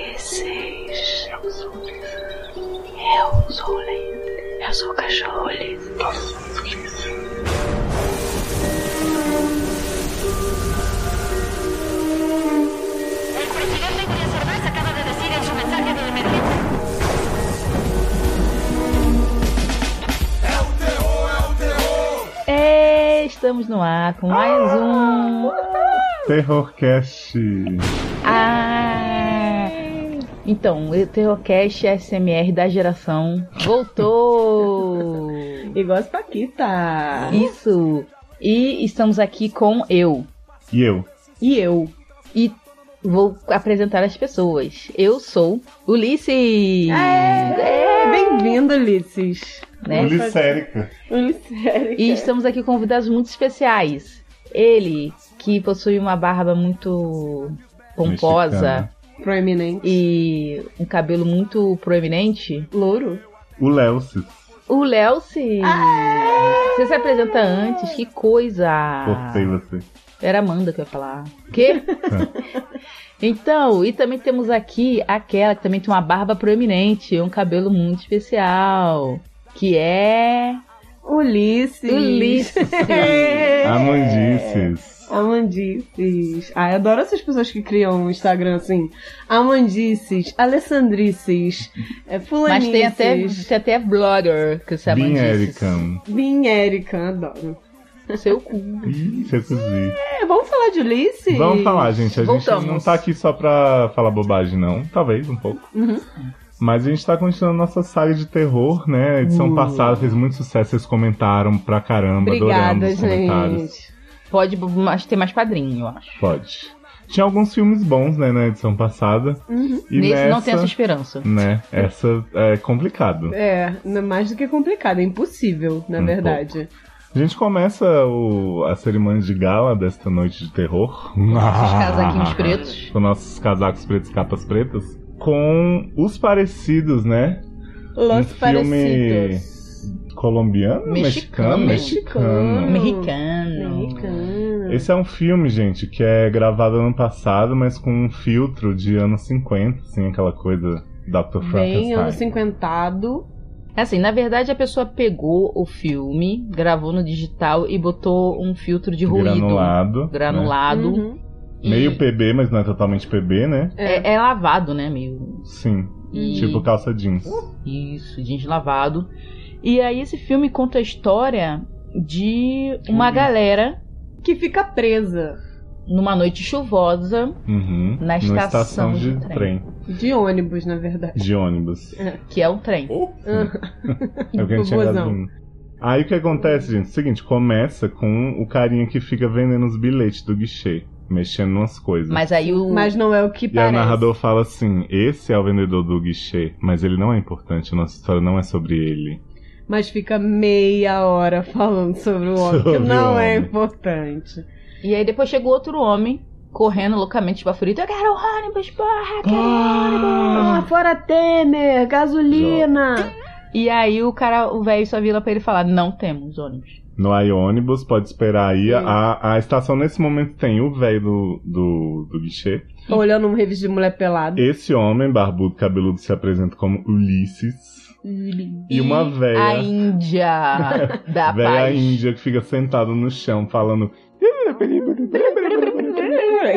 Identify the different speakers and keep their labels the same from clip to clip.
Speaker 1: Ulisses.
Speaker 2: Eu sou Ulisses.
Speaker 1: Eu sou o Ulisses. Eu sou o cachorro Ulisses.
Speaker 2: Nós somos Ulisses.
Speaker 3: El presidente Quiria Cervás acaba de decir en su mensaje de emergencia.
Speaker 4: É, estamos no ar com mais
Speaker 2: Ah!
Speaker 4: um.
Speaker 5: Terrorcast.
Speaker 4: Ah! Então, o Terrorcast SMR da geração voltou!
Speaker 6: Igual as Paquita.
Speaker 4: Isso! E estamos aqui com eu.
Speaker 5: E eu?
Speaker 6: E eu.
Speaker 4: E vou apresentar as pessoas. Eu sou Ulisses!
Speaker 6: Bem-vindo, Ulisses.
Speaker 4: Né?
Speaker 5: Ulissérica.
Speaker 6: Ulisses.
Speaker 4: E estamos aqui com convidados muito especiais. Ele, que possui uma barba muito pomposa
Speaker 5: Mexicana.
Speaker 6: Proeminente.
Speaker 4: e um cabelo muito proeminente.
Speaker 6: Louro.
Speaker 5: O Lelcis.
Speaker 4: O Léo se. Você se apresenta antes? Que coisa!
Speaker 5: Forcei você.
Speaker 4: Era Amanda que eu ia falar. Quê? então, e também temos aqui aquela que também tem uma barba proeminente e um cabelo muito especial. Que é.
Speaker 6: Ulisses.
Speaker 4: Ulisses. É.
Speaker 5: Amandices.
Speaker 6: Amandices. Ai, adoro essas pessoas que criam um Instagram assim. Amandices, Alessandrices, é,
Speaker 4: Mas tem até,
Speaker 6: Fulanices.
Speaker 4: tem até blogger que se
Speaker 5: Bin
Speaker 4: chama
Speaker 5: Ericam.
Speaker 6: Binérica, adoro.
Speaker 4: Seu cu.
Speaker 5: Ih, refugi.
Speaker 6: É, vamos falar de Ulisses?
Speaker 5: Vamos falar, gente. A
Speaker 4: Voltamos.
Speaker 5: gente não tá aqui só pra falar bobagem, não. Talvez um pouco.
Speaker 6: Uhum.
Speaker 5: Mas a gente tá continuando nossa saga de terror, né? A edição
Speaker 6: Uh.
Speaker 5: passada fez muito sucesso, vocês comentaram pra caramba,
Speaker 6: Obrigada,
Speaker 5: adoramos os comentários.
Speaker 6: gente.
Speaker 4: Pode mas ter mais padrinho, eu acho.
Speaker 5: Pode. Tinha alguns filmes bons, né, na edição passada.
Speaker 6: Uhum.
Speaker 5: E
Speaker 4: Nesse
Speaker 5: nessa,
Speaker 4: não tem essa esperança.
Speaker 5: né, essa é complicado.
Speaker 6: É, não é mais do que complicado, é impossível, na
Speaker 5: Um
Speaker 6: verdade.
Speaker 5: A gente começa o- a cerimônia de gala desta noite de terror.
Speaker 4: Os casaquinhos pretos.
Speaker 5: Com nossos casacos pretos e capas pretas. Com os parecidos, né?
Speaker 6: Los
Speaker 5: Um filme
Speaker 6: Parecidos.
Speaker 5: Colombiano?
Speaker 4: Mexicano.
Speaker 5: Mexicano?
Speaker 6: Mexicano.
Speaker 4: Americano.
Speaker 6: Americano.
Speaker 5: Esse é um filme, gente, que é gravado ano passado, mas com um filtro de anos 50, assim, aquela coisa Dr.
Speaker 6: Bem ano
Speaker 5: Frankenstein.
Speaker 6: cinquentado.
Speaker 4: Assim, na verdade a pessoa pegou o filme, gravou no digital e botou um filtro de ruído.
Speaker 5: Granulado. né?
Speaker 4: Granulado.
Speaker 6: Uhum.
Speaker 4: E
Speaker 5: Meio PB, mas não é totalmente PB, né?
Speaker 4: é, é lavado, né,
Speaker 6: Uhum.
Speaker 4: meio.
Speaker 5: Sim.
Speaker 4: E-
Speaker 5: Tipo calça jeans.
Speaker 4: Isso, jeans lavado. E aí esse filme conta a história de uma
Speaker 5: Uhum.
Speaker 4: galera
Speaker 6: Que fica presa
Speaker 4: numa noite chuvosa
Speaker 5: Uhum.
Speaker 4: Na
Speaker 5: Numa
Speaker 4: estação
Speaker 5: estação
Speaker 4: de
Speaker 5: de,
Speaker 4: trem.
Speaker 5: trem.
Speaker 6: de ônibus, na verdade.
Speaker 5: de ônibus.
Speaker 4: que é um trem.
Speaker 5: Oh. É o que a gente tinha dado
Speaker 6: Bobozão.
Speaker 5: um. Aí o que acontece, gente? Seguinte, começa com o carinha que fica vendendo os bilhetes do guichê, mexendo nas coisas.
Speaker 4: Mas aí o
Speaker 6: Mas não é o que
Speaker 5: e aí
Speaker 6: parece.
Speaker 5: o narrador fala assim: esse é o vendedor do guichê, mas ele não é importante, a nossa história não é sobre ele.
Speaker 6: Mas fica meia hora falando sobre o homem,
Speaker 5: Sobre
Speaker 6: que não
Speaker 5: o
Speaker 6: é
Speaker 5: homem.
Speaker 6: importante.
Speaker 4: e aí depois chega outro homem correndo loucamente pra frente. Eu quero um ônibus, porra, quero
Speaker 6: Ah, fora Temer, gasolina.
Speaker 4: E aí o cara, o velho só vira pra ele falar: Não temos ônibus.
Speaker 5: No aí ônibus, pode esperar aí.
Speaker 6: Hum.
Speaker 5: A, a estação nesse momento tem o velho do, do, do guichê.
Speaker 6: Tô olhando um revista de mulher pelada.
Speaker 5: Esse homem, barbudo, cabeludo, se apresenta como Ulisses. E uma véia.
Speaker 4: A Índia da
Speaker 5: Velha
Speaker 4: paz.
Speaker 5: É, índia que fica sentada no chão falando.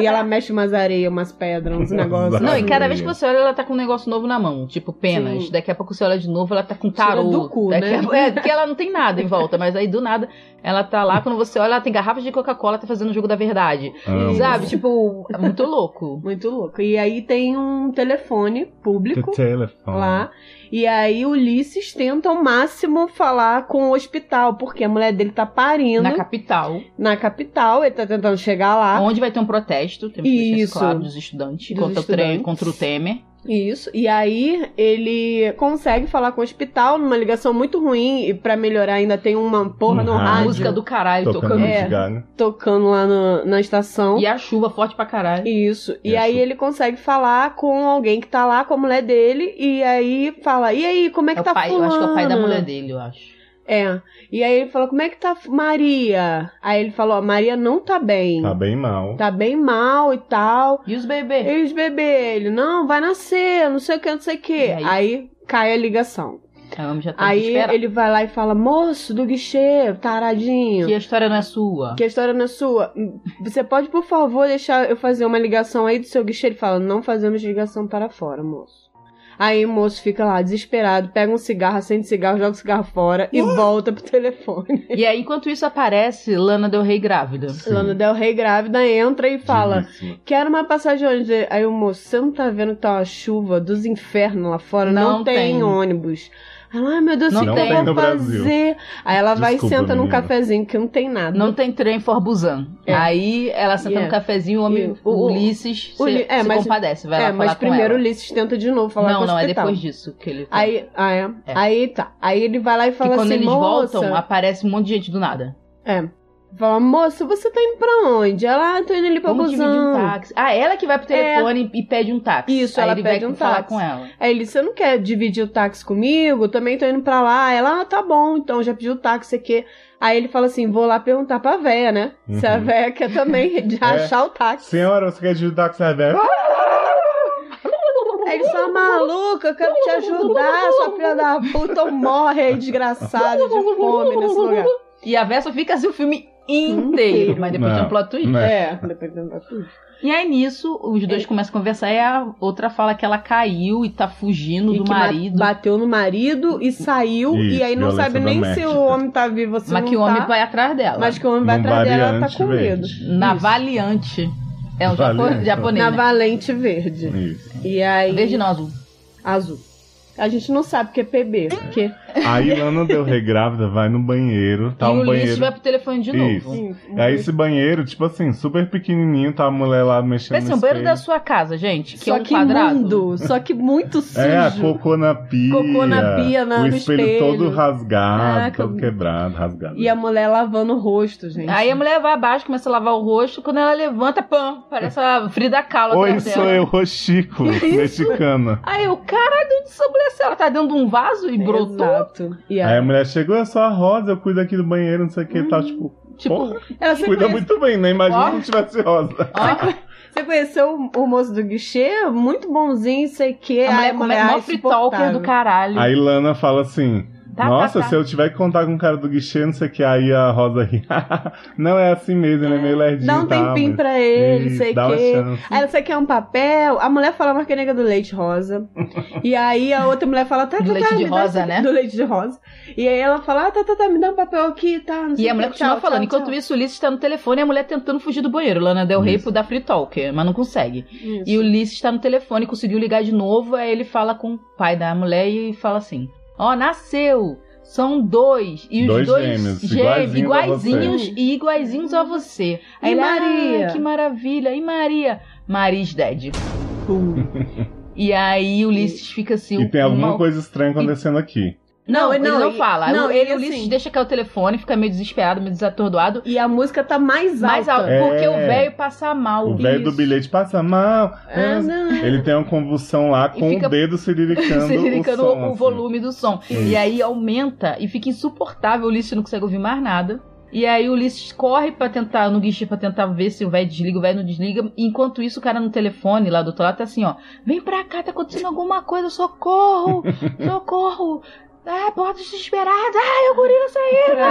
Speaker 6: E ela mexe umas areias, umas pedras, uns negócios. assim.
Speaker 4: Não, e cada
Speaker 5: Maravilha.
Speaker 4: vez que você olha, ela tá com um negócio novo na mão, tipo penas.
Speaker 6: Sim.
Speaker 4: Daqui a pouco você olha de novo, ela tá com tarô.
Speaker 6: Tira do cu,
Speaker 4: Daqui a-
Speaker 6: né?
Speaker 4: É, porque ela não tem nada em volta, mas aí do nada ela tá lá, quando você olha, ela tem garrafas de Coca-Cola, tá fazendo o jogo da verdade.
Speaker 5: Amo.
Speaker 4: Sabe? Tipo, é muito louco.
Speaker 6: Muito louco. E aí tem um telefone público
Speaker 5: The telephone.
Speaker 6: lá. E aí o Ulisses tenta ao máximo falar com o hospital, porque a mulher dele tá parindo
Speaker 4: Na
Speaker 6: na,
Speaker 4: capital,
Speaker 6: capital, ele tá tentando chegar lá.
Speaker 4: onde vai ter um protesto, temos que deixar isso
Speaker 6: Isso.
Speaker 4: claro, dos estudantes,
Speaker 6: Dos
Speaker 4: contra, O tre-
Speaker 6: estudantes.
Speaker 4: contra o Temer.
Speaker 6: Isso. E aí ele consegue falar com o hospital numa ligação muito ruim e pra melhorar ainda tem uma porra no
Speaker 5: Um rádio.
Speaker 4: Música
Speaker 6: rádio
Speaker 4: do caralho
Speaker 5: Tocando
Speaker 4: tocando.
Speaker 5: Lady
Speaker 6: É.
Speaker 5: Gaga.
Speaker 6: tocando lá no- na estação.
Speaker 4: E a chuva forte pra caralho.
Speaker 6: Isso. E
Speaker 5: Isso.
Speaker 6: aí ele consegue falar com alguém que tá lá, com a mulher dele, e aí fala, e aí, como é que
Speaker 4: É o
Speaker 6: tá
Speaker 4: pai, eu
Speaker 6: fulana?
Speaker 4: acho que é o pai da mulher dele, eu acho.
Speaker 6: É. E aí ele falou: Como é que tá Maria? Aí ele falou: Ó, Maria não tá bem.
Speaker 5: Tá bem mal.
Speaker 6: Tá bem mal e tal.
Speaker 4: E os bebês?
Speaker 6: E os bebês? Ele: Não, vai nascer, não sei o que, não sei o que.
Speaker 4: E aí?
Speaker 6: Aí? cai a ligação.
Speaker 4: A homem já tá
Speaker 6: Aí
Speaker 4: desesperada.
Speaker 6: ele vai lá e fala: Moço do guichê, taradinho.
Speaker 4: Que a história não é sua.
Speaker 6: Que a história não é sua. Você pode, por favor, deixar eu fazer uma ligação aí do seu guichê? Ele fala, não fazemos ligação para fora, moço. Aí o moço fica lá desesperado, pega um cigarro, acende cigarro, joga o cigarro fora e volta pro telefone.
Speaker 4: E aí, enquanto isso, aparece Lana Del Rey grávida.
Speaker 5: Sim. Uhum.
Speaker 6: Lana Del Rey grávida entra e fala,
Speaker 5: Digníssima.
Speaker 6: quero uma passagem de ônibus. Aí o moço, você não tá vendo que tá uma chuva dos infernos lá fora? Não,
Speaker 4: Não
Speaker 6: tem,
Speaker 4: tem.
Speaker 6: ônibus. Ela, ai meu Deus,
Speaker 4: Não
Speaker 6: o que
Speaker 4: tem.
Speaker 6: eu
Speaker 5: Não tem no
Speaker 6: vou fazer? Aí ela vai e
Speaker 5: Desculpa,
Speaker 6: senta num
Speaker 5: menina.
Speaker 6: cafezinho que não tem nada.
Speaker 4: Não tem trem for Busan.
Speaker 6: É.
Speaker 4: Aí ela senta
Speaker 6: Yeah.
Speaker 4: no cafezinho, o homem
Speaker 6: E o- o-
Speaker 4: Ulisses
Speaker 6: o
Speaker 4: se,
Speaker 6: Uli- é,
Speaker 4: se
Speaker 6: mas-
Speaker 4: compadece, vai lá
Speaker 6: É,
Speaker 4: falar
Speaker 6: mas
Speaker 4: com
Speaker 6: primeiro o
Speaker 4: ela.
Speaker 6: Ulisses tenta de novo falar
Speaker 4: não,
Speaker 6: com o
Speaker 4: não, é
Speaker 6: hospital.
Speaker 4: depois disso que ele fala.
Speaker 6: Aí, ah, é.
Speaker 4: É.
Speaker 6: aí tá. Aí ele vai lá e
Speaker 4: que
Speaker 6: fala
Speaker 4: quando
Speaker 6: assim,
Speaker 4: eles
Speaker 6: moça...
Speaker 4: voltam, aparece um monte de gente do nada.
Speaker 6: É. Fala, moça, você tá indo pra onde? Ela, ah, tô indo ali pra
Speaker 4: Vamos dividir um
Speaker 6: Busan.
Speaker 4: táxi. Ah, ela que vai pro telefone e pede um táxi.
Speaker 6: É. Isso,
Speaker 4: Aí
Speaker 6: ela
Speaker 4: ele
Speaker 6: pede
Speaker 4: vai
Speaker 6: um
Speaker 4: falar
Speaker 6: táxi.
Speaker 4: com ela.
Speaker 6: Aí ele, você não quer dividir o táxi comigo? Eu também tô indo pra lá. Ela, ah, tá bom, então já pediu o táxi, sei o quê. Aí ele fala assim, vou lá perguntar pra véia, né? Se a
Speaker 5: Uhum. É.
Speaker 6: véia quer também de achar o táxi.
Speaker 5: Senhora, você quer ajudar com essa velha?
Speaker 6: Aí ele, sua maluca, eu quero te ajudar, sua filha da puta, ou morre aí, desgraçado, de fome nesse lugar.
Speaker 4: E a Versa fica assim o filme inteiro. Mas depois
Speaker 5: Não.
Speaker 4: tem um plot twist. É.
Speaker 5: Né?
Speaker 6: É, dependendo da coisa.
Speaker 4: E aí nisso, os dois começam a conversar e a outra fala que ela caiu e tá fugindo
Speaker 6: E
Speaker 4: do
Speaker 6: que ma-
Speaker 4: marido.
Speaker 6: Bateu no marido e saiu.
Speaker 5: Isso,
Speaker 6: e aí não
Speaker 5: violência
Speaker 6: sabe nem se
Speaker 5: doméstica.
Speaker 6: o homem tá vivo ou se
Speaker 4: Mas
Speaker 6: não
Speaker 4: que o homem
Speaker 6: tá,
Speaker 4: vai atrás dela.
Speaker 6: Mas que o homem vai
Speaker 5: Num
Speaker 6: atrás dela, ela tá
Speaker 5: variante
Speaker 6: com medo.
Speaker 5: verde.
Speaker 4: Na
Speaker 6: Isso.
Speaker 4: Valiante. É um japo-
Speaker 5: Valiante.
Speaker 4: japonês.
Speaker 6: Na
Speaker 4: né?
Speaker 6: Valente Verde.
Speaker 5: Isso.
Speaker 6: E aí.
Speaker 4: Verde não, azul.
Speaker 6: Azul. A gente não sabe porque é PB. Porque...
Speaker 5: Aí Lana Del Rey grávida vai no banheiro, tá
Speaker 4: e o
Speaker 5: um
Speaker 4: Ulisses
Speaker 5: banheiro.
Speaker 4: vai pro telefone de
Speaker 5: É Isso.
Speaker 4: novo.
Speaker 5: Aí esse banheiro, tipo assim, super pequenininho, tá a mulher lá mexendo
Speaker 4: Pensa,
Speaker 5: no
Speaker 4: um banheiro da
Speaker 5: espelho.
Speaker 4: sua casa, gente, que
Speaker 6: só
Speaker 4: é um
Speaker 6: que
Speaker 4: quadrado.
Speaker 6: imundo, só que muito sujo.
Speaker 5: É, cocô na pia.
Speaker 6: Cocô na pia, na-
Speaker 5: O
Speaker 6: no
Speaker 5: espelho,
Speaker 6: espelho.
Speaker 5: todo rasgado,
Speaker 6: Ah, que-
Speaker 5: todo quebrado, rasgado.
Speaker 6: E a mulher lavando o rosto, gente.
Speaker 4: Aí a mulher vai abaixo, começa a lavar o rosto, quando ela levanta, pam, parece a Frida Kahlo
Speaker 5: Oi,
Speaker 4: atrás
Speaker 5: sou
Speaker 4: dela.
Speaker 5: eu, Rochico, mexicana.
Speaker 4: Aí o caralho, de onde essa mulher saiu? ela tá dentro de um vaso e brotou?
Speaker 6: É, Exato. E
Speaker 5: Aí a
Speaker 6: ela,
Speaker 5: mulher chegou, é só a rosa, eu cuido aqui do banheiro, não sei o que, tá tipo,
Speaker 4: Tipo,
Speaker 5: porra,
Speaker 6: ela você,
Speaker 5: cuida
Speaker 6: conhece-
Speaker 5: muito bem, né?
Speaker 4: Ó.
Speaker 5: Imagina se não tivesse rosa.
Speaker 4: ó,
Speaker 6: você conheceu o, o moço do guichê? Muito bonzinho, sei o quê.
Speaker 4: a
Speaker 6: Aí
Speaker 4: mulher começa
Speaker 6: ai,
Speaker 4: mó free talker
Speaker 6: insuportável.
Speaker 4: do caralho.
Speaker 5: Aí Lana fala assim,
Speaker 4: Tá,
Speaker 5: Nossa,
Speaker 4: tá, tá.
Speaker 5: se eu tiver que contar com o cara do guichê, não sei o que, aí a Rosa ri. não é assim mesmo, ele é meio lerdinho.
Speaker 6: Dá um
Speaker 5: tá,
Speaker 6: tempinho
Speaker 5: mas-
Speaker 6: pra ele,
Speaker 5: Isso,
Speaker 6: sei
Speaker 5: dá uma
Speaker 6: que.
Speaker 5: chance.
Speaker 6: Aí você quer um papel, a mulher fala marca negra do leite rosa. e aí a outra mulher fala, tá, tá,
Speaker 4: Do
Speaker 6: tá,
Speaker 4: leite de
Speaker 6: me dá
Speaker 4: rosa,
Speaker 6: esse-
Speaker 4: né?
Speaker 6: Do leite de rosa. E aí ela fala, ah, tá, tá, tá, me dá um papel aqui, tá. Não sei
Speaker 4: E
Speaker 6: o
Speaker 4: a mulher
Speaker 6: que,
Speaker 4: continua
Speaker 6: tchau,
Speaker 4: falando.
Speaker 6: tchau,
Speaker 4: Enquanto
Speaker 6: tchau.
Speaker 4: isso, o Ulisses tá no telefone e a mulher tentando fugir do banheiro. Lana Del Rey
Speaker 5: Isso.
Speaker 4: pro da Free Talker, mas não consegue.
Speaker 6: isso.
Speaker 4: E o Ulisses tá no telefone, conseguiu ligar de novo. Aí ele fala com o pai da mulher e fala assim: Ó, nasceu! São dois. E os dois,
Speaker 5: Dois gêmeos,
Speaker 4: gêmeos,
Speaker 5: iguaizinhos a você.
Speaker 4: iguaizinhos e iguaizinhos a você. Aí
Speaker 6: E
Speaker 4: ele, "Ah,
Speaker 6: Maria?"
Speaker 4: que maravilha. E Maria? Marie's dead.
Speaker 6: Pum.
Speaker 4: E aí o Ulisses fica assim.
Speaker 5: E tem alguma
Speaker 4: uma-
Speaker 5: coisa estranha acontecendo aqui.
Speaker 4: Não,
Speaker 6: Não,
Speaker 4: ele
Speaker 6: não,
Speaker 4: não,
Speaker 6: e-
Speaker 4: fala.
Speaker 6: não,
Speaker 4: ele,
Speaker 6: e
Speaker 4: o Ulisses
Speaker 6: assim-
Speaker 4: deixa cair o telefone, fica meio desesperado, meio desatordoado.
Speaker 6: E a música tá mais alta.
Speaker 4: Mais alto,
Speaker 5: É.
Speaker 4: porque o velho passa mal.
Speaker 5: O velho do
Speaker 6: Isso.
Speaker 5: bilhete passa mal.
Speaker 4: É.
Speaker 6: Ah, não.
Speaker 5: Ele tem uma convulsão lá com
Speaker 4: fica
Speaker 5: o dedo ciriricando,
Speaker 4: Se dedicando
Speaker 5: o,
Speaker 4: o,
Speaker 5: som, assim.
Speaker 4: volume do som. E aí aumenta e fica insuportável. O Ulisses não consegue ouvir mais nada. E aí o Ulisses corre pra tentar, no guichê, pra tentar ver se o velho desliga, o velho não desliga. Enquanto isso, o cara no telefone lá do outro lado tá assim, ó. Vem pra cá, tá acontecendo alguma coisa, socorro! Socorro! Ah, bota desesperada! Ah, o gorila saiu!
Speaker 6: é.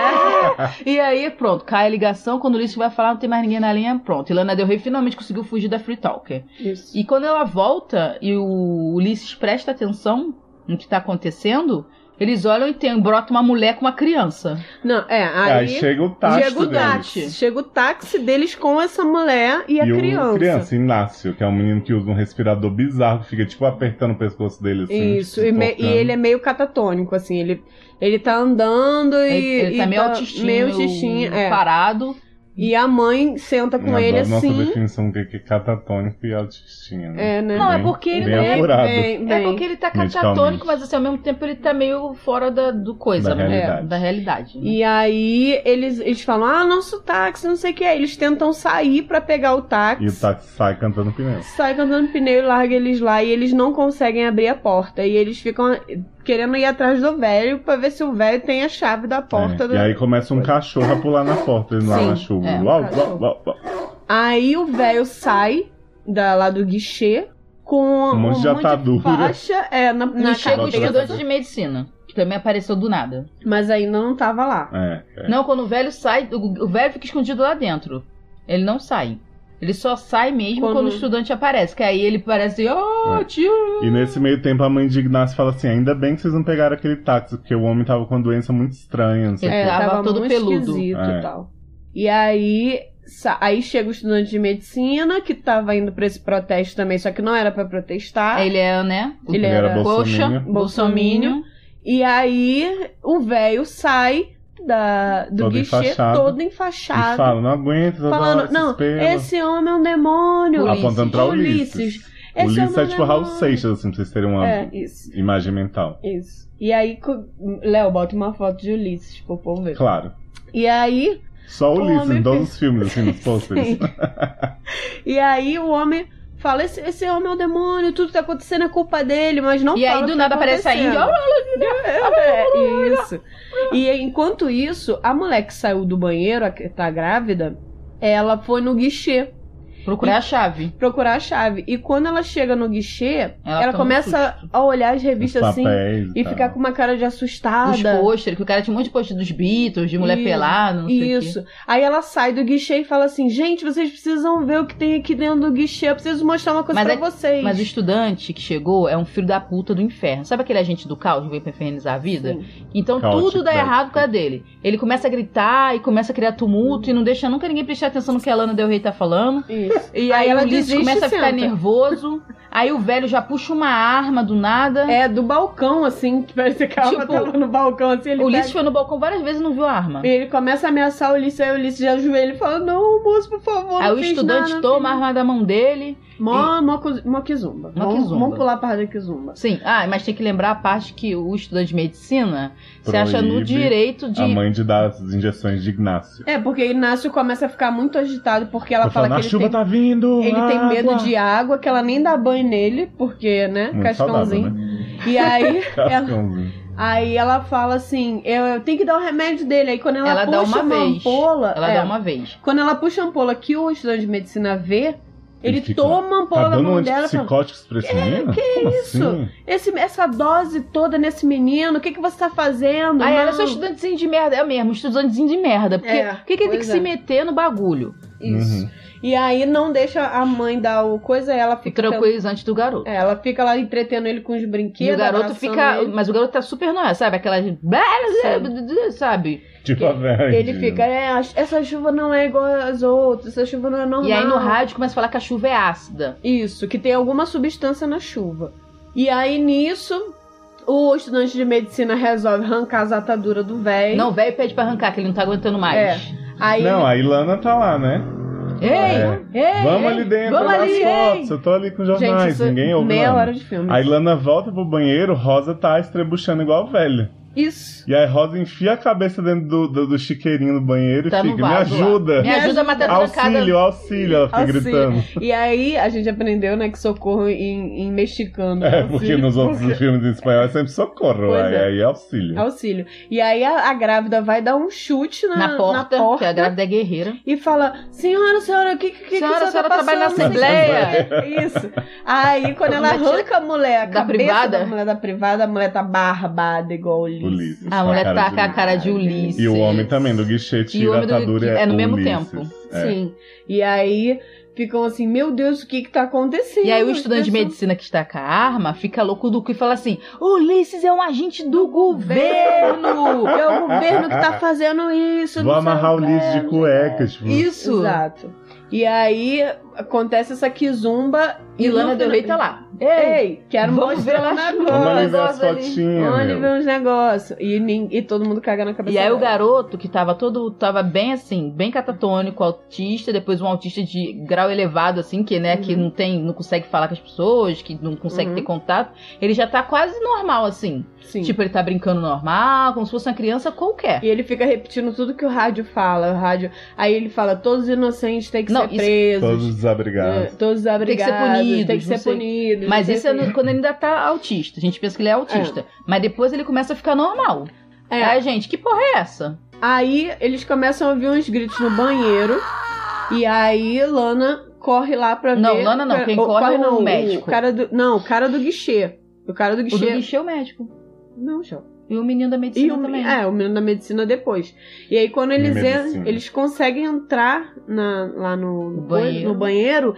Speaker 4: Ah! E aí, pronto, cai a ligação. Quando o Ulisses vai falar, não tem mais ninguém na linha, pronto. E Lana Del Rey finalmente conseguiu fugir da Free Talker.
Speaker 6: Isso.
Speaker 4: E quando ela volta e o Ulisses presta atenção no que tá acontecendo, eles olham e tem, brota uma mulher com uma criança.
Speaker 6: Não, é,
Speaker 5: Aí,
Speaker 6: aí...
Speaker 5: chega o táxi
Speaker 6: Chega o
Speaker 5: deles.
Speaker 6: táxi. Chega o táxi deles com essa mulher e a
Speaker 5: o
Speaker 6: criança.
Speaker 5: criança, Inácio, que é um menino que usa um respirador bizarro, que fica tipo apertando o pescoço dele assim.
Speaker 6: Isso, e, me- e ele é meio catatônico, assim, ele, ele tá andando e.
Speaker 4: ele, ele tá
Speaker 6: e
Speaker 4: meio autistinho,
Speaker 6: meio
Speaker 4: meio
Speaker 6: autistinho, é.
Speaker 4: parado.
Speaker 6: E a mãe senta com ele
Speaker 5: Nossa
Speaker 6: assim.
Speaker 5: definição do que que é catatônico e autistinha, né?
Speaker 6: É, né?
Speaker 4: Não, é
Speaker 5: Bem-
Speaker 4: porque ele
Speaker 5: bem
Speaker 4: não é-
Speaker 5: apurado.
Speaker 6: Bem,
Speaker 4: É
Speaker 6: bem.
Speaker 4: porque ele tá
Speaker 5: Medicalmente.
Speaker 4: catatônico, mas assim, ao mesmo tempo ele tá meio fora da, do coisa,
Speaker 5: Da
Speaker 4: né?
Speaker 5: realidade.
Speaker 4: Da realidade.
Speaker 6: E aí eles, eles falam, ah, nosso táxi, não sei o que. Aí eles tentam sair pra pegar o táxi.
Speaker 5: E o táxi sai cantando pneu.
Speaker 6: Sai cantando pneu e larga eles lá e eles não conseguem abrir a porta. E eles ficam. Porque querendo ir atrás do velho pra ver se o velho tem a chave da porta
Speaker 5: É,
Speaker 6: do.
Speaker 5: E aí começa um cachorro a pular na porta lá
Speaker 4: Sim,
Speaker 5: na chuva.
Speaker 4: é, um
Speaker 5: Uau,
Speaker 4: cachorro.
Speaker 5: uau, uau, uau.
Speaker 6: Aí o velho sai da, lá do guichê com um
Speaker 5: monte tá de atadura.
Speaker 6: faixa é, na, na
Speaker 4: No chega
Speaker 5: capa
Speaker 4: o
Speaker 5: da
Speaker 4: estudante
Speaker 5: capa.
Speaker 4: de medicina, que também apareceu do nada.
Speaker 6: mas ainda não tava lá.
Speaker 5: É, é.
Speaker 4: Não, quando o velho sai, o o velho fica escondido lá dentro. Ele não sai. Ele só sai mesmo quando,
Speaker 6: Quando-
Speaker 4: o estudante aparece. Que aí ele parece, oh,
Speaker 5: É.
Speaker 4: tio.
Speaker 5: E nesse meio tempo a mãe de Ignacio fala assim: ainda bem que vocês não pegaram aquele táxi, porque o homem tava com uma doença muito estranha. não sei o
Speaker 4: É,
Speaker 5: quê.
Speaker 4: tava todo
Speaker 6: muito
Speaker 4: peludo.
Speaker 6: esquisito
Speaker 5: É.
Speaker 6: e tal. E aí, sa- aí chega o estudante de medicina que tava indo pra esse protesto também, só que não era pra protestar.
Speaker 4: Ele é, né? O
Speaker 6: Ah, Ele era
Speaker 4: coxa,
Speaker 5: bolsominion.
Speaker 4: bolsominion.
Speaker 6: E aí o velho sai da, do
Speaker 5: Todo
Speaker 6: guichê
Speaker 5: enfaixado.
Speaker 6: todo
Speaker 5: E
Speaker 6: enfaixado.
Speaker 5: fala: não aguento, toda hora
Speaker 6: falando,
Speaker 5: esses
Speaker 6: não,
Speaker 5: pelos."
Speaker 6: esse homem é um demônio.
Speaker 4: Ulisses.
Speaker 5: Apontando pra Ulisses.
Speaker 6: Ulisses. Esse
Speaker 5: Ulisses
Speaker 6: homem
Speaker 5: é tipo
Speaker 6: um
Speaker 5: Raul
Speaker 6: demônio.
Speaker 5: Seixas, assim, pra vocês terem uma
Speaker 6: É, isso,
Speaker 5: imagem mental.
Speaker 6: isso. E aí, co- Léo, bota uma foto de Ulisses pro povo ver.
Speaker 5: Claro.
Speaker 6: E aí,
Speaker 5: Só
Speaker 6: O
Speaker 5: Ulisses em
Speaker 6: homem
Speaker 5: todos
Speaker 6: fez-
Speaker 5: os filmes, assim, nos posters.
Speaker 6: Sim. e aí o homem fala, esse, esse homem é um demônio, tudo que tá acontecendo é culpa dele, mas não
Speaker 4: E
Speaker 6: fala
Speaker 4: aí
Speaker 6: o
Speaker 4: do
Speaker 6: que
Speaker 4: nada
Speaker 6: tá
Speaker 4: aparece a Índia.
Speaker 6: acontecendo. É, isso. E enquanto isso, a mulher que saiu do banheiro, a que tá grávida, ela foi no guichê
Speaker 4: Procurar a chave.
Speaker 6: procurar a chave. E quando ela chega no guichê,
Speaker 4: Ela
Speaker 6: ela,
Speaker 4: toma um
Speaker 6: começa a olhar as
Speaker 5: Os
Speaker 6: revistas assim
Speaker 5: papéis tá.
Speaker 6: e
Speaker 5: tal.
Speaker 6: ficar com uma cara de
Speaker 4: Os
Speaker 6: assustada.
Speaker 4: pôsteres, que o cara tinha um monte de pôster dos Beatles, de mulher
Speaker 6: Isso,
Speaker 4: pelada, não sei o quê.
Speaker 6: Isso. Aí ela sai do guichê e fala assim: gente, vocês precisam ver o que tem aqui dentro do guichê. Eu preciso mostrar uma coisa
Speaker 4: Mas
Speaker 6: pra
Speaker 4: é-
Speaker 6: vocês.
Speaker 4: Mas o estudante que chegou é um filho da puta do inferno. Sabe aquele agente do caos que veio pra infernizar a vida?
Speaker 6: Sim.
Speaker 4: Então
Speaker 5: Caótico,
Speaker 4: tudo dá
Speaker 5: né?
Speaker 4: errado por causa dele. Ele começa a gritar e começa a criar tumulto e não deixa nunca ninguém prestar atenção no que a Lana Del Rey tá falando.
Speaker 6: Isso.
Speaker 4: E aí,
Speaker 6: ela
Speaker 4: o Ulisses
Speaker 6: desiste e
Speaker 4: começa a ficar
Speaker 6: senta.
Speaker 4: nervoso. Aí o velho já puxa uma arma do nada.
Speaker 6: É, do balcão, assim, que parece que ela
Speaker 4: Tipo,
Speaker 6: tava no balcão, assim, ele
Speaker 4: o Ulisses
Speaker 6: pega-
Speaker 4: foi no balcão várias vezes e não viu a arma.
Speaker 6: E ele começa a ameaçar o Ulisses, aí o Ulisses já ajoelha e fala: Não, moço, por favor.
Speaker 4: Aí
Speaker 6: não
Speaker 4: o
Speaker 6: fiz
Speaker 4: estudante
Speaker 6: nada,
Speaker 4: toma a arma da mão dele.
Speaker 6: Mó, mó, cu- mó quizumba.
Speaker 4: Mó
Speaker 6: Vamos-
Speaker 4: quizumba.
Speaker 6: Vamos pular a parte da quizumba.
Speaker 4: Sim, ah, mas tem que lembrar a parte que o estudante de medicina se acha no
Speaker 5: Proíbe
Speaker 4: direito de.
Speaker 5: A mãe de dar as injeções de Ignacio.
Speaker 6: É, porque Inácio começa a ficar muito agitado porque ela
Speaker 5: Ela
Speaker 6: fala
Speaker 5: falando, a
Speaker 6: que ele,
Speaker 5: chuva
Speaker 6: tem,
Speaker 5: tá vindo!
Speaker 6: ele tem medo
Speaker 5: água."
Speaker 6: de água, que ela nem dá banho nele, porque, né,
Speaker 5: Muito
Speaker 6: cascãozinho.
Speaker 5: saudável, né?
Speaker 6: E aí, ela,
Speaker 5: Cascãozinho.
Speaker 6: aí ela fala assim: eu, eu tenho que dar o remédio dele. Aí quando ela,
Speaker 4: Ela
Speaker 6: puxa
Speaker 4: dá uma vez.
Speaker 6: ampola.
Speaker 4: Ela
Speaker 6: é,
Speaker 4: dá uma vez.
Speaker 6: Quando ela puxa a ampola que o estudante de medicina vê,
Speaker 5: Ele
Speaker 6: ele,
Speaker 5: fica,
Speaker 6: toma a ampola
Speaker 5: Tá
Speaker 6: na
Speaker 5: dando um
Speaker 6: mão dela e fala. "É,
Speaker 5: antipsicóticos pra esse menino? Que
Speaker 6: isso?
Speaker 5: assim?"
Speaker 6: Esse, essa dose toda nesse menino, o que, que você tá fazendo?
Speaker 4: Aí
Speaker 6: Não.
Speaker 4: ela é seu estudantezinho de merda. É mesmo, estudantezinho de merda. Porque
Speaker 6: É,
Speaker 4: por que, que ele tem que
Speaker 6: pois
Speaker 4: se
Speaker 6: é.
Speaker 4: meter no bagulho?
Speaker 6: Isso.
Speaker 5: Uhum.
Speaker 6: E aí não deixa a mãe dar o coisa, ela
Speaker 4: O
Speaker 6: fica.
Speaker 4: tranquilizante do garoto.
Speaker 6: É, ela fica lá entretendo ele com os
Speaker 4: E
Speaker 6: brinquedos.
Speaker 4: o garoto
Speaker 6: abraçando
Speaker 4: fica.
Speaker 6: Ele,
Speaker 4: Mas o garoto tá super noia, sabe? Aquela. Sabe?
Speaker 5: Tipo a velha.
Speaker 6: ele fica, é, a- essa chuva não é igual às outras, essa chuva não é normal.
Speaker 4: E aí no rádio começa a falar que a chuva é ácida.
Speaker 6: Isso, que tem alguma substância na chuva. E aí nisso, o estudante de medicina resolve arrancar as ataduras do velho.
Speaker 4: Não, o velho pede pra arrancar, que ele não tá aguentando mais.
Speaker 6: Aí É,
Speaker 5: Não, a Ilana tá lá, né?
Speaker 4: Ei! Ei!
Speaker 5: Vamos
Speaker 4: ei,
Speaker 5: ali dentro,
Speaker 4: vamos
Speaker 5: olhar as
Speaker 4: ali,
Speaker 5: fotos.
Speaker 4: ei.
Speaker 5: Eu tô ali com os
Speaker 6: Gente,
Speaker 5: jornais,
Speaker 6: isso é
Speaker 5: ninguém ouve.
Speaker 6: meia
Speaker 5: nada.
Speaker 6: hora de filme.
Speaker 5: A Ilana volta pro banheiro, Rosa tá estrebuchando igual velha.
Speaker 6: Isso.
Speaker 5: E aí Rosa enfia a cabeça dentro do, do, do chiqueirinho do banheiro
Speaker 4: Tá
Speaker 5: e
Speaker 4: no
Speaker 5: fica, me
Speaker 4: vaso lá.
Speaker 5: ajuda!
Speaker 4: Me ajuda a matar a trancada.
Speaker 5: Auxílio, auxílio, ela fica
Speaker 6: Auxílio.
Speaker 5: gritando.
Speaker 6: E aí a gente aprendeu, né, que socorro em, em mexicano.
Speaker 5: É,
Speaker 6: auxílio,
Speaker 5: porque nos outros
Speaker 6: porque-
Speaker 5: filmes em espanhol é sempre socorro,
Speaker 6: Pois
Speaker 5: aí,
Speaker 6: é.
Speaker 5: aí é auxílio.
Speaker 6: Auxílio. E aí a, a grávida vai dar um chute na,
Speaker 4: Na porta,
Speaker 6: na
Speaker 4: que a grávida é guerreira.
Speaker 6: e fala: Senhora, senhora, o que, que, que
Speaker 4: Senhora,
Speaker 6: que a
Speaker 4: senhora
Speaker 6: tá
Speaker 4: trabalha na
Speaker 6: passando?" É,
Speaker 4: Assembleia.
Speaker 6: Isso. Aí quando ela
Speaker 4: Mas tira
Speaker 6: arranca a mulher, a
Speaker 4: da
Speaker 6: cabeça
Speaker 4: privada?
Speaker 6: da mulher da privada, a mulher tá barbada igual o Ulisses.
Speaker 5: Ulisses.
Speaker 4: A mulher tá com a cara de Ulisses.
Speaker 5: é E o homem também, do guichê
Speaker 4: E o
Speaker 5: tira a
Speaker 4: homem do-
Speaker 5: atadura
Speaker 4: é no mesmo
Speaker 5: Ulisses.
Speaker 4: tempo.
Speaker 5: É.
Speaker 6: Sim. E aí ficam assim: Meu Deus, o que que tá acontecendo?
Speaker 4: E aí o estudante de medicina que está com a arma fica louco do cu e fala assim: Ulisses é um agente do governo!
Speaker 6: É o governo que tá fazendo isso.
Speaker 5: Vou
Speaker 6: não sei
Speaker 5: amarrar o
Speaker 6: quê.
Speaker 5: Ulisses de cueca, tipo.
Speaker 4: Isso!
Speaker 6: Exato. E aí acontece essa quizumba
Speaker 4: E Lana Del Rey tá lá. Ei!
Speaker 6: Ei, quero
Speaker 4: Vamos ver
Speaker 6: mostrar um
Speaker 4: ela-
Speaker 5: Vamos ali
Speaker 6: negócio.
Speaker 5: ver as
Speaker 4: Negócio ali.
Speaker 5: fotinhas.
Speaker 6: Onde
Speaker 5: meu.
Speaker 6: vê uns negócios. E, nin- e todo mundo caga na cabeça.
Speaker 4: E aí o
Speaker 6: dela.
Speaker 4: garoto que tava todo. tava bem assim, bem catatônico, autista, depois um autista de grau elevado, assim, que, né, que não tem. não consegue falar com as pessoas, que não consegue
Speaker 6: Uhum.
Speaker 4: ter contato. Ele já tá quase normal, assim.
Speaker 6: Sim.
Speaker 4: Tipo, ele tá brincando normal, como se fosse uma criança qualquer.
Speaker 6: E ele fica repetindo tudo que o rádio fala. O rádio. Aí ele fala: todos os inocentes têm que
Speaker 4: Não,
Speaker 6: ser
Speaker 4: isso-
Speaker 6: presos.
Speaker 5: Todos os
Speaker 6: É,
Speaker 5: desabrigados.
Speaker 6: todos abrigados.
Speaker 4: punidos,
Speaker 6: Tem que
Speaker 4: não
Speaker 6: ser
Speaker 4: sei.
Speaker 6: punido.
Speaker 4: Mas
Speaker 6: não
Speaker 4: isso
Speaker 6: sei
Speaker 4: é
Speaker 6: o quê.
Speaker 4: no- quando ele ainda tá autista. A gente pensa que ele é autista. Mas depois ele começa a ficar normal.
Speaker 6: É.
Speaker 4: Aí, gente, que porra é essa?
Speaker 6: Aí eles começam a ouvir uns gritos no banheiro. E aí Lana corre lá pra
Speaker 4: Não,
Speaker 6: ver.
Speaker 4: Lana não,
Speaker 6: pra-
Speaker 4: quem
Speaker 6: ou-
Speaker 4: corre é o
Speaker 6: não,
Speaker 4: médico.
Speaker 6: cara do, não, o cara do guichê. O cara do
Speaker 4: O do
Speaker 6: guichê.
Speaker 4: guichê é o médico.
Speaker 6: Não, já.
Speaker 4: E o menino da medicina
Speaker 6: E o,
Speaker 4: também. né?
Speaker 6: é, o menino da medicina depois. E aí, quando eles
Speaker 5: Medicina.
Speaker 6: en- eles conseguem entrar na- lá no,
Speaker 4: No banheiro.
Speaker 6: no banheiro,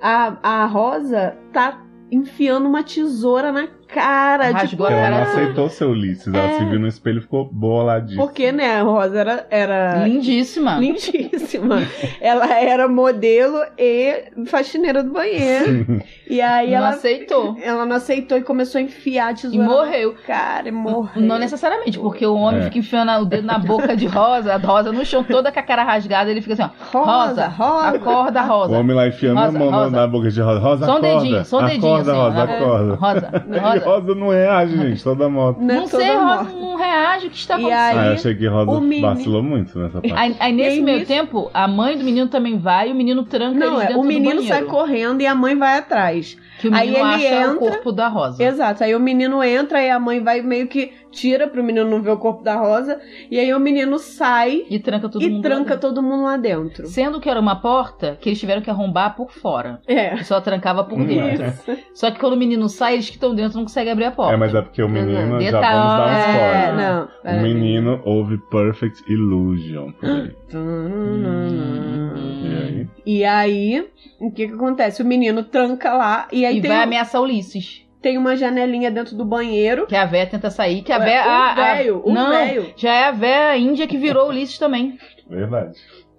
Speaker 6: a, a Rosa tá enfiando uma tesoura na cara.
Speaker 4: Rasgou a
Speaker 6: Tipo,
Speaker 5: Porque ela não
Speaker 4: cara.
Speaker 5: aceitou seu Ulisses. Ela
Speaker 6: É.
Speaker 5: se viu no espelho e ficou boladíssima.
Speaker 6: porque, né, a Rosa era, era
Speaker 4: Lindíssima.
Speaker 6: lindíssima. ela era modelo e faxineira do banheiro. E aí
Speaker 4: não
Speaker 6: ela,
Speaker 4: aceitou.
Speaker 6: ela não aceitou e começou a enfiar a
Speaker 4: E
Speaker 6: tesoura
Speaker 4: morreu.
Speaker 6: na cara. E morreu.
Speaker 4: Não necessariamente, porque o homem
Speaker 5: É.
Speaker 4: fica enfiando o dedo na boca de Rosa, a Rosa no chão toda com a cara rasgada, ele fica assim, ó,
Speaker 6: Rosa, Rosa.
Speaker 4: acorda,
Speaker 5: O
Speaker 4: Rosa.
Speaker 5: homem lá enfiando a
Speaker 4: Rosa,
Speaker 5: mão na-
Speaker 4: Rosa.
Speaker 5: na boca de Rosa. Rosa,
Speaker 4: Só um
Speaker 5: acorda.
Speaker 4: dedinho, só um dedinho,
Speaker 5: Acorda,
Speaker 4: assim, ó,
Speaker 6: né?
Speaker 5: Rosa,
Speaker 4: na-
Speaker 5: acorda.
Speaker 4: Rosa,
Speaker 5: E
Speaker 4: Rosa.
Speaker 5: Rosa não reage, gente. Toda moto.
Speaker 6: Não, é
Speaker 4: Não sei,
Speaker 6: toda
Speaker 4: Rosa
Speaker 6: morta.
Speaker 4: não reage, o que está
Speaker 6: E
Speaker 4: acontecendo?
Speaker 6: aí-
Speaker 5: Ah, eu achei que Rosa
Speaker 6: o menino-
Speaker 5: vacilou muito nessa parte.
Speaker 4: Aí, aí
Speaker 6: E
Speaker 4: nesse
Speaker 6: aí,
Speaker 4: meio
Speaker 6: nisso-
Speaker 4: tempo, a mãe do menino também vai e o menino tranca
Speaker 6: Não,
Speaker 4: eles
Speaker 6: é,
Speaker 4: dentro
Speaker 6: o menino
Speaker 4: do
Speaker 6: sai
Speaker 4: banheiro.
Speaker 6: correndo e a mãe vai atrás.
Speaker 4: que o menino
Speaker 6: aí
Speaker 4: acha
Speaker 6: ele
Speaker 4: o
Speaker 6: entra-
Speaker 4: corpo da Rosa.
Speaker 6: Exato. Aí o menino entra e a mãe vai meio que tira pro menino não ver o corpo da Rosa. E aí o menino sai
Speaker 4: E tranca todo
Speaker 6: e
Speaker 4: mundo.
Speaker 6: tranca
Speaker 4: lá
Speaker 6: todo mundo lá
Speaker 4: dentro.
Speaker 6: dentro.
Speaker 4: Sendo que era uma porta que eles tiveram que arrombar por fora.
Speaker 6: É.
Speaker 4: Que só trancava por
Speaker 5: Hum,
Speaker 4: dentro.
Speaker 5: é.
Speaker 4: Só que quando o menino sai, eles que estão dentro não conseguem abrir a porta.
Speaker 5: É, mas é porque o menino. Já
Speaker 4: Detalhe.
Speaker 5: vamos dar um
Speaker 6: É,
Speaker 5: spoiler.
Speaker 6: não.
Speaker 5: O menino ouve Perfect Illusion. por aí.
Speaker 6: Peraí.
Speaker 5: E aí?
Speaker 6: E aí, o que que acontece? O menino tranca lá e aí
Speaker 4: E
Speaker 6: tem,
Speaker 4: vai
Speaker 6: um-
Speaker 4: ameaçar Ulisses.
Speaker 6: tem uma janelinha dentro do banheiro.
Speaker 4: Que a véia tenta sair, que a
Speaker 6: Ué, um
Speaker 4: véia.
Speaker 6: o
Speaker 4: a- a-
Speaker 6: véio, o
Speaker 4: não,
Speaker 6: véio.
Speaker 4: já é a véia índia que virou Ulisses também.
Speaker 5: Verdade.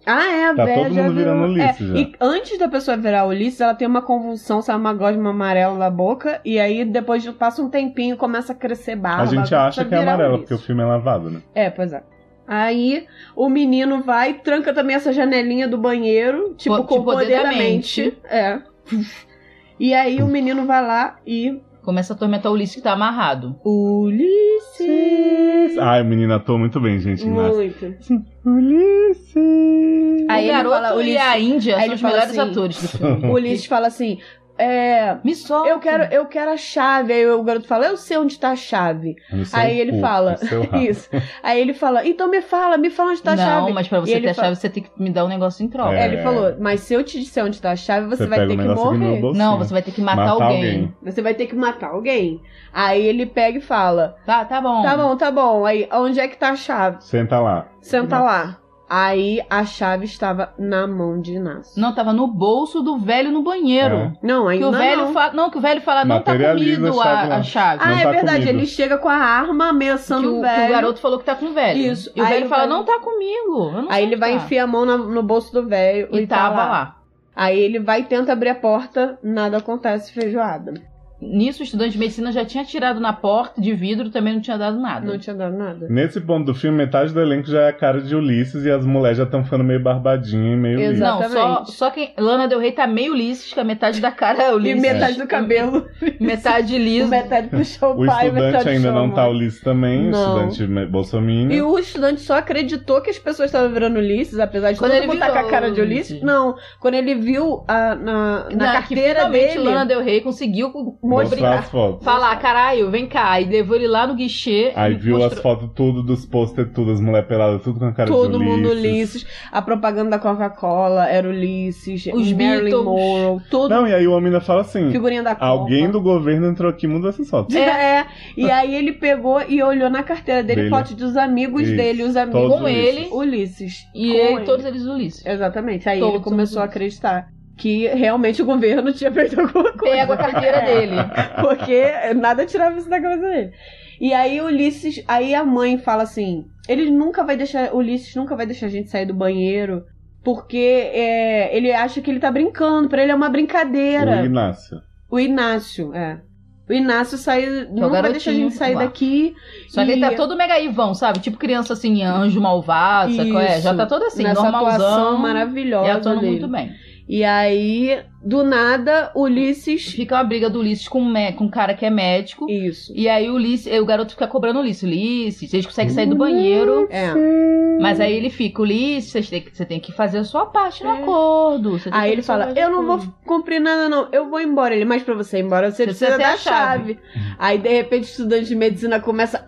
Speaker 6: Ah, é, a
Speaker 5: Tá
Speaker 6: véia
Speaker 5: todo
Speaker 6: já
Speaker 5: mundo
Speaker 6: virou-
Speaker 5: virando Ulisses
Speaker 6: é,
Speaker 5: já.
Speaker 6: E antes da pessoa virar Ulisses, ela tem uma convulsão, sai uma gosma amarela na boca, e aí depois de- passa um tempinho, começa a crescer barba.
Speaker 5: a gente
Speaker 6: começa
Speaker 5: acha
Speaker 6: a
Speaker 5: que é
Speaker 6: virar
Speaker 5: amarela,
Speaker 6: Ulisses.
Speaker 5: porque o filme é lavado, né?
Speaker 6: É, pois é. Aí o menino vai, tranca também essa janelinha do banheiro, tipo,
Speaker 4: Po-
Speaker 6: com o
Speaker 4: tipo,
Speaker 6: poder da
Speaker 4: mente.
Speaker 6: mente. É. E aí o menino vai lá e.
Speaker 4: Começa a atormentar Ulisses que tá amarrado.
Speaker 6: Ulisses!
Speaker 5: Ai, o menino atua muito bem, gente. Nossa.
Speaker 6: Muito.
Speaker 5: Ulisses!
Speaker 6: Aí
Speaker 4: o
Speaker 6: ele
Speaker 4: garoto
Speaker 6: fala,
Speaker 4: e a
Speaker 6: Ulisses.
Speaker 4: Índia
Speaker 6: Aí
Speaker 4: são
Speaker 6: ele
Speaker 4: os
Speaker 6: fala
Speaker 4: melhores
Speaker 6: assim,
Speaker 4: atores do filme.
Speaker 5: Hum.
Speaker 6: O Ulisses fala assim: é.
Speaker 4: Me solta.
Speaker 6: Eu quero, eu quero a chave. Aí o garoto fala, eu sei onde tá a chave.
Speaker 5: No seu
Speaker 6: Aí ele
Speaker 5: cu,
Speaker 6: fala,
Speaker 5: no seu rabo.
Speaker 6: Isso. Aí ele fala, então me fala, me fala onde tá a
Speaker 4: não,
Speaker 6: chave.
Speaker 4: mas pra
Speaker 6: E
Speaker 4: você
Speaker 6: ele
Speaker 4: ter a
Speaker 6: fala-
Speaker 4: chave, você tem que me dar um negócio em troca.
Speaker 6: É, ele
Speaker 5: É.
Speaker 6: falou, mas se eu te disser onde tá a chave, você,
Speaker 5: Você
Speaker 6: vai
Speaker 5: pega
Speaker 6: ter
Speaker 5: um
Speaker 6: que
Speaker 5: negócio aqui no meu
Speaker 6: morrer.
Speaker 5: bolso.
Speaker 4: Não, você vai ter que matar, alguém.
Speaker 6: Você vai ter que matar alguém. Aí ele pega e fala,
Speaker 4: Tá, tá bom.
Speaker 6: tá bom, tá bom. Aí, onde é que tá a chave?
Speaker 5: Senta lá.
Speaker 6: Senta
Speaker 5: Nossa.
Speaker 6: lá. Aí a chave estava na mão de Inácio.
Speaker 4: Não, tava no bolso do velho no banheiro.
Speaker 6: Não,
Speaker 4: Que
Speaker 6: ainda
Speaker 4: o velho
Speaker 6: não.
Speaker 4: fala. Não, que o velho fala, não tá
Speaker 5: É. Materializa
Speaker 4: comido
Speaker 5: a
Speaker 4: a,
Speaker 5: chave lá.
Speaker 4: a chave.
Speaker 5: não
Speaker 6: Ah, é
Speaker 5: tá
Speaker 6: verdade.
Speaker 5: comigo.
Speaker 6: Ele chega com a arma
Speaker 4: Que o,
Speaker 6: ameaçando
Speaker 4: que o
Speaker 6: o velho.
Speaker 4: garoto falou que tá com o velho.
Speaker 6: Isso.
Speaker 4: E o
Speaker 6: Aí
Speaker 4: velho
Speaker 6: o
Speaker 4: fala,
Speaker 6: velho-
Speaker 4: não tá comigo. eu não sei
Speaker 6: Aí ele
Speaker 4: onde
Speaker 6: vai tá
Speaker 4: tá.
Speaker 6: enfiar a mão na- no bolso do velho
Speaker 4: E tava lá.
Speaker 6: Aí ele vai e tenta abrir a porta, nada acontece, feijoada.
Speaker 4: Nisso, o estudante de medicina já tinha tirado na porta de vidro também não tinha dado nada.
Speaker 6: Não tinha dado nada.
Speaker 5: Nesse ponto do filme, metade do elenco já é a cara de Ulisses e as mulheres já estão ficando meio barbadinha e meio
Speaker 6: Exato.
Speaker 5: Ulisses.
Speaker 4: Não, só,
Speaker 6: Exatamente.
Speaker 4: só que Lana Del Rey tá meio Ulisses, que a metade da cara é
Speaker 6: E
Speaker 4: Ulisses.
Speaker 6: metade do cabelo,
Speaker 4: Metade liso.
Speaker 6: metade puxou
Speaker 5: O
Speaker 6: o pai,
Speaker 5: estudante
Speaker 6: metade
Speaker 5: ainda
Speaker 6: puxou a
Speaker 5: não tá
Speaker 6: mãe.
Speaker 5: Ulisses também, o
Speaker 6: Não.
Speaker 5: estudante bolsominion.
Speaker 6: E o estudante só acreditou que as pessoas estavam virando Ulisses, apesar de
Speaker 4: Quando
Speaker 6: todo
Speaker 4: ele
Speaker 6: mundo tá com
Speaker 4: virou
Speaker 6: a cara de Ulisses.
Speaker 4: Ulisses.
Speaker 6: Não, quando ele viu a- na, na
Speaker 4: Não, que
Speaker 6: carteira
Speaker 4: finalmente
Speaker 6: dele...
Speaker 4: Lana Del Rey conseguiu
Speaker 5: Mostrar
Speaker 4: obrigar-
Speaker 5: as fotos.
Speaker 4: falar, caralho, vem cá. E levou ele lá no guichê.
Speaker 5: Aí
Speaker 4: e
Speaker 5: viu
Speaker 4: mostrou-
Speaker 5: as fotos tudo dos pôster, tudo, as mulheres peladas, tudo com a cara
Speaker 6: Todo
Speaker 5: de
Speaker 6: mundo
Speaker 5: Ulisses.
Speaker 6: Ulisses, a propaganda da Coca-Cola era Ulisses,
Speaker 4: Os
Speaker 6: Marilyn
Speaker 4: Beatles.
Speaker 6: Monroe, todo
Speaker 5: Não, e aí o homem ainda fala assim:
Speaker 6: figurinha da Copa.
Speaker 5: alguém do governo entrou aqui e mudou essas fotos.
Speaker 6: É. e aí ele pegou e olhou na carteira dele
Speaker 5: Dele.
Speaker 6: foto dos amigos
Speaker 5: Isso.
Speaker 6: dele, os amigos
Speaker 5: Todos
Speaker 4: com ele.
Speaker 5: Ulisses.
Speaker 6: Ulisses.
Speaker 4: E
Speaker 6: Com
Speaker 4: ele- todos eles Ulisses.
Speaker 6: Exatamente. Aí
Speaker 4: Todos
Speaker 6: ele começou a
Speaker 4: Ulisses.
Speaker 6: acreditar que realmente o governo tinha feito alguma coisa.
Speaker 4: Pega a carteira
Speaker 6: É.
Speaker 4: dele.
Speaker 6: Porque nada tirava isso da cabeça dele. E aí Ulisses, aí a mãe fala assim: ele nunca vai deixar, Ulisses nunca vai deixar a gente sair do banheiro. Porque é, ele acha que ele tá brincando, pra ele é uma brincadeira.
Speaker 5: O Inácio.
Speaker 6: O Inácio, é. O Inácio saiu. Não vai
Speaker 4: é garotinho
Speaker 6: deixar a gente sair
Speaker 4: lá.
Speaker 6: daqui.
Speaker 4: Só que ele
Speaker 6: E-
Speaker 4: tá todo mega Ivão, sabe? Tipo criança assim, anjo malvado, sabe qual é?
Speaker 6: Isso.
Speaker 4: Já tá todo assim,
Speaker 6: nessa
Speaker 4: normalzão.
Speaker 6: atuação
Speaker 4: E atuando
Speaker 6: maravilhosa. Dele.
Speaker 4: muito bem.
Speaker 6: E aí, do nada, Ulisses.
Speaker 4: Fica uma briga do Ulisses com, um mé- com um cara que é médico.
Speaker 6: Isso.
Speaker 4: E aí o, Ulisses, aí o garoto fica cobrando o Ulisses. Ulisses, vocês conseguem sair do banheiro.
Speaker 6: É.
Speaker 4: Mas aí ele fica, Ulisses, vocês têm que- você tem que fazer a sua parte no
Speaker 6: É.
Speaker 4: acordo. você tem
Speaker 6: Aí
Speaker 4: que
Speaker 6: ele
Speaker 4: fazer a
Speaker 6: fala:
Speaker 4: sua parte
Speaker 6: Eu
Speaker 4: no
Speaker 6: não vou
Speaker 4: acordo."
Speaker 6: cumprir nada, não. Eu vou embora. Ele, mas pra você ir embora, você
Speaker 4: Precisa
Speaker 6: precisa
Speaker 4: ter
Speaker 6: da
Speaker 4: a chave.
Speaker 6: chave. Aí, de repente, o estudante de medicina começa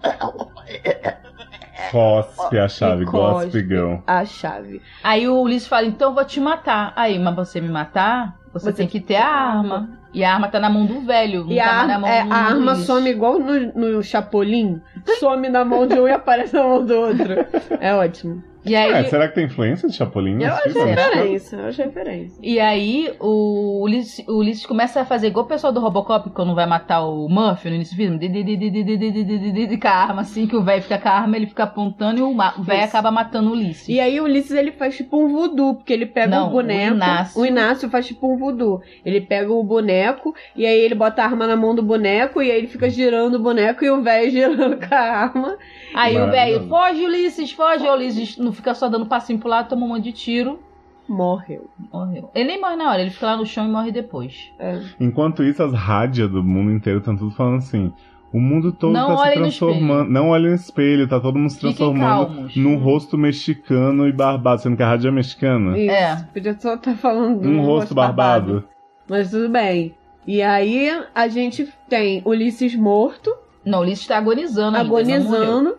Speaker 5: Cospe a chave,
Speaker 6: E É, cospe.
Speaker 5: gospigão.
Speaker 6: a chave.
Speaker 4: Aí o Ulisses fala, então eu vou te matar. Aí, mas você me matar, você,
Speaker 6: Você
Speaker 4: tem que ter a arma. E a arma tá na mão do velho, não
Speaker 6: E
Speaker 4: tá
Speaker 6: a,
Speaker 4: mais na mão
Speaker 6: é,
Speaker 4: do
Speaker 6: a arma
Speaker 4: Ulisses.
Speaker 6: some igual no, no Chapolin some na mão de um e aparece na mão do outro. É ótimo.
Speaker 4: E aí,
Speaker 5: É, será que tem influência de Chapolin?
Speaker 6: Eu
Speaker 5: nos
Speaker 6: acho
Speaker 5: filmes? é
Speaker 6: referência, eu acho referência.
Speaker 4: e aí o, Ulisses, o Ulisses começa a fazer igual o pessoal do Robocop, quando vai matar o Murphy no início do filme. Di, di, di, di, di, di, di, di, di, di, di, Com a arma, assim, que o velho fica com a arma, ele fica apontando e o ma- o velho
Speaker 6: Isso.
Speaker 4: acaba matando o Ulisses.
Speaker 6: E aí o Ulisses ele faz tipo um voodoo, porque ele pega
Speaker 4: Não,
Speaker 6: o boneco.
Speaker 4: o Inácio.
Speaker 6: o Inácio faz tipo um voodoo. Ele pega o boneco e aí ele bota a arma na mão do boneco e aí ele fica girando o boneco e o velho girando com a arma.
Speaker 4: Aí o velho,
Speaker 5: Maravilhoso.
Speaker 4: foge Ulisses, foge. Aí O Ulisses não fica só dando passinho pro lado, toma um monte de tiro.
Speaker 6: Morreu.
Speaker 4: Morreu. Ele nem morre na hora, ele fica lá no chão e morre depois.
Speaker 5: Enquanto isso, as rádios do mundo inteiro estão tudo falando assim. O mundo todo
Speaker 4: Não
Speaker 5: tá se
Speaker 4: olhem no
Speaker 5: transformando. Não olhem no espelho, tá todo mundo se
Speaker 4: Fiquem
Speaker 5: transformando
Speaker 4: calmos.
Speaker 5: num rosto mexicano e barbado, sendo que a rádio é mexicana.
Speaker 6: Isso.
Speaker 4: É.
Speaker 6: Podia só estar falando do
Speaker 5: Um rosto barbado.
Speaker 6: Mas tudo bem. E aí a gente tem Ulisses morto.
Speaker 4: Não, o Ulisses tá agonizando ainda, ele não morreu.
Speaker 6: agonizando.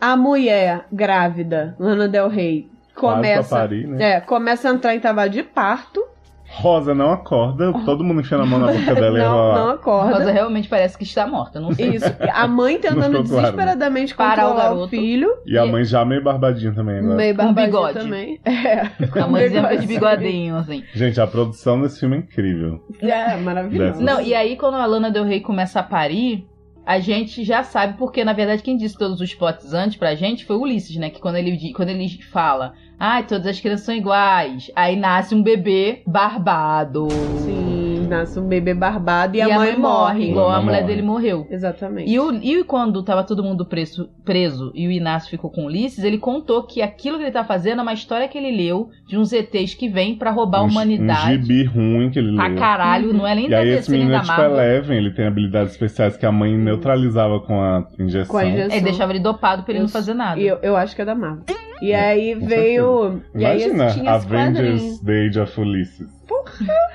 Speaker 6: A mulher grávida, Lana Del Rey,
Speaker 5: Quase pra
Speaker 6: começa,
Speaker 5: parir, né?
Speaker 6: é, começa a entrar em trabalho de parto.
Speaker 5: Rosa não acorda, todo mundo enfia a mão na boca dela e
Speaker 6: não, não
Speaker 5: ela.
Speaker 6: acorda.
Speaker 4: Rosa realmente parece que está morta, não sei.
Speaker 6: Isso. A mãe tentando
Speaker 5: Não ficou claro. né?
Speaker 6: desesperadamente
Speaker 4: Parar o
Speaker 6: controlar o,
Speaker 4: garoto.
Speaker 6: filho.
Speaker 5: E a mãe já meio barbadinha também agora.
Speaker 6: Meio
Speaker 4: Com
Speaker 6: barbadinha
Speaker 4: bigode.
Speaker 6: também. É, com
Speaker 4: A mãezinha fica de
Speaker 6: bigode.
Speaker 4: bigodinho, assim.
Speaker 5: Gente, a produção desse filme é incrível.
Speaker 6: É, maravilhoso.
Speaker 5: Dessas.
Speaker 4: Não, e aí quando a Lana Del Rey começa a parir, a gente já sabe, porque na verdade quem disse todos os plots antes pra gente foi o Ulisses, né? Que quando ele, di- quando ele fala, ai, todas as crianças são iguais, aí nasce um bebê barbado.
Speaker 6: Sim, nasce um bebê barbado e, a, mãe, morre.
Speaker 4: igual a
Speaker 5: Lana
Speaker 4: mulher
Speaker 5: morre.
Speaker 4: dele morreu.
Speaker 6: Exatamente.
Speaker 4: E, o, e quando tava todo mundo preso, preso e o Inácio ficou com o Ulisses, ele contou que aquilo que ele tá fazendo é uma história que ele leu de uns ETs que vêm pra roubar a
Speaker 5: um, Um
Speaker 4: humanidade.
Speaker 5: gibi ruim que ele
Speaker 4: pra
Speaker 5: leu.
Speaker 4: caralho, não é nem
Speaker 5: E
Speaker 4: da
Speaker 5: aí
Speaker 4: DC
Speaker 5: esse
Speaker 4: nem
Speaker 5: menino é
Speaker 4: da
Speaker 5: tipo
Speaker 4: Marvel.
Speaker 5: Eleven, ele tem habilidades especiais que a mãe neutralizava com a injeção.
Speaker 6: com a
Speaker 4: É,
Speaker 6: injeção.
Speaker 4: deixava ele dopado pra ele
Speaker 6: Eu
Speaker 4: não fazer nada.
Speaker 6: E eu, eu acho que é da Marvel. E
Speaker 5: É,
Speaker 6: aí
Speaker 5: com
Speaker 6: veio. E aí assim,
Speaker 5: Imagina,
Speaker 6: tinha esse
Speaker 5: Avengers
Speaker 6: quadrinho.
Speaker 5: The Age of Ulysses.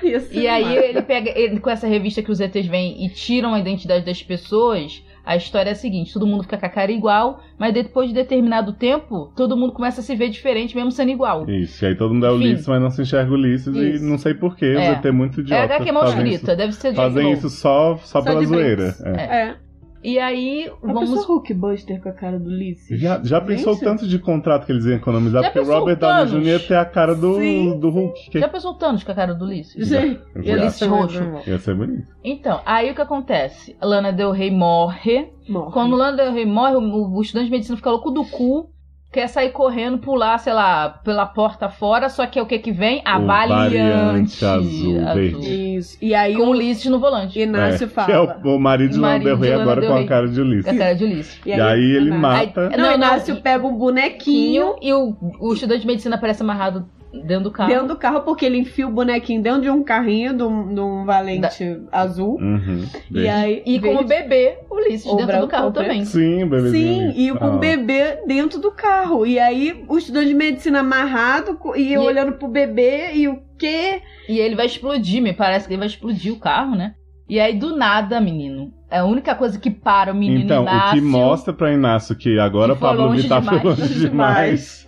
Speaker 6: Ia ser
Speaker 4: E aí
Speaker 6: maravilhoso.
Speaker 4: ele pega, ele, com essa revista que os ETs vêm e tiram a identidade das pessoas, a história é a seguinte, todo mundo fica com a cara igual, mas depois de determinado tempo, todo mundo começa a se ver diferente, mesmo sendo igual.
Speaker 5: Isso, e aí todo mundo é
Speaker 4: Enfim.
Speaker 5: Ulisses, mas não se enxerga Ulisses
Speaker 6: Isso.
Speaker 5: e não sei porquê,
Speaker 4: É.
Speaker 5: vai ter muito
Speaker 4: É
Speaker 5: idiota.
Speaker 4: HQ mal
Speaker 5: fazendo
Speaker 4: escrita, deve ser
Speaker 5: isso-
Speaker 4: de
Speaker 5: Fazem
Speaker 4: novo.
Speaker 5: isso só, só,
Speaker 6: Só
Speaker 5: pela
Speaker 6: de
Speaker 5: zoeira.
Speaker 4: brinks.
Speaker 5: é.
Speaker 6: É.
Speaker 4: E aí,
Speaker 6: Vamos...
Speaker 4: vamos
Speaker 6: Hulkbuster com a cara do Ulisses.
Speaker 5: Já, já pensou o
Speaker 6: Gente.
Speaker 5: tanto de contrato que eles iam economizar?
Speaker 4: Já
Speaker 5: porque o
Speaker 4: pensou o
Speaker 5: Robert Downey
Speaker 4: Thanos?
Speaker 5: Jr. ia ter a cara do,
Speaker 6: Sim,
Speaker 5: do Hulk. Que
Speaker 4: Já pensou o Thanos com a cara do Ulisses?
Speaker 6: Gente,
Speaker 5: Eu
Speaker 4: Ulisses
Speaker 5: acho.
Speaker 4: roxo.
Speaker 5: Ia ser bonito.
Speaker 4: Então, aí o que acontece? Lana Del Rey morre. Quando Lana Del Rey morre, o, o estudante de medicina fica louco do cu. Quer sair correndo, pular, sei lá, pela porta fora. Só que é o que que vem? A
Speaker 5: O
Speaker 4: variante
Speaker 5: variante azul, verde.
Speaker 6: Isso. E aí
Speaker 4: Com o
Speaker 6: o
Speaker 4: Ulisses no volante.
Speaker 6: Inácio
Speaker 5: É,
Speaker 6: fala.
Speaker 5: Que é o, o marido de
Speaker 4: O
Speaker 5: Lana
Speaker 4: marido
Speaker 5: Del Rey
Speaker 4: de Lana
Speaker 5: agora
Speaker 4: Del
Speaker 5: com a
Speaker 4: Rei.
Speaker 5: cara de
Speaker 4: Com a
Speaker 5: Ulisses.
Speaker 4: cara de Ulisses.
Speaker 5: E aí ele mata.
Speaker 4: Aí-
Speaker 6: Não,
Speaker 4: Não,
Speaker 6: o
Speaker 4: não,
Speaker 6: Inácio
Speaker 4: e-
Speaker 6: pega um bonequinho
Speaker 4: E o, o estudante de medicina aparece amarrado dentro do carro.
Speaker 6: dentro do carro, porque ele enfia o bonequinho dentro de um carrinho de um, de um valente azul.
Speaker 5: Uhum,
Speaker 6: E
Speaker 5: verde.
Speaker 6: aí.
Speaker 4: E com um o
Speaker 6: verde-
Speaker 4: bebê, Ulisses
Speaker 6: Ou
Speaker 4: dentro do
Speaker 6: branco,
Speaker 4: carro
Speaker 6: ou preto.
Speaker 4: também.
Speaker 5: Sim, bebezinho.
Speaker 6: Sim, e com
Speaker 5: Ah.
Speaker 6: o bebê dentro do carro. E aí, o estudante de medicina amarrado co- e,
Speaker 4: E-
Speaker 6: eu olhando pro bebê e o quê?
Speaker 4: E ele vai explodir, me parece que ele vai explodir o carro, né? E aí, do nada, menino. É a única coisa que para o menino
Speaker 5: Então, o
Speaker 4: Inácio
Speaker 5: que mostra pra Inácio que agora
Speaker 4: Que foi
Speaker 5: Pablo
Speaker 4: longe
Speaker 5: Vittar foi
Speaker 4: demais.
Speaker 5: longe demais.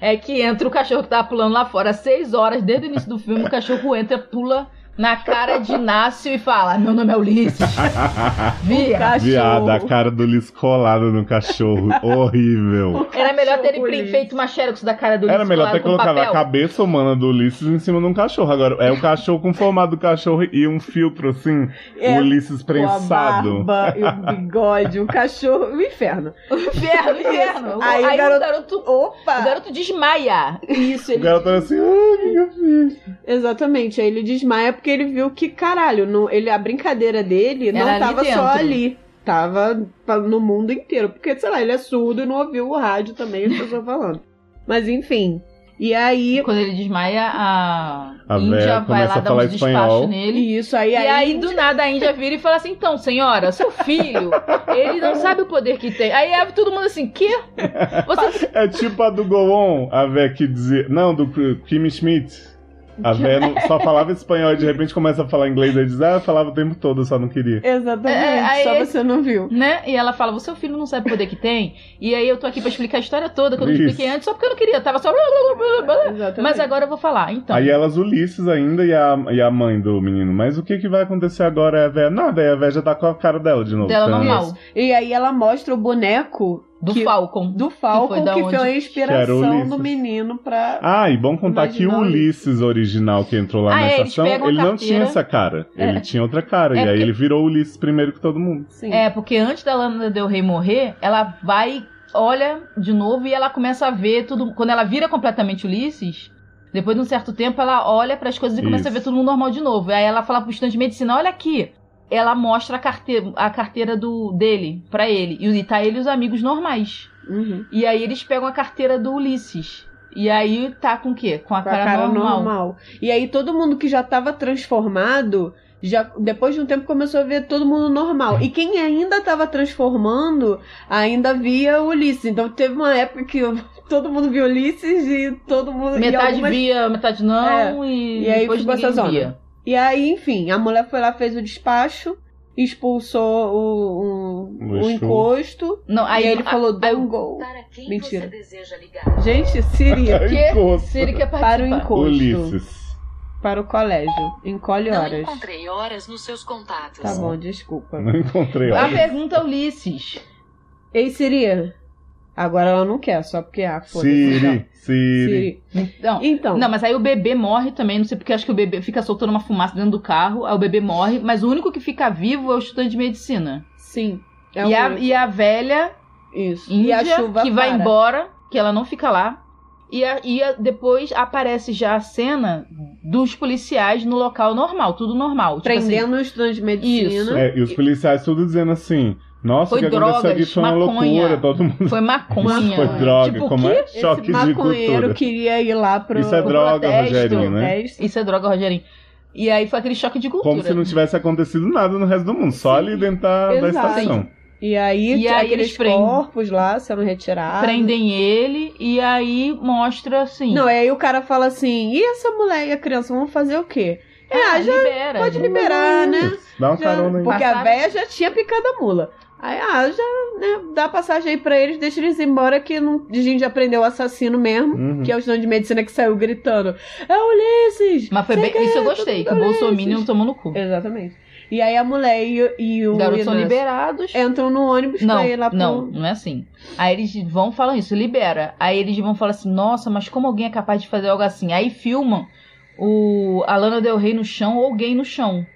Speaker 4: é que entra o cachorro que tá pulando lá fora às seis horas, desde o início do filme, o cachorro entra, pula na cara de Inácio e fala: Meu nome é Ulisses. Via.
Speaker 6: Cachorro.
Speaker 5: Viada, a cara do Liz colada no cachorro. Horrível.
Speaker 4: Era melhor ter ele
Speaker 6: Cachorro
Speaker 4: pre-
Speaker 6: Ulisses.
Speaker 4: feito uma xerox da cara do Ulisses.
Speaker 5: Era melhor
Speaker 4: colado
Speaker 5: ter
Speaker 4: com
Speaker 5: colocado a
Speaker 4: papel.
Speaker 5: cabeça humana do Ulisses em cima de um cachorro. Agora, é o cachorro com o formato do cachorro e um filtro assim,
Speaker 6: É,
Speaker 5: o Ulisses
Speaker 6: com a
Speaker 5: prensado.
Speaker 6: barba e o bigode, o cachorro, o inferno.
Speaker 4: O inferno, o inferno.
Speaker 6: Aí
Speaker 4: Aí,
Speaker 6: o
Speaker 4: o
Speaker 6: garoto-
Speaker 4: garoto.
Speaker 6: Opa!
Speaker 4: O garoto desmaia.
Speaker 6: Isso,
Speaker 5: O
Speaker 6: ele...
Speaker 5: garoto era assim, ah, o que que eu fiz?
Speaker 6: exatamente. Aí ele desmaia porque ele viu que, caralho, não- ele, a brincadeira dele não
Speaker 4: Era ali
Speaker 6: tava
Speaker 4: dentro.
Speaker 6: só ali. Tava pa- no mundo inteiro. Porque, sei lá, ele é surdo e não ouviu o rádio também, as pessoas falando. Mas enfim. E aí.
Speaker 4: Quando ele desmaia, a,
Speaker 5: A
Speaker 4: Índia
Speaker 5: véia
Speaker 4: vai
Speaker 5: começa
Speaker 4: lá
Speaker 5: a
Speaker 4: dar
Speaker 5: falar
Speaker 4: uns despachos
Speaker 5: espanhol.
Speaker 4: nele.
Speaker 6: E isso aí.
Speaker 4: E
Speaker 6: aí
Speaker 4: aí, do nada, a Índia vira e fala assim: então, senhora, seu filho, ele não sabe o poder que tem. Aí é todo mundo assim: quê? Você.
Speaker 5: É tipo a do Goon, a véia que dizia. Não, do Kim Schmidt. A véia não- só falava espanhol e de repente começa a falar inglês. Aí diz, ah, eu falava o tempo todo, eu só não queria.
Speaker 6: Exatamente.
Speaker 4: É, aí-
Speaker 6: Só você não viu.
Speaker 4: Né? E ela fala: o seu filho não sabe o poder que tem. E aí eu tô aqui pra explicar a história toda, que eu não expliquei
Speaker 5: Isso.
Speaker 4: antes, só porque eu não queria. Tava só.
Speaker 6: Exatamente.
Speaker 4: Mas agora eu vou falar. Então.
Speaker 5: Aí elas Ulisses ainda e a, e a mãe do menino. Mas o que, que vai acontecer agora é a véia? Nada, aí a véia já tá com a cara dela de novo.
Speaker 4: Dela
Speaker 5: Então,
Speaker 4: normal.
Speaker 6: E aí ela mostra o boneco
Speaker 4: Do
Speaker 6: que-
Speaker 4: Falcon.
Speaker 6: do Falcon
Speaker 4: foi da
Speaker 6: que foi,
Speaker 4: onde?
Speaker 6: a
Speaker 5: Que era o
Speaker 6: inspiração
Speaker 5: Ulisses.
Speaker 6: do menino pra.
Speaker 5: Ah, e bom contar que o
Speaker 6: Imaginou
Speaker 5: Ulisses original que entrou lá
Speaker 4: Ah, é,
Speaker 5: nessa
Speaker 4: eles
Speaker 5: ação, ele
Speaker 4: pegam a
Speaker 5: não
Speaker 4: carteira.
Speaker 5: tinha essa cara. Ele tinha outra
Speaker 4: É
Speaker 5: cara. e aí
Speaker 4: porque-
Speaker 5: ele virou o Ulisses primeiro que todo mundo.
Speaker 6: Sim.
Speaker 4: É, porque antes da Lana Del Rey morrer, ela vai, olha de novo e ela começa a ver tudo. Quando ela vira completamente Ulisses, depois de um certo tempo ela olha para as coisas e começa a
Speaker 5: Isso.
Speaker 4: ver tudo normal de novo. Aí ela fala pro estudante de medicina: olha aqui. Ela mostra a carteira, a carteira do dele pra ele. E tá ele e os amigos normais.
Speaker 6: Uhum.
Speaker 4: E aí eles pegam a carteira do Ulisses. E aí tá com o quê? Com a,
Speaker 6: Com a
Speaker 4: cara,
Speaker 6: cara
Speaker 4: normal.
Speaker 6: normal. E aí todo mundo que já tava transformado, já depois de um tempo começou a ver todo mundo normal. E quem ainda tava transformando, ainda via Ulisses. Então teve uma época que todo mundo viu Ulisses e todo mundo e
Speaker 4: Metade
Speaker 6: algumas- É.
Speaker 4: via, metade não. E,
Speaker 6: E aí
Speaker 4: depois
Speaker 6: ficou
Speaker 4: ninguém
Speaker 6: essa zona.
Speaker 4: via.
Speaker 6: E aí, enfim, a mulher foi lá fez o despacho, expulsou o, o,
Speaker 5: O
Speaker 6: o
Speaker 5: Exu.
Speaker 6: encosto.
Speaker 4: Não, aí,
Speaker 6: e aí ele falou
Speaker 4: aí o-
Speaker 6: do gol.
Speaker 1: Para quem
Speaker 6: Mentira.
Speaker 1: você deseja ligar?
Speaker 6: Gente, Siri,
Speaker 4: Que?
Speaker 5: Encosto.
Speaker 4: Siri quer participar.
Speaker 6: para o encosto,
Speaker 5: Ulisses.
Speaker 6: para o colégio. Encolhe
Speaker 1: Não
Speaker 6: horas.
Speaker 1: encontrei horas nos seus contatos.
Speaker 6: Tá bom, desculpa.
Speaker 5: Não encontrei.
Speaker 4: A
Speaker 5: Olha.
Speaker 4: pergunta é Ulisses.
Speaker 6: Ei, Siri. Agora ela não quer, só porque ah, foda-se, então.
Speaker 4: assim,
Speaker 5: Siri, Siri.
Speaker 6: Siri.
Speaker 4: Então,
Speaker 6: Então,
Speaker 4: não, mas aí o bebê morre também, não sei porque acho que o bebê fica soltando uma fumaça dentro do carro, aí o bebê morre, mas o único que fica vivo é o estudante de medicina.
Speaker 6: sim. É
Speaker 4: e,
Speaker 6: um-
Speaker 4: a, e a velha
Speaker 6: isso. E
Speaker 4: índia
Speaker 6: a chuva
Speaker 4: que vai
Speaker 6: para. Tipo
Speaker 4: embora, que ela não fica lá. E, a- e a- depois aparece já a cena dos policiais no local normal, tudo normal. Tipo assim,
Speaker 6: Prendendo o estudante de medicina.
Speaker 5: É, e os policiais tudo dizendo assim: Nossa,
Speaker 4: Foi
Speaker 5: o que aconteceu aqui
Speaker 4: drogas,
Speaker 5: foi uma
Speaker 4: maconha.
Speaker 5: loucura. Todo mundo
Speaker 4: foi maconha.
Speaker 5: foi droga.
Speaker 4: Tipo,
Speaker 5: como
Speaker 4: o quê?
Speaker 5: é? Choque de
Speaker 6: Esse maconheiro
Speaker 5: cultura.
Speaker 6: queria ir lá pro.
Speaker 5: Isso é droga,
Speaker 4: protesto,
Speaker 5: Rogerinho, né?
Speaker 6: protesto.
Speaker 4: Isso é droga, Rogerinho. E aí foi aquele choque de cultura.
Speaker 5: Como se não tivesse acontecido nada no resto do mundo, só ali dentro da, da
Speaker 6: Exato.
Speaker 5: estação.
Speaker 6: E aí,
Speaker 4: E aí
Speaker 6: aqueles
Speaker 4: eles prendem.
Speaker 6: corpos lá sendo retirados.
Speaker 4: Prendem ele e aí mostra assim.
Speaker 6: Não, e aí o cara fala assim: e essa mulher e a criança vão fazer o quê? É,
Speaker 4: Ah,
Speaker 6: já
Speaker 4: libera.
Speaker 6: pode liberar, né?
Speaker 5: Dá uma
Speaker 6: Já-
Speaker 5: carona aí.
Speaker 6: porque
Speaker 4: Passaram-
Speaker 6: a véia já tinha picado a mula. Aí, ah, já, né, dá passagem aí pra eles, deixa eles ir embora, que não, a gente já prendeu o assassino mesmo,
Speaker 5: Uhum.
Speaker 6: que é o estudante de medicina que saiu gritando, é Ulisses!
Speaker 4: Mas foi
Speaker 6: Você
Speaker 4: bem,
Speaker 6: quer
Speaker 4: isso eu
Speaker 6: tudo
Speaker 4: gostei, que
Speaker 6: pra
Speaker 4: o Bolsominion
Speaker 6: Ulisses?"
Speaker 4: tomou no cu.
Speaker 6: Exatamente. E aí a mulher e, o- e o
Speaker 4: Os garotos são
Speaker 6: Inácio
Speaker 4: liberados.
Speaker 6: entram no ônibus
Speaker 4: Não,
Speaker 6: pra ir lá pro...
Speaker 4: não, não é assim. Aí eles vão falar isso, libera. Aí eles vão falar assim, nossa, mas como alguém é capaz de fazer algo assim? Aí filmam o a Lana Del Rey no chão ou alguém no chão.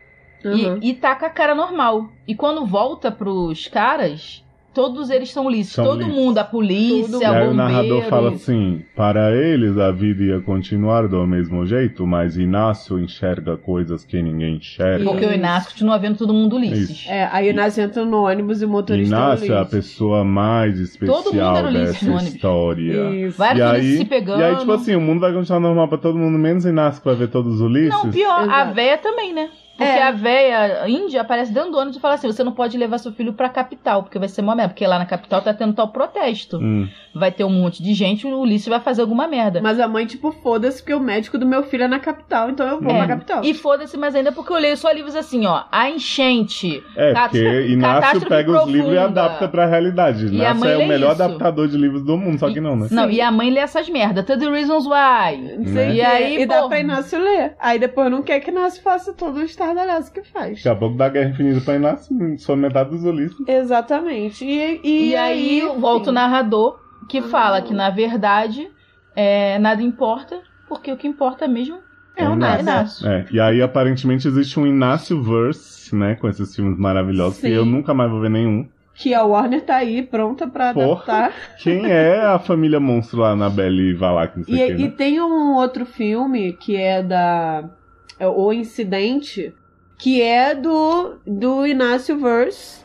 Speaker 6: Uhum.
Speaker 4: E, e tá com a cara normal. E quando volta pros caras, todos eles são lícitos.
Speaker 5: São
Speaker 4: Todo
Speaker 5: lícitos.
Speaker 4: mundo, a polícia, o
Speaker 5: E aí
Speaker 4: bombeiro.
Speaker 5: o narrador fala assim: Para eles a vida ia continuar do mesmo jeito, mas Inácio enxerga coisas que ninguém enxerga.
Speaker 4: Porque o Inácio continua vendo todo mundo lícitos.
Speaker 5: Isso.
Speaker 6: É, aí o Inácio entra no ônibus e o motorista
Speaker 5: Inácio
Speaker 6: é
Speaker 5: é
Speaker 6: o
Speaker 5: a
Speaker 6: Ulisses.
Speaker 5: pessoa mais
Speaker 4: Todo mundo era
Speaker 5: especial
Speaker 4: o Ulisses no
Speaker 5: dessa
Speaker 4: ônibus.
Speaker 5: história.
Speaker 6: Isso.
Speaker 4: Vários
Speaker 5: E
Speaker 4: Ulisses
Speaker 5: aí-
Speaker 4: se pegando.
Speaker 5: E aí, tipo assim, o mundo vai continuar normal pra todo mundo, menos Inácio que vai ver todos os Ulisses.
Speaker 4: Não, pior, a
Speaker 6: Exato.
Speaker 4: véia também, né? Porque
Speaker 6: É.
Speaker 4: a véia índia aparece dando ônibus e fala assim: você não pode levar seu filho pra capital, porque vai ser uma merda. Porque lá na capital tá tendo tal protesto.
Speaker 5: Hum.
Speaker 4: Vai ter um monte de gente, o Ulisses vai fazer alguma merda.
Speaker 6: Mas a mãe, tipo, foda-se, porque o médico do meu filho é na capital, então eu vou
Speaker 4: É.
Speaker 6: pra capital.
Speaker 4: E foda-se mais ainda porque eu leio só livros assim, ó. A enchente.
Speaker 5: É,
Speaker 4: Cat-
Speaker 5: porque Inácio
Speaker 4: catástrofe
Speaker 5: pega os livros e
Speaker 4: profunda.
Speaker 5: adapta pra realidade.
Speaker 4: a
Speaker 5: Inácio
Speaker 4: mãe
Speaker 5: é
Speaker 4: lê
Speaker 5: o melhor
Speaker 4: isso.
Speaker 5: adaptador de livros do mundo, só que não, né?
Speaker 4: Não, e a mãe lê essas merdas. The Reasons Why.
Speaker 6: Não sei
Speaker 5: Né?
Speaker 6: o quê.
Speaker 4: E aí,
Speaker 6: e dá
Speaker 4: pô-
Speaker 6: pra Inácio ler. Aí depois não quer que Inácio faça todo o estardalhaço que faz.
Speaker 5: Daqui a pouco dá Guerra Infinita pra Inácio, só metade dos Ulisses.
Speaker 6: Exatamente. E,
Speaker 4: E,
Speaker 6: e,
Speaker 4: aí, volta o
Speaker 6: enfim. Ah.
Speaker 4: narrador que fala que, na verdade, é, nada importa, porque o que importa mesmo é o
Speaker 5: Inácio.
Speaker 4: Inácio.
Speaker 5: É, e aí aparentemente existe um Inácio Verse, né, com esses filmes maravilhosos,
Speaker 6: Sim.
Speaker 5: que eu nunca mais vou ver nenhum.
Speaker 6: Que a Warner tá aí, pronta pra
Speaker 5: Porra.
Speaker 6: adaptar.
Speaker 5: Quem é a família monstro lá na Belle e Valak, não sei
Speaker 6: E,
Speaker 5: o quê,
Speaker 6: e
Speaker 5: né?
Speaker 6: tem um outro filme que é da. é O Incidente, que é do, do Inácio Verse.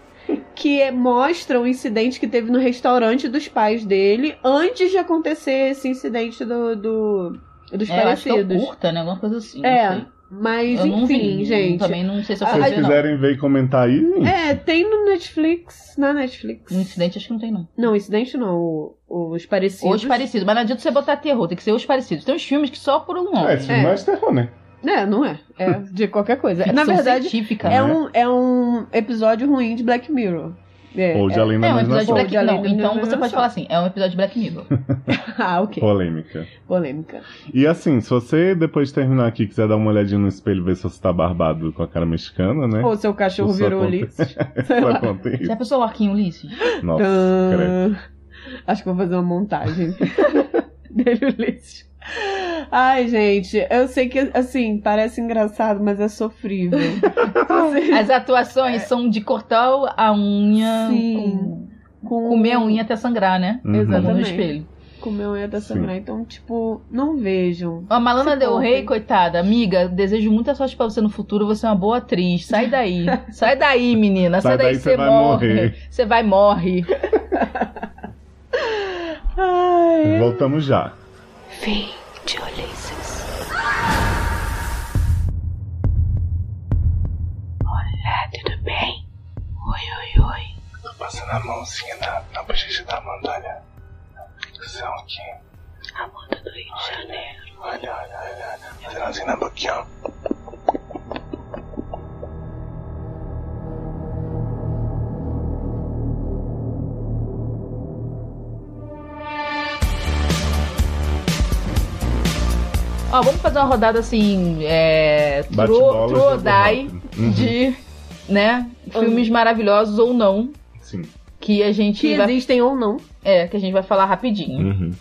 Speaker 6: que é- mostra um incidente que teve no restaurante dos pais dele antes de acontecer esse incidente do, do- dos
Speaker 4: É, eu acho que é o
Speaker 6: falecidos.
Speaker 4: curta, né? Alguma coisa assim.
Speaker 6: É,
Speaker 4: não sei.
Speaker 6: Mas
Speaker 4: Eu não
Speaker 6: enfim,
Speaker 4: vi, não-
Speaker 6: gente.
Speaker 4: Também não sei se eu
Speaker 5: Se
Speaker 6: Ah,
Speaker 4: fui
Speaker 5: vocês
Speaker 4: ver, não.
Speaker 5: quiserem ver e comentar aí,
Speaker 6: É, tem no Netflix, na Netflix.
Speaker 4: Um incidente acho que não tem, não.
Speaker 6: Não, incidente não, o- os
Speaker 4: Ou
Speaker 6: parecidos.
Speaker 4: os parecidos. Mas não adianta você botar terror, tem que ser os parecidos. Tem uns filmes que só por um nome.
Speaker 5: é, esse filme
Speaker 6: É.
Speaker 5: é. é de terror, né?
Speaker 6: É, não é. É
Speaker 4: Hum.
Speaker 6: de qualquer coisa.
Speaker 4: Ficção
Speaker 6: na verdade,
Speaker 4: científica.
Speaker 5: né?
Speaker 6: é um, é um episódio ruim de Black Mirror. É,
Speaker 5: Ou de além da
Speaker 4: É um episódio de
Speaker 5: imaginação.
Speaker 4: Black
Speaker 6: De além
Speaker 4: Mirror.
Speaker 6: da
Speaker 4: Então você
Speaker 6: imaginação.
Speaker 4: pode falar assim, é um episódio de Black Mirror.
Speaker 6: ah, ok.
Speaker 5: Polêmica.
Speaker 6: Polêmica.
Speaker 5: E assim, se você depois de terminar aqui quiser dar uma olhadinha no espelho ver se você tá barbado com a cara mexicana, né?
Speaker 6: Ou seu cachorro
Speaker 5: Isso
Speaker 6: virou
Speaker 5: acontece.
Speaker 6: Ulisses. Sei
Speaker 5: Só
Speaker 6: lá.
Speaker 5: conta
Speaker 4: Você é
Speaker 5: isso.
Speaker 4: a pessoa Larquinho Ulisses?
Speaker 5: Nossa, credo.
Speaker 6: Ah, acho que vou fazer uma montagem dele, Ulisses. Ai, gente, eu sei que, assim, parece engraçado, mas é sofrível. Você-
Speaker 4: As atuações são de cortar a unha,
Speaker 6: É. Sim.
Speaker 4: com-
Speaker 6: com-
Speaker 4: comer a unha até sangrar, né?
Speaker 5: Uhum.
Speaker 4: Como no
Speaker 6: Exatamente.
Speaker 4: espelho.
Speaker 6: Comeu unha da
Speaker 5: Sim.
Speaker 6: sangrar. Então, tipo, não vejam.
Speaker 4: A Malana
Speaker 6: Se
Speaker 4: Del Rey,
Speaker 6: poupem.
Speaker 4: coitada, amiga, desejo muita sorte pra você no futuro, você é uma boa atriz. Sai daí. Sai daí, menina. Sai,
Speaker 5: Sai daí,
Speaker 4: você
Speaker 5: você vai
Speaker 4: morre.
Speaker 5: morrer.
Speaker 4: Você vai morre.
Speaker 6: Ai,
Speaker 5: Voltamos já.
Speaker 1: Fim de Ulisses. Olá, tudo bem? Oi, oi, oi.
Speaker 2: Tô passando a mãozinha na, na bochecha da Amanda, olha. São Então, aqui.
Speaker 1: Amanda do Rio de Janeiro.
Speaker 2: Olha, olha, olha, olha. Fazendo assim na boquinha, ó.
Speaker 4: Ó, vamos fazer uma rodada assim. É.
Speaker 5: Bate
Speaker 4: Tro,
Speaker 5: bola. jogo
Speaker 4: trodai
Speaker 5: rápido. Uhum,
Speaker 4: de. Né? Filmes maravilhosos ou não.
Speaker 5: Sim.
Speaker 4: Que a gente
Speaker 6: que
Speaker 4: vai.
Speaker 6: existem ou não.
Speaker 4: É, que a gente vai falar rapidinho.
Speaker 5: Uhum.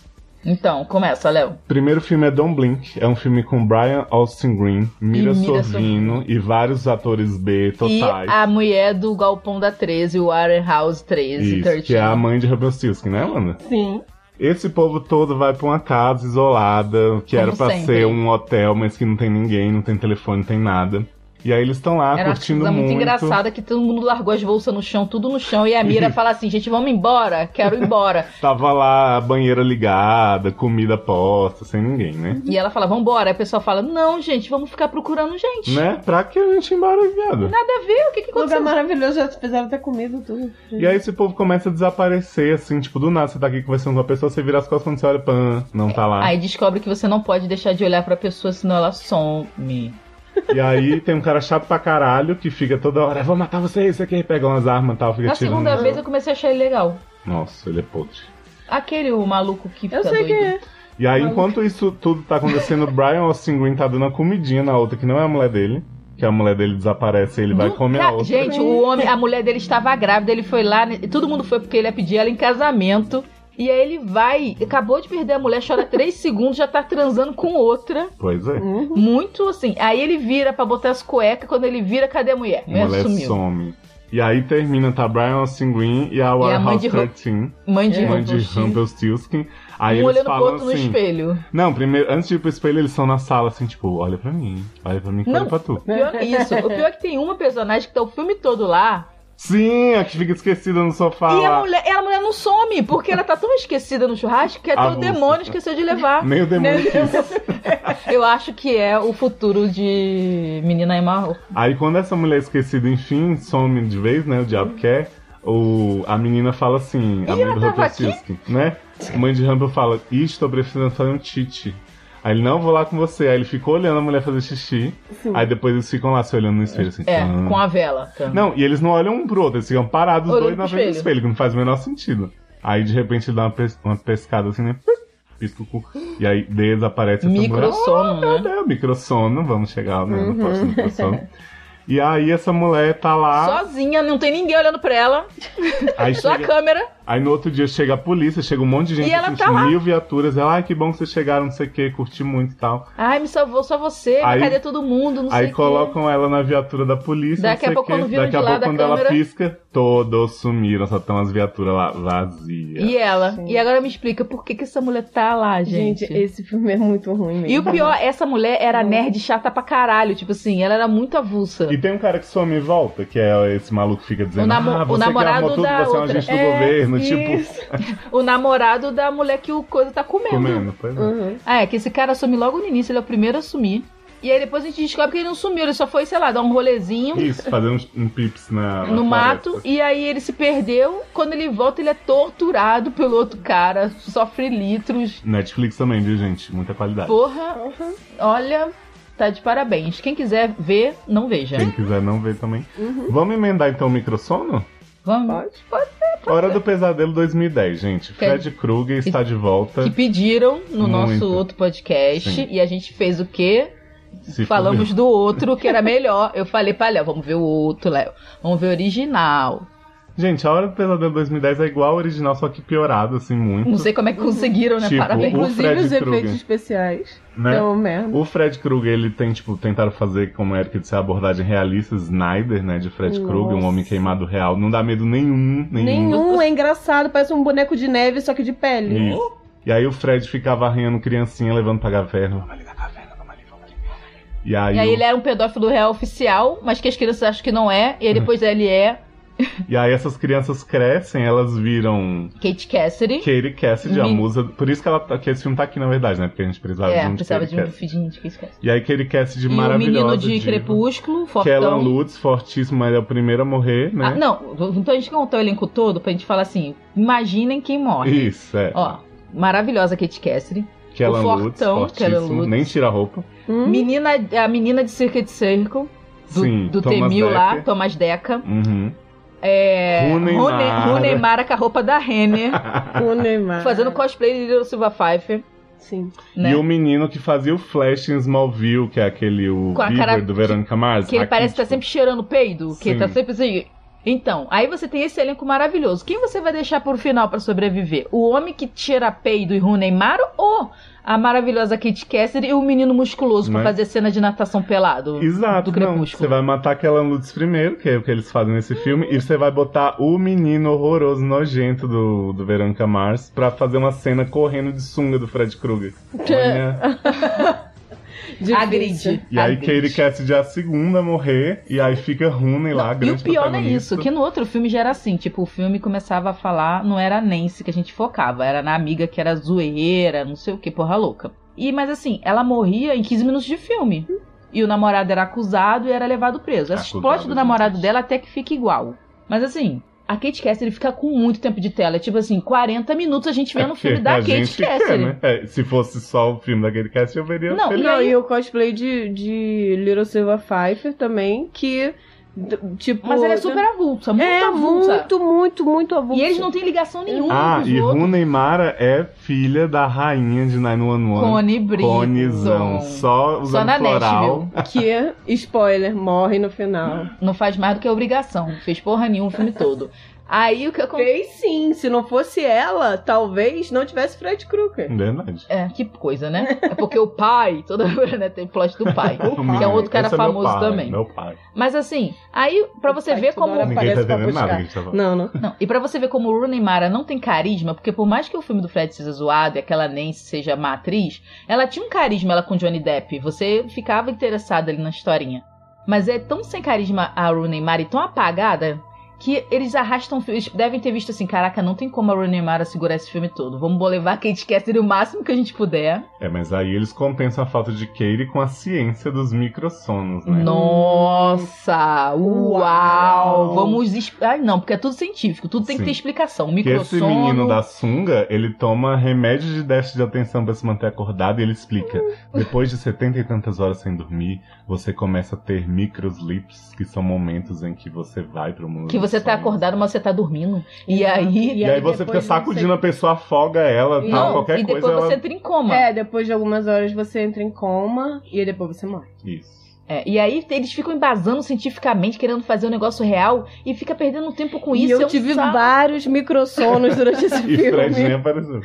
Speaker 4: Então, começa, Léo.
Speaker 5: Primeiro filme é Don Blink, é um filme com Brian Austin Green, Mira,
Speaker 4: Mira
Speaker 5: Sorvino e vários atores B
Speaker 4: E
Speaker 5: totais.
Speaker 4: a mulher do Galpão da 13, o Warehouse 13,
Speaker 5: Isso,
Speaker 4: 13.
Speaker 5: que é a mãe de Rubensilski, né, Amanda?
Speaker 6: Sim.
Speaker 5: Esse povo todo vai pra uma casa isolada, que
Speaker 4: Como
Speaker 5: era pra
Speaker 4: sempre.
Speaker 5: ser um hotel, mas que não tem ninguém, não tem telefone, não tem nada. E aí eles estão lá
Speaker 4: Era uma
Speaker 5: tá curtindo
Speaker 4: coisa muito,
Speaker 5: muito.
Speaker 4: engraçada que todo mundo largou as bolsas no chão, tudo no chão, e a Mira fala assim, gente, vamos embora, quero ir embora.
Speaker 5: Tava lá a banheira ligada, comida posta, sem ninguém, né?
Speaker 4: e ela fala, vambora. Aí a pessoa fala, não, gente, vamos ficar procurando gente.
Speaker 5: né? Pra que a gente ir embora, viado?
Speaker 4: Nada a ver, o que, que aconteceu?
Speaker 6: Lugar maravilhoso, já fizeram até comida tudo.
Speaker 5: E aí esse povo começa a desaparecer, assim, tipo, do nada você tá aqui conversando com a pessoa, você vira as costas quando você olha, pan, não tá lá.
Speaker 4: Aí descobre que você não pode deixar de olhar pra pessoa, senão ela some.
Speaker 5: E aí tem um cara chato pra caralho que fica toda hora, vou matar você, isso aqui, pega umas armas e tal, fica
Speaker 4: Na
Speaker 5: tirando.
Speaker 4: segunda vez eu comecei a achar ele legal.
Speaker 5: Nossa, ele é podre.
Speaker 4: Aquele o maluco que fica
Speaker 6: Eu sei
Speaker 4: doido.
Speaker 6: quem é.
Speaker 5: E aí, enquanto isso tudo tá acontecendo, o Brian Austin Green tá dando uma comidinha na outra que não é a mulher dele. Que a mulher dele desaparece, ele vai
Speaker 4: Do
Speaker 5: comer
Speaker 4: ca-
Speaker 5: a outra.
Speaker 4: tá, Gente, o homem, a mulher dele estava grávida, ele foi lá, né, e todo mundo foi porque ele ia pedir ela em casamento. E aí ele vai, acabou de perder a mulher, chora três segundos, já tá transando com outra.
Speaker 5: Pois é.
Speaker 6: Uhum.
Speaker 4: Muito assim. Aí ele vira pra botar as cuecas, quando ele vira, cadê a mulher? A
Speaker 5: A
Speaker 4: mulher
Speaker 5: mulher
Speaker 4: sumiu.
Speaker 5: some. E aí termina, tá? Brian Austin Green e a
Speaker 4: a mãe de
Speaker 5: Warehouse
Speaker 4: Ru-
Speaker 5: 13.
Speaker 4: Mãe
Speaker 6: É.
Speaker 4: de
Speaker 5: Mãe de
Speaker 4: Rumpelstiltskin.
Speaker 5: Rumpelstiltskin. Aí
Speaker 4: Um
Speaker 5: eles
Speaker 4: olhando pro
Speaker 5: falam
Speaker 4: outro no
Speaker 5: assim...
Speaker 4: espelho.
Speaker 5: Não, primeiro, antes de ir pro espelho, eles estão na sala, assim, tipo, olha pra mim, olha pra mim, que
Speaker 4: Não.
Speaker 5: olha pra tu.
Speaker 4: Pior que isso. O pior é que tem uma personagem que tá o filme todo lá.
Speaker 5: Sim, a que fica esquecida no sofá
Speaker 4: E a
Speaker 5: lá.
Speaker 4: mulher, e a mulher não some, porque ela tá tão esquecida no churrasco que até o
Speaker 5: Avulsa.
Speaker 4: demônio esqueceu de levar.
Speaker 5: Nem o demônio quis.
Speaker 4: Eu acho que é o futuro de Menina Emarro.
Speaker 5: Aí quando essa mulher é esquecida, enfim, some de vez, né, o diabo quer, o, a menina fala assim, a
Speaker 4: Ih,
Speaker 5: mãe
Speaker 4: ela
Speaker 5: do
Speaker 4: tava aqui?
Speaker 5: Rumpelstiltskin, né? A mãe de Rumble fala, ixi, tô precisando fazer um tite. Aí ele, não, vou lá com você. Aí ele ficou olhando a mulher fazer xixi.
Speaker 4: Hum.
Speaker 5: Aí depois eles ficam lá se olhando no espelho, assim.
Speaker 4: É,
Speaker 5: "Ah".
Speaker 4: com a vela.
Speaker 5: Não, e eles não olham um pro outro, eles ficam parados
Speaker 4: Olhando
Speaker 5: dois na
Speaker 4: pro
Speaker 5: frente do
Speaker 4: espelho.
Speaker 5: espelho, que não faz o menor sentido. Aí de repente ele dá uma, pes- uma pescada assim, né? Pisca o cu. E aí desaparece essa mulher.
Speaker 4: Microsono,
Speaker 5: Ah,
Speaker 4: né?
Speaker 5: né? Microssono, vamos chegar né,
Speaker 4: Uhum.
Speaker 5: no próximo microssono. E aí essa mulher tá lá,
Speaker 4: Sozinha, não tem ninguém olhando pra ela.
Speaker 5: aí,
Speaker 4: Só a
Speaker 5: chega-
Speaker 4: câmera.
Speaker 5: aí no outro dia chega a polícia, chega um monte de gente,
Speaker 4: E ela
Speaker 5: assim,
Speaker 4: tá lá.
Speaker 5: mil viaturas, ela, ai que bom que vocês chegaram, não sei o que, curti muito e tal.
Speaker 4: Ai, me salvou só você.
Speaker 5: Aí-
Speaker 4: cadê todo mundo? Não sei
Speaker 5: aí
Speaker 4: o quê.
Speaker 5: colocam ela na viatura da polícia,
Speaker 4: Daqui a
Speaker 5: não sei o
Speaker 4: pouco,
Speaker 5: quê.
Speaker 4: quando viram
Speaker 5: daqui a
Speaker 4: de
Speaker 5: pouco
Speaker 4: lado a
Speaker 5: quando ela
Speaker 4: câmera-
Speaker 5: pisca, Todos sumiram, só estão as viaturas lá vazias.
Speaker 4: E ela?
Speaker 6: Sim.
Speaker 4: E agora me explica por que, que essa mulher tá lá, gente.
Speaker 6: Gente, esse filme é muito ruim mesmo.
Speaker 4: E o pior, essa mulher era nerd chata pra caralho. Tipo assim, ela era muito avulsa.
Speaker 5: E tem um cara que some e volta, que é esse maluco que fica dizendo:
Speaker 4: O namo-
Speaker 5: Ah,
Speaker 4: o
Speaker 5: você que
Speaker 4: namorado
Speaker 5: armou tudo,
Speaker 4: da
Speaker 5: você é um
Speaker 4: outra."
Speaker 5: agente do governo. Tipo,
Speaker 4: O namorado da mulher que o coisa tá comendo.
Speaker 5: comendo. Pois é.
Speaker 6: Uhum.
Speaker 4: Ah, é, que esse cara assume logo no início, ele é o primeiro a assumir. E aí depois a gente descobre que ele não sumiu, ele só foi, sei lá, dar um rolezinho
Speaker 5: Isso, fazer uns- um, pips na. na
Speaker 4: no mato.
Speaker 5: floresta.
Speaker 4: E aí ele se perdeu. Quando ele volta, ele é torturado pelo outro cara, sofre litros.
Speaker 5: Netflix também, viu, gente? Muita qualidade.
Speaker 4: Porra, olha, tá de parabéns. Quem quiser ver, não veja.
Speaker 5: Quem quiser não ver também.
Speaker 4: Uhum.
Speaker 5: Vamos emendar então o microsono?
Speaker 4: Vamos.
Speaker 6: Pode?
Speaker 5: Hora do Pesadelo 2010, gente. Fred Krueger está de volta.
Speaker 4: Que pediram no
Speaker 5: Muito.
Speaker 4: nosso outro podcast.
Speaker 5: Sim.
Speaker 4: E a gente fez o quê?
Speaker 5: Se
Speaker 4: Falamos do outro que era melhor. Eu falei pra Léo, vamos ver o outro, Léo. Vamos ver o original.
Speaker 5: Gente, a Hora do Pesadelo 2010 é igual ao original, só que piorado, assim, muito.
Speaker 4: Não sei como é que conseguiram, né?
Speaker 5: Tipo,
Speaker 4: Parabéns.
Speaker 5: o
Speaker 6: Inclusive
Speaker 5: Fred
Speaker 6: os efeitos
Speaker 5: Krueger.
Speaker 6: especiais.
Speaker 5: né?
Speaker 6: Então, merda.
Speaker 5: O Fred Krueger, ele tem, tipo, tentaram fazer, como o Eric disse, a abordagem realista, Snyder, né, de Fred
Speaker 6: Nossa.
Speaker 5: Krueger, um homem queimado real. Não dá medo nenhum, nenhum.
Speaker 6: Nenhum é engraçado, parece um boneco de neve, só que de pele.
Speaker 5: Isso. E aí o Fred ficava arranhando criancinha, levando pra caverna.
Speaker 2: ali na caverna, vamos ali, vamos ali.
Speaker 5: E aí,
Speaker 4: E aí
Speaker 5: o-
Speaker 4: ele era um pedófilo real oficial, mas que as crianças acham que não é.
Speaker 5: Uhum.
Speaker 4: E aí depois ele é
Speaker 5: e aí essas crianças crescem, elas viram
Speaker 4: Kate Cassidy.
Speaker 5: Katie Cassidy, a
Speaker 4: Min-
Speaker 5: musa. Por isso que, ela, tá- que esse filme tá aqui, na verdade, né, porque a gente precisava de
Speaker 4: Uhum. é,
Speaker 5: um de
Speaker 4: precisava
Speaker 5: Katie
Speaker 4: de um
Speaker 5: Cassidy.
Speaker 4: fidinho de Kate Cassidy.
Speaker 5: E aí Katie Cassidy,
Speaker 4: E o
Speaker 5: maravilhosa,
Speaker 4: menino de
Speaker 5: diva.
Speaker 4: Crepúsculo, um
Speaker 5: Kellan
Speaker 4: fortão.
Speaker 5: Lutz, fortíssimo, mas é o primeiro a morrer, né?
Speaker 4: Ah, não, então a gente contou o elenco todo pra gente falar assim: imaginem quem morre.
Speaker 5: Isso, é.
Speaker 4: Ó, maravilhosa Kate Cassidy.
Speaker 5: Kellan
Speaker 4: o
Speaker 5: Lutz,
Speaker 4: fortão,
Speaker 5: fortíssimo,
Speaker 4: Kellan Lutz.
Speaker 5: nem tira a roupa.
Speaker 6: Hum?
Speaker 4: Menina, a menina de Circuit Circle, do,
Speaker 5: Sim,
Speaker 4: do
Speaker 5: Thomas
Speaker 4: Temil lá,
Speaker 5: Becker.
Speaker 4: Thomas Deca.
Speaker 5: Uhum.
Speaker 4: É,
Speaker 5: Rooney
Speaker 4: Rooney-
Speaker 5: Mara.
Speaker 4: Rooney Mara com a roupa da Renner,
Speaker 6: O Neymar.
Speaker 4: fazendo cosplay de Little Silva Pfeiffer.
Speaker 6: Sim.
Speaker 4: Né?
Speaker 5: E o menino que fazia o Flash em Smallville, que é aquele o
Speaker 4: Com a
Speaker 5: Bieber
Speaker 4: cara-
Speaker 5: do Veronica Mars.
Speaker 4: Que ele
Speaker 5: aqui,
Speaker 4: parece que tá
Speaker 5: tipo,
Speaker 4: sempre cheirando peido, que
Speaker 5: Sim.
Speaker 4: tá sempre assim. Então, aí você tem esse elenco maravilhoso. Quem você vai deixar pro final pra sobreviver? O homem que cheira peido e Rooney Mara ou a maravilhosa Kate Cassidy e o menino musculoso pra
Speaker 5: Né?
Speaker 4: fazer cena de natação pelado?
Speaker 5: Exato,
Speaker 4: do
Speaker 5: não.
Speaker 4: Crepúsculo. Uhum.
Speaker 5: Você vai matar aquela Lutz primeiro, que é o que eles fazem nesse filme, e você vai botar o menino horroroso, nojento do, do Veronica Mars pra fazer uma cena correndo de sunga do Fred Krueger. Olha.
Speaker 6: Difícil.
Speaker 4: Agride.
Speaker 5: E aí
Speaker 4: Agride.
Speaker 5: Katie Cassidy é a segunda a morrer, e aí fica Rooney lá,
Speaker 4: Não,
Speaker 5: grande
Speaker 4: e o pior não é
Speaker 5: protagonista.
Speaker 4: isso, que no outro filme já era assim, tipo, o filme começava a falar, não era a Nancy que a gente focava, era na amiga que era zoeira, não sei o que, porra louca. E, mas assim, ela morria em 15 minutos de filme. E o namorado era acusado e era levado preso. Esse
Speaker 5: Acusado,
Speaker 4: plot do
Speaker 5: gente.
Speaker 4: namorado dela até que fica igual. Mas assim, a Kate Cassidy fica com muito tempo de tela. É Tipo assim, 40 minutos é a gente vendo o
Speaker 5: É porque
Speaker 4: filme da
Speaker 5: a
Speaker 4: Kate
Speaker 5: gente quer,
Speaker 4: Cassidy.
Speaker 5: né? É, se fosse só o filme da Katie Cassidy, eu veria
Speaker 4: Não,
Speaker 5: feliz.
Speaker 6: Não, e o cosplay de, de Little Silva Pfeiffer também, que, d- tipo...
Speaker 4: Mas ela é super avulsa, muito
Speaker 6: É,
Speaker 4: avulsa.
Speaker 6: muito, muito, muito avulso.
Speaker 4: E eles não têm ligação nenhuma
Speaker 5: Ah,
Speaker 4: com os
Speaker 5: e
Speaker 4: Um outros.
Speaker 5: Runa Mara é filha da rainha de 911.
Speaker 4: Cone Brinson.
Speaker 5: Conizão. é um Só
Speaker 4: Só
Speaker 5: usando
Speaker 4: na
Speaker 5: floral.
Speaker 4: Nashville.
Speaker 6: Que, spoiler, morre no final.
Speaker 4: Não faz mais do que obrigação. Fez porra nenhuma o filme todo. Aí o que acontece.
Speaker 6: Fez sim, se não fosse ela, talvez não tivesse Fred Krueger.
Speaker 5: Verdade.
Speaker 4: É, que coisa, né? É porque o pai, toda hora, né, tem plot do pai.
Speaker 5: Meu,
Speaker 4: Que é outro cara
Speaker 5: esse meu
Speaker 4: famoso
Speaker 5: pai,
Speaker 4: também.
Speaker 5: Meu pai.
Speaker 4: Mas assim, aí pra você
Speaker 6: Ai,
Speaker 4: ver
Speaker 6: toda hora
Speaker 4: como.
Speaker 5: Ninguém tá
Speaker 6: Aparece pra
Speaker 5: entendendo nada
Speaker 6: buscar.
Speaker 5: que a gente tá falando.
Speaker 6: Não, não.
Speaker 4: Não, e pra você ver como o Rooney Mara não tem carisma, porque por mais que o filme do Fred seja zoado e aquela Nancy seja má atriz, ela tinha um carisma ela com Johnny Depp. Você ficava interessado ali na historinha. Mas é tão sem carisma a Rooney Mara e tão apagada que eles arrastam. o filme. Eles devem ter visto assim: caraca, não tem como a Rooney Mara segurar esse filme todo. Vamos levar a Kate Cassidy o máximo que a gente puder.
Speaker 5: É, mas aí eles compensam a falta de Katie com a ciência dos microsonos, né?
Speaker 4: Nossa! Uau!
Speaker 6: Uau.
Speaker 4: Vamos. es- Ai, não, porque é tudo científico, tudo tem que
Speaker 5: Sim.
Speaker 4: ter explicação.
Speaker 5: Que esse menino
Speaker 4: Microssono.
Speaker 5: da sunga, ele toma remédio de déficit de atenção pra se manter acordado e ele explica. Depois de setenta e tantas horas sem dormir, você começa a ter microslips, que são momentos em que você vai pro mundo.
Speaker 4: Que
Speaker 5: dos
Speaker 4: você tá
Speaker 5: sonhos.
Speaker 4: acordado, mas você tá dormindo. E
Speaker 6: Exato.
Speaker 4: aí.
Speaker 5: E, aí, você fica
Speaker 6: depois
Speaker 5: sacudindo a pessoa, afoga ela,
Speaker 6: E-
Speaker 5: tal,
Speaker 4: Não, É.
Speaker 5: qualquer
Speaker 4: e depois
Speaker 5: coisa.
Speaker 4: você
Speaker 5: Ela...
Speaker 4: entra em coma.
Speaker 6: É, depois de algumas horas você entra em coma e depois você morre.
Speaker 5: Isso.
Speaker 4: É, e aí eles ficam embasando cientificamente, querendo fazer um negócio real e fica perdendo tempo com isso.
Speaker 6: e eu
Speaker 4: é um
Speaker 6: tive
Speaker 4: saco.
Speaker 6: vários microssonos durante esse
Speaker 5: E
Speaker 6: filme.
Speaker 5: Fred né? nem apareceu.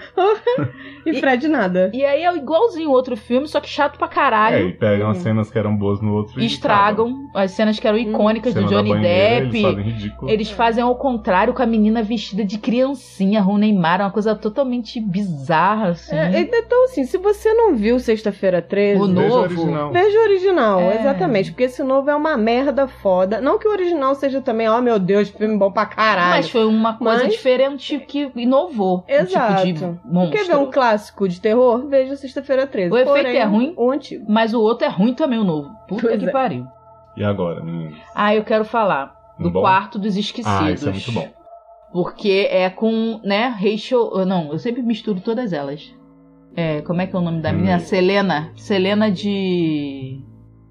Speaker 6: E Fred nada.
Speaker 4: E aí é igualzinho o outro filme, só que chato pra
Speaker 5: É,
Speaker 4: caralho.
Speaker 5: e pegam as
Speaker 6: Uhum.
Speaker 5: cenas que eram boas no outro
Speaker 4: e estragam as cenas que eram icônicas
Speaker 5: Cena
Speaker 4: do
Speaker 5: da
Speaker 4: Johnny
Speaker 5: banheira,
Speaker 4: Depp.
Speaker 5: Eles fazem ridículo.
Speaker 4: Eles fazem ao contrário com a menina vestida de criancinha, Rooney Mara, uma coisa totalmente bizarra, assim.
Speaker 6: É, então, assim, se você não viu Sexta-feira 13,
Speaker 4: O
Speaker 5: Veja
Speaker 4: novo.
Speaker 5: original.
Speaker 6: veja o original,
Speaker 4: É.
Speaker 6: exatamente. Porque esse novo é uma merda foda. Não que o original seja também, ó, meu Deus, filme bom pra caralho.
Speaker 4: Mas foi uma coisa
Speaker 6: Mas-
Speaker 4: diferente que inovou.
Speaker 6: Exato.
Speaker 4: Um tipo de monstro.
Speaker 6: Quer ver um clássico de terror? Veja Sexta-feira 13.
Speaker 4: O efeito
Speaker 6: Porém,
Speaker 4: é ruim?
Speaker 6: O antigo.
Speaker 4: Mas o outro é ruim também, o novo. Puta
Speaker 6: Pois
Speaker 4: que
Speaker 6: é.
Speaker 4: pariu.
Speaker 5: E agora, meninas?
Speaker 4: Ah, eu quero falar do
Speaker 5: Bom?
Speaker 4: quarto dos esquecidos.
Speaker 5: Ah, isso é muito bom.
Speaker 4: Porque é com, né, Rachel. Não, eu sempre misturo todas elas. É, como é que é o nome da menina?
Speaker 5: Hum.
Speaker 4: Selena. Selena de.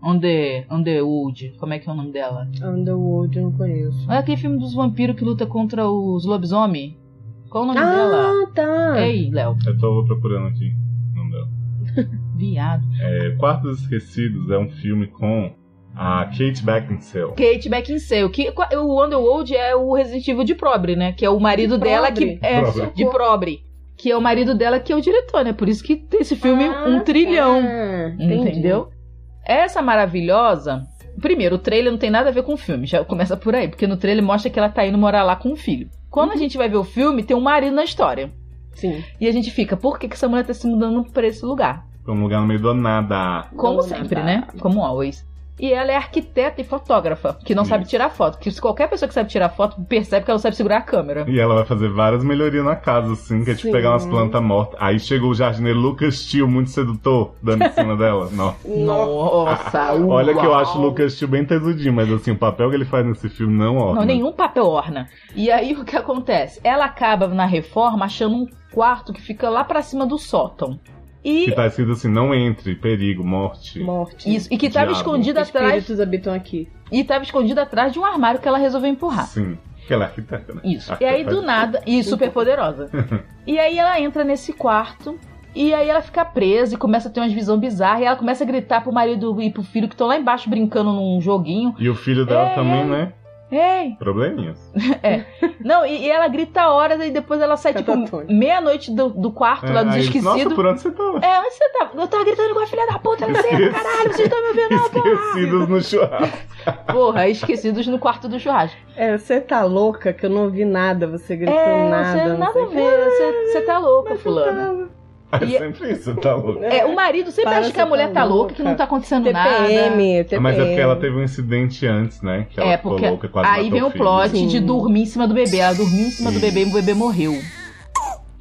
Speaker 4: Under, Underwood. Como é que é o nome dela?
Speaker 6: Underwood, eu não conheço.
Speaker 4: Não é aquele filme dos vampiros que luta contra os lobisomem? Qual o nome dela? É
Speaker 6: Ah, tá.
Speaker 4: Ei, Léo.
Speaker 5: Eu tô procurando aqui. Não deu.
Speaker 4: Viado.
Speaker 5: É, Quartos Esquecidos é um filme com a Kate Beckinsale.
Speaker 4: Kate Beckinsale. Que, o Underworld é o Resident Evil de Probre, né? Que é o marido
Speaker 6: De
Speaker 4: dela
Speaker 6: Probre?
Speaker 4: que. É,
Speaker 5: Probre.
Speaker 4: de Probre. Que é o marido dela que é o diretor, né? Por isso que tem esse filme um trilhão.
Speaker 6: Ah, tá. entendi.
Speaker 4: Entendeu? Essa maravilhosa. Primeiro, o trailer não tem nada a ver com o filme, já começa por aí, porque no trailer mostra que ela tá indo morar lá com o filho.
Speaker 6: Uhum.
Speaker 4: Quando a gente vai ver o filme, tem um marido na história.
Speaker 6: Sim.
Speaker 4: E a gente fica, por que, que essa mulher tá se mudando pra esse lugar?
Speaker 5: Foi um lugar no meio do nada.
Speaker 4: Como
Speaker 6: Dona
Speaker 4: sempre,
Speaker 6: da-
Speaker 4: né? Como always. E ela é arquiteta e fotógrafa, que não sabe
Speaker 5: Isso.
Speaker 4: tirar foto. Que se qualquer pessoa que sabe tirar foto percebe que ela não sabe segurar a câmera.
Speaker 5: E ela vai fazer várias melhorias na casa, assim, que é tipo
Speaker 6: Sim.
Speaker 5: pegar umas plantas mortas. Aí chega o jardineiro Lucas Tio, muito sedutor, dando em cima dela. Não.
Speaker 4: Nossa, uau.
Speaker 5: Olha que eu acho o Lucas Tio bem tesudinho, mas assim, o papel que ele faz nesse filme não, ó.
Speaker 4: Não, nenhum papel orna. E aí o que acontece? Ela acaba na reforma achando um quarto que fica lá pra cima do sótão.
Speaker 5: Que
Speaker 4: E
Speaker 5: tá escrito assim, não entre, perigo, morte.
Speaker 6: Morte.
Speaker 4: isso, e que tava
Speaker 5: Diabo.
Speaker 4: escondido atrás
Speaker 6: Espíritos habitam aqui.
Speaker 4: e tava escondido atrás de um armário que ela resolveu empurrar.
Speaker 5: Sim. Que ela é arquiteta, né?
Speaker 4: Isso. E
Speaker 5: Arquiteta
Speaker 4: aí do
Speaker 5: faz-
Speaker 4: nada, e super poderosa. E aí ela entra nesse quarto e aí ela fica presa e começa a ter umas visões bizarras e ela começa a gritar pro marido e pro filho que estão lá embaixo brincando num joguinho.
Speaker 5: E o filho dela
Speaker 4: É,
Speaker 5: também,
Speaker 4: é.
Speaker 5: né?
Speaker 4: Ei!
Speaker 5: Probleminhas.
Speaker 4: Não, e, e ela grita horas e depois ela sai tipo
Speaker 6: Catatônica.
Speaker 4: meia-noite do, do quarto lá dos
Speaker 5: É, aí eles, Nossa,
Speaker 4: esquecidos.
Speaker 5: por onde você tá?" tava?
Speaker 4: É, onde você tava? Eu tava gritando com a filha da puta, não sei, caralho, vocês estão me ouvindo, não, porra!
Speaker 5: Esquecidos no churrasco.
Speaker 4: Porra, esquecidos no quarto do churrasco.
Speaker 6: É, você tá louca que eu não ouvi nada, você gritou
Speaker 4: É,
Speaker 6: nada.
Speaker 4: você
Speaker 6: não
Speaker 4: nada
Speaker 6: sei
Speaker 4: a
Speaker 6: o quê.
Speaker 4: ver, você, você tá louca, fulana.
Speaker 5: É
Speaker 4: E-
Speaker 5: sempre isso, tá louco.
Speaker 4: É, o marido sempre
Speaker 6: Para,
Speaker 4: acha que a
Speaker 6: você
Speaker 4: mulher
Speaker 6: tá
Speaker 4: tá louca,
Speaker 6: louca.
Speaker 4: que não tá acontecendo nada.
Speaker 6: TPM, TPM.
Speaker 5: Mas é porque ela teve um incidente antes, né? Que ela
Speaker 4: É,
Speaker 5: ficou
Speaker 4: porque
Speaker 5: louca, quase
Speaker 4: Aí
Speaker 5: matou
Speaker 4: vem o
Speaker 5: filho.
Speaker 4: plot
Speaker 6: Sim.
Speaker 4: de dormir em cima do bebê. Ela dormiu em cima do bebê e o bebê morreu.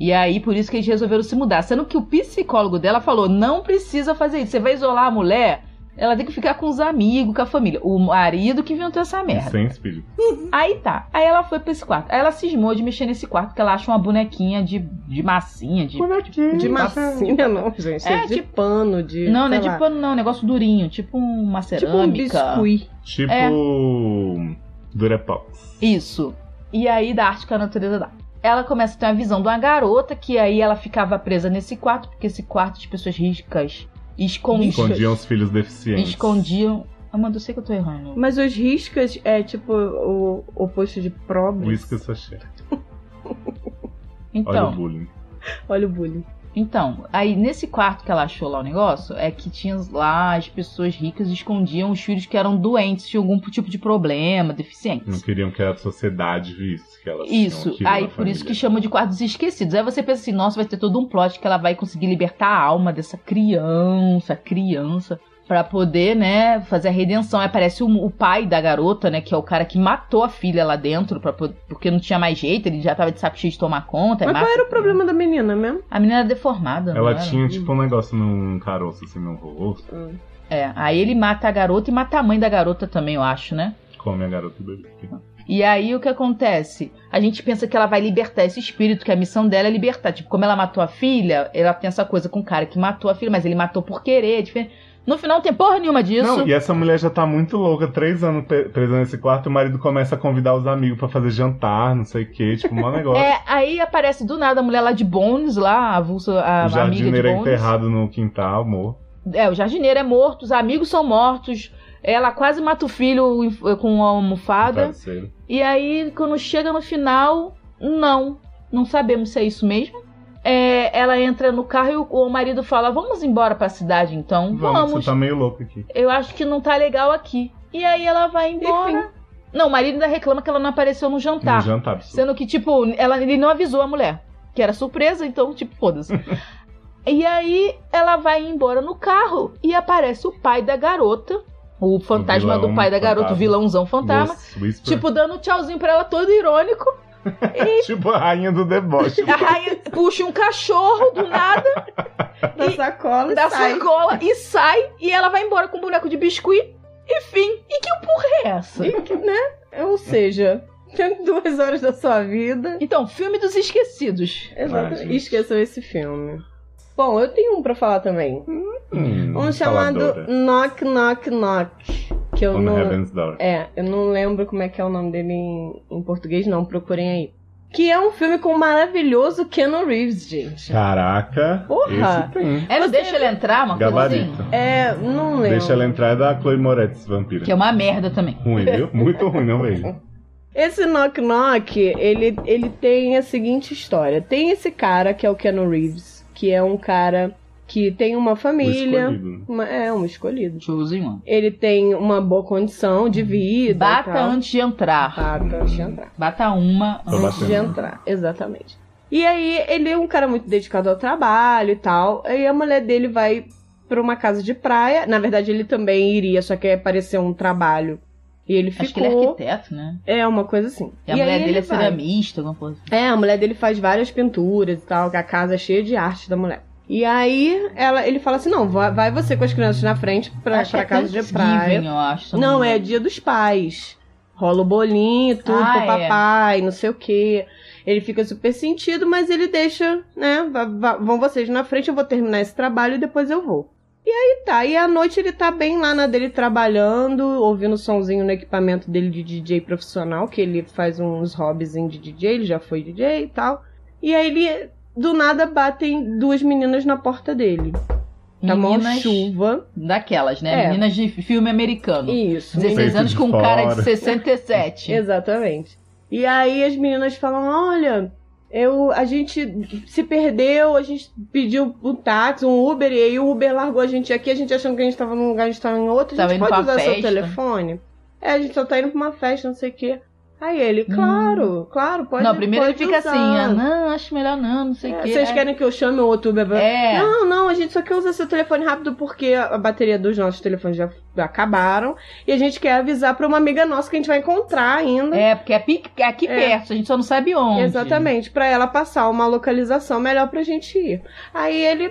Speaker 4: E aí, por isso que eles resolveram se mudar. Sendo que o psicólogo dela falou: não precisa fazer isso. Você vai isolar a mulher, ela tem que ficar com os amigos, com a família. O marido que inventou essa
Speaker 5: E
Speaker 4: merda.
Speaker 5: Sem espírito.
Speaker 4: Aí tá. Aí ela foi pra esse quarto. Aí ela cismou de mexer nesse quarto, que ela acha uma bonequinha de, de massinha, de.
Speaker 6: De massinha, não, gente.
Speaker 4: É,
Speaker 6: né? É, de
Speaker 4: tipo-
Speaker 6: pano, de.
Speaker 4: Não, não é
Speaker 6: sei
Speaker 4: de
Speaker 6: lá.
Speaker 4: pano, não. é um negócio durinho, tipo uma
Speaker 6: Tipo um
Speaker 4: cerâmica.
Speaker 6: biscuit.
Speaker 5: Tipo.
Speaker 4: É.
Speaker 5: Durepox.
Speaker 4: Isso. E aí da arte que a natureza dá. Ela começa a ter uma visão de uma garota que aí ela ficava presa nesse quarto, porque esse quarto de pessoas ricas escondiam.
Speaker 5: Escondiam os filhos deficientes.
Speaker 4: Escondiam. Amanda, eu sei que eu tô errando.
Speaker 6: Mas os riscas é tipo o oposto de pobre.
Speaker 5: Whisky sachê. Olha o
Speaker 4: Então,
Speaker 5: bullying.
Speaker 6: Olha o bullying.
Speaker 4: então, aí nesse quarto que ela achou lá o negócio, é que tinha lá as pessoas ricas escondiam os filhos que eram doentes, tinham algum tipo de problema, deficientes.
Speaker 5: Não queriam que a sociedade visse Então, que elas tinham
Speaker 4: Isso,
Speaker 5: aquilo
Speaker 4: aí
Speaker 5: na
Speaker 4: por
Speaker 5: família.
Speaker 4: isso que chama de quartos esquecidos. Aí você pensa assim, nossa, vai ter todo um plot que ela vai conseguir libertar a alma dessa criança, criança, pra poder, né, fazer a redenção. Aí aparece o, o pai da garota, né, que é o cara que matou a filha lá dentro, pra, po- porque não tinha mais jeito, ele já tava de sapo cheio de tomar conta. aí
Speaker 6: Mas qual
Speaker 4: mata-
Speaker 6: era o problema da menina mesmo?
Speaker 4: A menina era deformada, não
Speaker 5: Ela
Speaker 4: era?
Speaker 5: tinha tipo um negócio num caroço, assim, num rosto.
Speaker 6: Hum.
Speaker 4: É, aí ele mata a garota e mata a mãe da garota também, eu acho, né?
Speaker 5: Come a garota e bebê.
Speaker 4: E aí o que acontece? A gente pensa que ela vai libertar esse espírito, que a missão dela é libertar. Tipo, como ela matou a filha, ela tem essa coisa com o cara que matou a filha, mas ele matou por querer. é diferente. No final não tem porra nenhuma disso.
Speaker 5: Não, e essa mulher já tá muito louca, três anos pe- presa nesse quarto, o marido começa a convidar os amigos pra fazer jantar, não sei o que, tipo, um negócio.
Speaker 4: É, aí aparece do nada a mulher lá de Bones, lá, a, avulsa, a
Speaker 5: o
Speaker 4: amiga de
Speaker 5: jardineiro é
Speaker 4: Bones.
Speaker 5: enterrado no quintal, amor.
Speaker 4: É, o jardineiro é morto, os amigos são mortos. Ela quase mata o filho em- com uma almofada.
Speaker 5: Parceiro.
Speaker 4: E aí, quando chega no final, não. Não sabemos se é isso mesmo. É, ela entra no carro e o, o marido fala: Vamos embora pra cidade então?
Speaker 5: Vamos, você tá meio louco aqui.
Speaker 4: Eu acho que não tá legal aqui. E aí ela vai embora. Não, o marido ainda reclama que ela não apareceu no jantar.
Speaker 5: No jantar. absurdo.
Speaker 4: Sendo que, tipo, ela, ele não avisou a mulher. Que era surpresa, então, tipo, foda-se. e aí ela vai embora no carro e aparece o pai da garota. O fantasma
Speaker 5: vilão
Speaker 4: do pai da garota, o
Speaker 5: fantasma.
Speaker 4: vilãozão fantasma.
Speaker 5: Ghost Whisperer.
Speaker 4: Tipo, dando tchauzinho pra ela, todo irônico.
Speaker 5: Tipo a rainha do deboche.
Speaker 4: A rainha puxa um cachorro do nada
Speaker 6: Da sacola e
Speaker 4: da
Speaker 6: sai.
Speaker 4: sacola e sai. E ela vai embora com um boneco de biscuit. Enfim, e que porra é essa?
Speaker 6: E que, né? Ou seja, tem duas horas da sua vida.
Speaker 4: Então, filme dos esquecidos.
Speaker 6: Exatamente.
Speaker 5: Ah, gente.
Speaker 6: Esqueçam esse filme. Bom, eu tenho um pra falar também.
Speaker 5: Hum,
Speaker 6: Um chamado
Speaker 5: faladora.
Speaker 6: Knock Knock Knock. Que eu
Speaker 5: On
Speaker 6: não.
Speaker 5: Heaven's Door.
Speaker 6: É, eu não lembro como é que é o nome dele em, em português, não. Procurem aí. Que é um filme com o maravilhoso Keanu Reeves, gente.
Speaker 5: Caraca.
Speaker 6: Porra.
Speaker 5: Esse tem.
Speaker 4: Ela deixa ele entrar, uma coisa assim.
Speaker 5: Gabarito.
Speaker 6: É, não lembro.
Speaker 5: Deixa ela entrar é da Chloe Moretz, vampira.
Speaker 4: Que é uma merda também.
Speaker 5: Ruim, viu? Muito ruim, não vejo.
Speaker 6: Esse Knock Knock, ele, ele tem a seguinte história. Tem esse cara, que é o Keanu Reeves, que é um cara que tem uma
Speaker 5: O
Speaker 6: família.
Speaker 5: escolhido. né?
Speaker 6: uma- é, um escolhido.
Speaker 4: Showzinho, mano.
Speaker 6: Ele tem uma boa condição de vida. e
Speaker 4: Bata
Speaker 6: tal.
Speaker 4: antes de entrar.
Speaker 6: Bata antes de entrar.
Speaker 4: Bata uma.
Speaker 5: Tô
Speaker 6: antes de
Speaker 5: batendo.
Speaker 6: entrar, exatamente. E aí, ele é um cara muito dedicado ao trabalho e tal. Aí a mulher dele vai pra uma casa de praia. Na verdade, ele também iria, só que apareceu um trabalho. E ele
Speaker 4: Acho que ele é
Speaker 6: ficou.
Speaker 4: arquiteto, né?
Speaker 6: É uma coisa assim.
Speaker 4: E a
Speaker 6: aí
Speaker 4: mulher dele
Speaker 6: ele
Speaker 4: é
Speaker 6: vai.
Speaker 4: ceramista, alguma coisa.
Speaker 6: É, a mulher dele faz várias pinturas e tal, que a casa é cheia de arte da mulher. E aí ela, ele fala assim: não, vai, vai você com as crianças na frente pra,
Speaker 4: acho que
Speaker 6: pra
Speaker 4: é
Speaker 6: casa de
Speaker 4: Thanksgiving,
Speaker 6: praia.
Speaker 4: eu acho. se eu
Speaker 6: Não,
Speaker 4: me
Speaker 6: é
Speaker 4: engano.
Speaker 6: dia dos pais. Rola o bolinho, tudo
Speaker 4: Ah,
Speaker 6: pro
Speaker 4: é.
Speaker 6: papai, não sei o quê. Ele fica super sentido, mas ele deixa, né? va- va- Vão vocês na frente, eu vou terminar esse trabalho e depois eu vou. E aí tá, e à noite ele tá bem lá na dele trabalhando, ouvindo o somzinho no equipamento dele de DJ profissional, que ele faz uns hobbies de DJ, ele já foi DJ e tal. E aí ele, do nada, batem duas meninas na porta dele. Tá mó
Speaker 4: Meninas
Speaker 6: chuva.
Speaker 4: daquelas, né?
Speaker 6: É.
Speaker 4: Meninas de filme americano.
Speaker 6: Isso.
Speaker 4: 16 anos com um cara de
Speaker 5: Fora.
Speaker 4: 67.
Speaker 6: Exatamente. E aí as meninas falam: olha, eu, a gente se perdeu, a gente pediu um táxi, um Uber, e aí o Uber largou a gente aqui, a gente achando que a gente tava num lugar, a gente tava em outro, a
Speaker 4: Tava
Speaker 6: gente
Speaker 4: indo
Speaker 6: pode
Speaker 4: pra
Speaker 6: usar seu
Speaker 4: festa."
Speaker 6: telefone? É, a gente só tá indo pra uma festa, não sei o quê. Aí ele, claro, claro, pode
Speaker 4: Hum. não, primeiro ele
Speaker 6: pode
Speaker 4: fica
Speaker 6: usar.
Speaker 4: assim, ah, não, acho melhor não, não sei o
Speaker 6: É,
Speaker 4: que.
Speaker 6: Vocês querem que eu chame o outro Uber? pra-
Speaker 4: É.
Speaker 6: Não, não, a gente só quer usar seu telefone rápido porque a a bateria dos nossos telefones já acabaram. E a gente quer avisar pra uma amiga nossa que a gente vai encontrar ainda.
Speaker 4: É, porque é pi- é aqui
Speaker 6: É.
Speaker 4: perto, a gente só não sabe onde.
Speaker 6: Exatamente, pra ela passar uma localização melhor pra gente ir. Aí ele,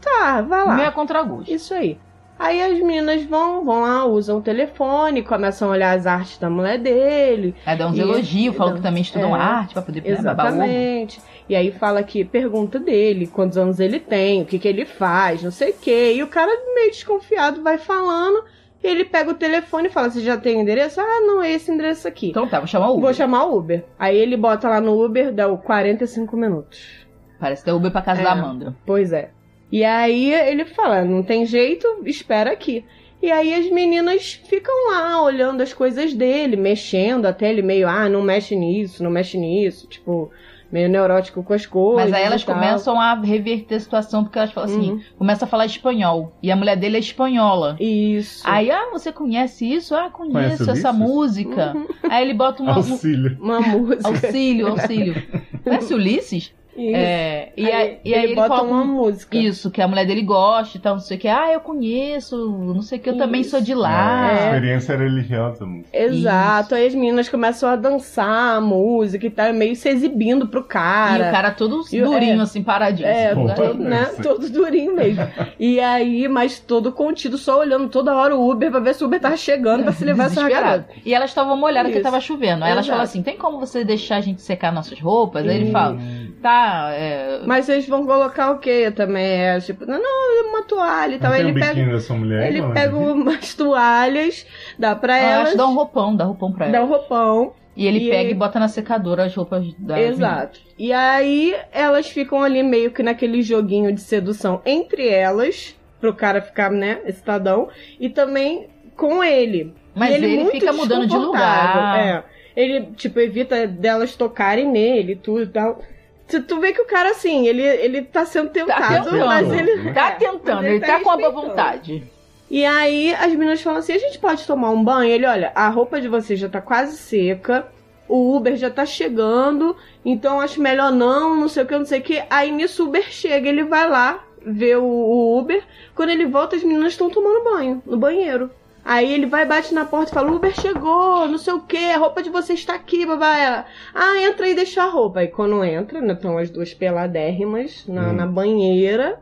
Speaker 6: tá, vai lá.
Speaker 4: Meio a contragosto.
Speaker 6: Isso aí. Aí as meninas vão, vão lá, usam o telefone, começam a olhar as artes da mulher dele.
Speaker 4: Aí dá uns
Speaker 6: E-
Speaker 4: elogios, falam que também estudam
Speaker 6: É.
Speaker 4: arte pra poder né, babar ovo.
Speaker 6: Exatamente. E aí fala que pergunta dele, quantos anos ele tem, o que, que ele faz, não sei o quê. E o cara meio desconfiado vai falando. E ele pega o telefone e fala: Você já tem endereço? Ah, não, é esse endereço aqui.
Speaker 4: Então tá, vou chamar o Uber.
Speaker 6: Vou chamar o Uber. Aí ele bota lá no Uber, dá o 45 minutos.
Speaker 4: Parece que é Uber pra casa
Speaker 6: É.
Speaker 4: da Amanda.
Speaker 6: Pois é. E aí ele fala: não tem jeito, espera aqui. E aí as meninas ficam lá olhando as coisas dele, mexendo até ele meio, ah, não mexe nisso, não mexe nisso, tipo, meio neurótico com as coisas.
Speaker 4: Mas aí elas
Speaker 6: e tal.
Speaker 4: começam a reverter a situação, porque elas falam assim,
Speaker 6: Uhum.
Speaker 4: começa a falar espanhol. E a mulher dele é espanhola.
Speaker 6: Isso.
Speaker 4: Aí, ah, você conhece isso? Ah,
Speaker 5: Conhece
Speaker 4: conheço
Speaker 5: o
Speaker 4: essa
Speaker 5: Ulisses?
Speaker 4: música.
Speaker 6: Uhum.
Speaker 4: Aí ele bota um um-
Speaker 5: Auxílio.
Speaker 6: Uma música.
Speaker 4: auxílio, auxílio. Parece Ulisses?
Speaker 6: Isso.
Speaker 4: É, e
Speaker 6: aí,
Speaker 4: aí, e aí
Speaker 6: ele,
Speaker 4: ele
Speaker 6: bota
Speaker 4: coloca
Speaker 6: uma
Speaker 4: um-
Speaker 6: música.
Speaker 4: isso, que a mulher dele gosta e tal, não sei o que. Ah, eu conheço, não sei o que, eu também
Speaker 6: Isso.
Speaker 4: sou de lá.
Speaker 5: É, Experiência religiosa, moço.
Speaker 6: Exato. Aí as meninas começam a dançar a música e tal, meio se exibindo
Speaker 4: e
Speaker 6: pro
Speaker 4: o cara todo
Speaker 6: E o-
Speaker 4: durinho,
Speaker 6: é.
Speaker 4: assim, paradinho.
Speaker 6: É,
Speaker 4: assim, né?
Speaker 5: Porra.
Speaker 6: todo, né?
Speaker 5: Sim.
Speaker 6: todo durinho mesmo. E aí, mas todo contido, só olhando toda hora o Uber pra ver se o Uber tava chegando pra se levar essa
Speaker 4: Desesperado.
Speaker 6: garota.
Speaker 4: E elas estavam molhadas porque
Speaker 6: Isso.
Speaker 4: tava chovendo. Aí elas
Speaker 6: Exato.
Speaker 4: falam assim: tem como você deixar a gente secar nossas roupas? Aí ele
Speaker 6: Isso.
Speaker 4: fala: tá, é,
Speaker 6: Mas vocês vão colocar o quê também? É, tipo, não, não, uma toalha e tal.
Speaker 5: Não tem
Speaker 6: Então Ele
Speaker 5: um biquinho né?
Speaker 6: pega,
Speaker 5: dessa mulher?
Speaker 6: ele
Speaker 5: mano?
Speaker 6: pega umas toalhas, dá pra
Speaker 4: Ah, acho
Speaker 6: elas,
Speaker 4: que dá um roupão, dá roupão pra ela.
Speaker 6: dá um roupão.
Speaker 4: E ele
Speaker 6: E
Speaker 4: pega
Speaker 6: ele-
Speaker 4: e bota na secadora as roupas da.
Speaker 6: Exato. E aí elas ficam ali meio que naquele joguinho de sedução entre elas. pro cara ficar, né, excitadão, e também com ele.
Speaker 4: Mas
Speaker 6: E
Speaker 4: ele
Speaker 6: muito
Speaker 4: fica mudando de
Speaker 6: desconfortável,
Speaker 4: lugar.
Speaker 6: É. Ele, tipo, evita delas tocarem nele e tudo e tal. Tu, tu vê que o cara, assim, ele, ele tá sendo tentado,
Speaker 4: tentando.
Speaker 6: mas ele.
Speaker 4: Tá
Speaker 6: é, mas
Speaker 4: tentando, ele tá com a boa
Speaker 6: respeitando.
Speaker 4: vontade.
Speaker 6: E aí as meninas falam assim: a gente pode tomar um banho? Ele, olha, a roupa de vocês já tá quase seca, o Uber já tá chegando, então acho melhor não, não sei o que, não sei o que. Aí nisso o Uber chega, ele vai lá ver o, o Uber. Quando ele volta, as meninas estão tomando banho no banheiro. Aí ele vai, bate na porta e fala: o Uber chegou, não sei o que, a roupa de vocês tá aqui, babá. Ela, ah, entra e deixa a roupa. Aí quando entra, né, estão as duas peladérrimas na,
Speaker 5: Hum.
Speaker 6: na banheira.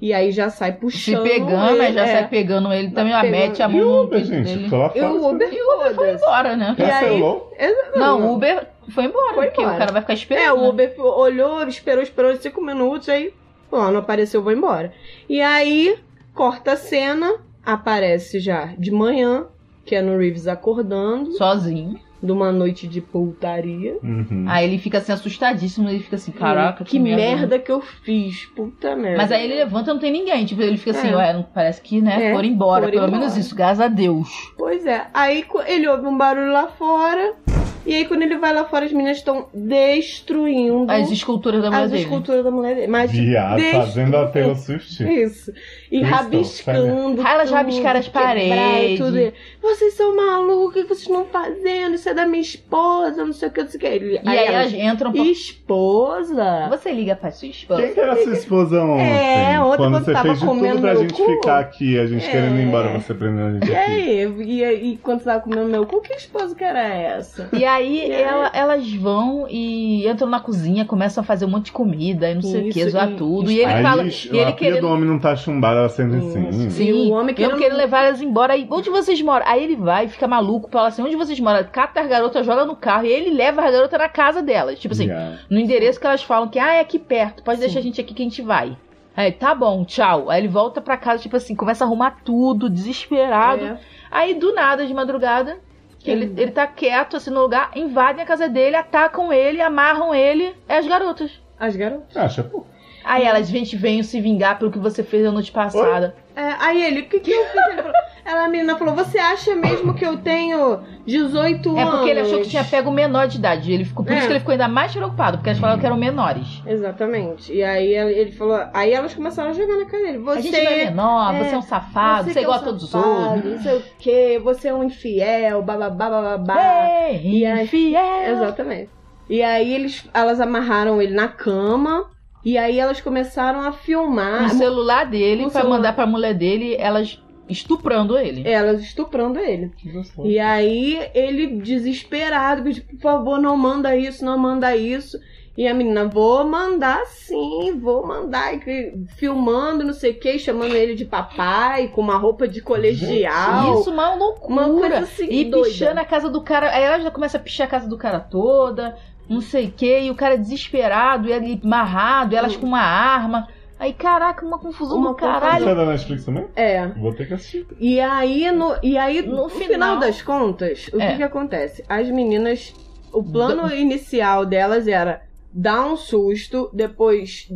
Speaker 6: E aí já sai
Speaker 4: Se
Speaker 6: puxando.
Speaker 4: pegando,
Speaker 6: ele,
Speaker 4: mas já
Speaker 6: é.
Speaker 4: sai pegando ele também, a
Speaker 6: Pegando.
Speaker 4: mete a
Speaker 5: E
Speaker 4: mão
Speaker 5: o
Speaker 4: no
Speaker 5: Uber,
Speaker 4: peito
Speaker 5: gente?
Speaker 4: dele.
Speaker 5: Ficou lá
Speaker 6: E
Speaker 5: fora.
Speaker 6: o Uber,
Speaker 4: Foi
Speaker 6: foda-se.
Speaker 4: embora, né?
Speaker 6: e aí-
Speaker 5: Cancelou?
Speaker 6: Exa-
Speaker 4: Não, o Uber foi embora,
Speaker 6: Foi
Speaker 4: porque
Speaker 6: embora.
Speaker 4: o cara vai ficar esperando.
Speaker 6: É, o
Speaker 4: né?
Speaker 6: Uber olhou, esperou, esperou cinco minutos, aí, ó, não apareceu, vou embora. E aí, corta a cena, aparece já de manhã, que é no Reeves acordando,
Speaker 4: Sozinho.
Speaker 6: de uma noite de putaria.
Speaker 5: Uhum.
Speaker 4: Aí ele fica assim assustadíssimo, ele fica assim, caraca, né?
Speaker 6: que, merda que eu fiz, puta merda.
Speaker 4: Mas aí ele levanta e não tem ninguém. Tipo, ele fica assim,
Speaker 6: É.
Speaker 4: ué, não- parece que, né,
Speaker 6: É,
Speaker 4: foram embora.
Speaker 6: foram
Speaker 4: Pelo
Speaker 6: embora.
Speaker 4: menos isso, graças a Deus.
Speaker 6: Pois é, aí co- ele ouve um barulho lá fora, e aí quando ele vai lá fora, as meninas estão destruindo
Speaker 4: As esculturas da mulher
Speaker 6: Uhum. as
Speaker 4: dele.
Speaker 6: esculturas da mulher dele. Mas
Speaker 5: Viado,
Speaker 6: destru-
Speaker 5: fazendo a Taylor Swift.
Speaker 6: É Isso. E
Speaker 5: Cristão,
Speaker 6: rabiscando.
Speaker 4: sério. Ah, elas
Speaker 6: tudo,
Speaker 4: rabiscaram as
Speaker 6: quebraram
Speaker 4: paredes.
Speaker 6: tudo. Vocês são malucos, o que vocês estão fazendo? Isso é da minha esposa, não sei o que, não sei o que. Ele-
Speaker 4: E aí elas entram pra...
Speaker 6: Esposa?
Speaker 4: Você liga pra sua esposa.
Speaker 5: Quem que era sua esposa ontem?
Speaker 6: É, ontem
Speaker 5: quando
Speaker 6: quando
Speaker 5: você
Speaker 6: tava
Speaker 5: fez de
Speaker 6: comendo
Speaker 5: tudo pra
Speaker 6: meu
Speaker 5: gente
Speaker 6: cu.
Speaker 5: ficar aqui, a gente
Speaker 6: É.
Speaker 5: querendo ir embora, você prendendo a gente
Speaker 6: E
Speaker 5: aqui.
Speaker 6: aí? E, aí- e quando tava comendo meu cu, que esposa que era essa?
Speaker 4: E aí
Speaker 6: E aí?
Speaker 4: ela- elas vão e entram na cozinha, começam a fazer um monte de comida e não sei o que,
Speaker 6: Isso,
Speaker 4: zoar
Speaker 6: e-
Speaker 4: tudo.
Speaker 6: e
Speaker 4: E ele
Speaker 5: Aí,
Speaker 4: fala.
Speaker 5: ixi,
Speaker 4: E
Speaker 5: a
Speaker 4: ele
Speaker 5: pia
Speaker 4: querendo.
Speaker 5: do homem não tá chumbada, ela sendo
Speaker 6: Isso.
Speaker 5: assim.
Speaker 6: E o homem
Speaker 4: eu
Speaker 6: querendo-
Speaker 4: querendo levar elas embora. Aí, onde vocês moram? Aí ele vai, fica maluco, fala assim: onde vocês moram? Cata as garotas, joga no carro. E ele leva as garotas na casa delas. Tipo assim,
Speaker 5: Yeah.
Speaker 4: no endereço que elas falam que, ah, é aqui perto, pode deixar a gente aqui que a gente vai. Aí, tá bom, tchau. Aí ele volta pra casa, tipo assim, começa a arrumar tudo, desesperado.
Speaker 6: É.
Speaker 4: Aí, do nada, de madrugada, ele, ele tá quieto, assim, no lugar, invadem a casa dele, atacam ele, amarram ele, é as garotas.
Speaker 6: As garotas.
Speaker 5: Acha pouco.
Speaker 4: Aí
Speaker 6: Hum.
Speaker 4: elas, gente, venham se vingar pelo que você fez na noite passada.
Speaker 6: É, aí ele, o que que eu fiz? Ele falou- Ela, a menina, falou, você acha mesmo que eu tenho 18
Speaker 4: É
Speaker 6: anos?
Speaker 4: porque ele achou que tinha pego o menor de idade. Ele ficou, por
Speaker 6: É.
Speaker 4: isso que ele ficou ainda mais preocupado, porque elas falaram que eram menores.
Speaker 6: Exatamente. E aí ele falou. Aí elas começaram a jogar na cara dele.
Speaker 4: a gente não é
Speaker 6: Você.
Speaker 4: menor,
Speaker 6: é,
Speaker 4: você é um safado, você, é
Speaker 6: que é
Speaker 4: igual
Speaker 6: um
Speaker 4: a todos os
Speaker 6: safado,
Speaker 4: outros.
Speaker 6: Não sei o que, você é um infiel, bababá, bababá.
Speaker 4: É,
Speaker 6: E aí-
Speaker 4: infiel.
Speaker 6: Exatamente. E aí eles, elas amarraram ele na cama. E aí elas começaram a filmar.
Speaker 4: é o celular dele
Speaker 6: o
Speaker 4: pra
Speaker 6: celular.
Speaker 4: mandar pra mulher dele, elas estuprando ele.
Speaker 6: Elas estuprando ele. E aí ele desesperado, pediu, por favor, não manda isso, não manda isso. E a menina, vou mandar sim, vou mandar. E que- filmando, não sei o que, chamando ele de papai, com uma roupa de colegial.
Speaker 4: Isso, é uma loucura.
Speaker 6: uma coisa assim,
Speaker 4: e
Speaker 6: doida.
Speaker 4: pichando a casa do cara. Aí ela já começa a pichar a casa do cara toda, não sei o que, e o cara é desesperado, e ele amarrado, e elas com uma arma. Aí, caraca, uma confusão
Speaker 6: Hum. Uma
Speaker 4: do caralho.
Speaker 5: Isso é da Netflix também?
Speaker 6: É.
Speaker 5: Vou ter que assistir.
Speaker 6: E aí, no, e aí,
Speaker 4: No
Speaker 6: no, final,
Speaker 4: final
Speaker 6: das contas, o
Speaker 4: É.
Speaker 6: que, que acontece? As meninas. O plano inicial delas era dar um susto, depois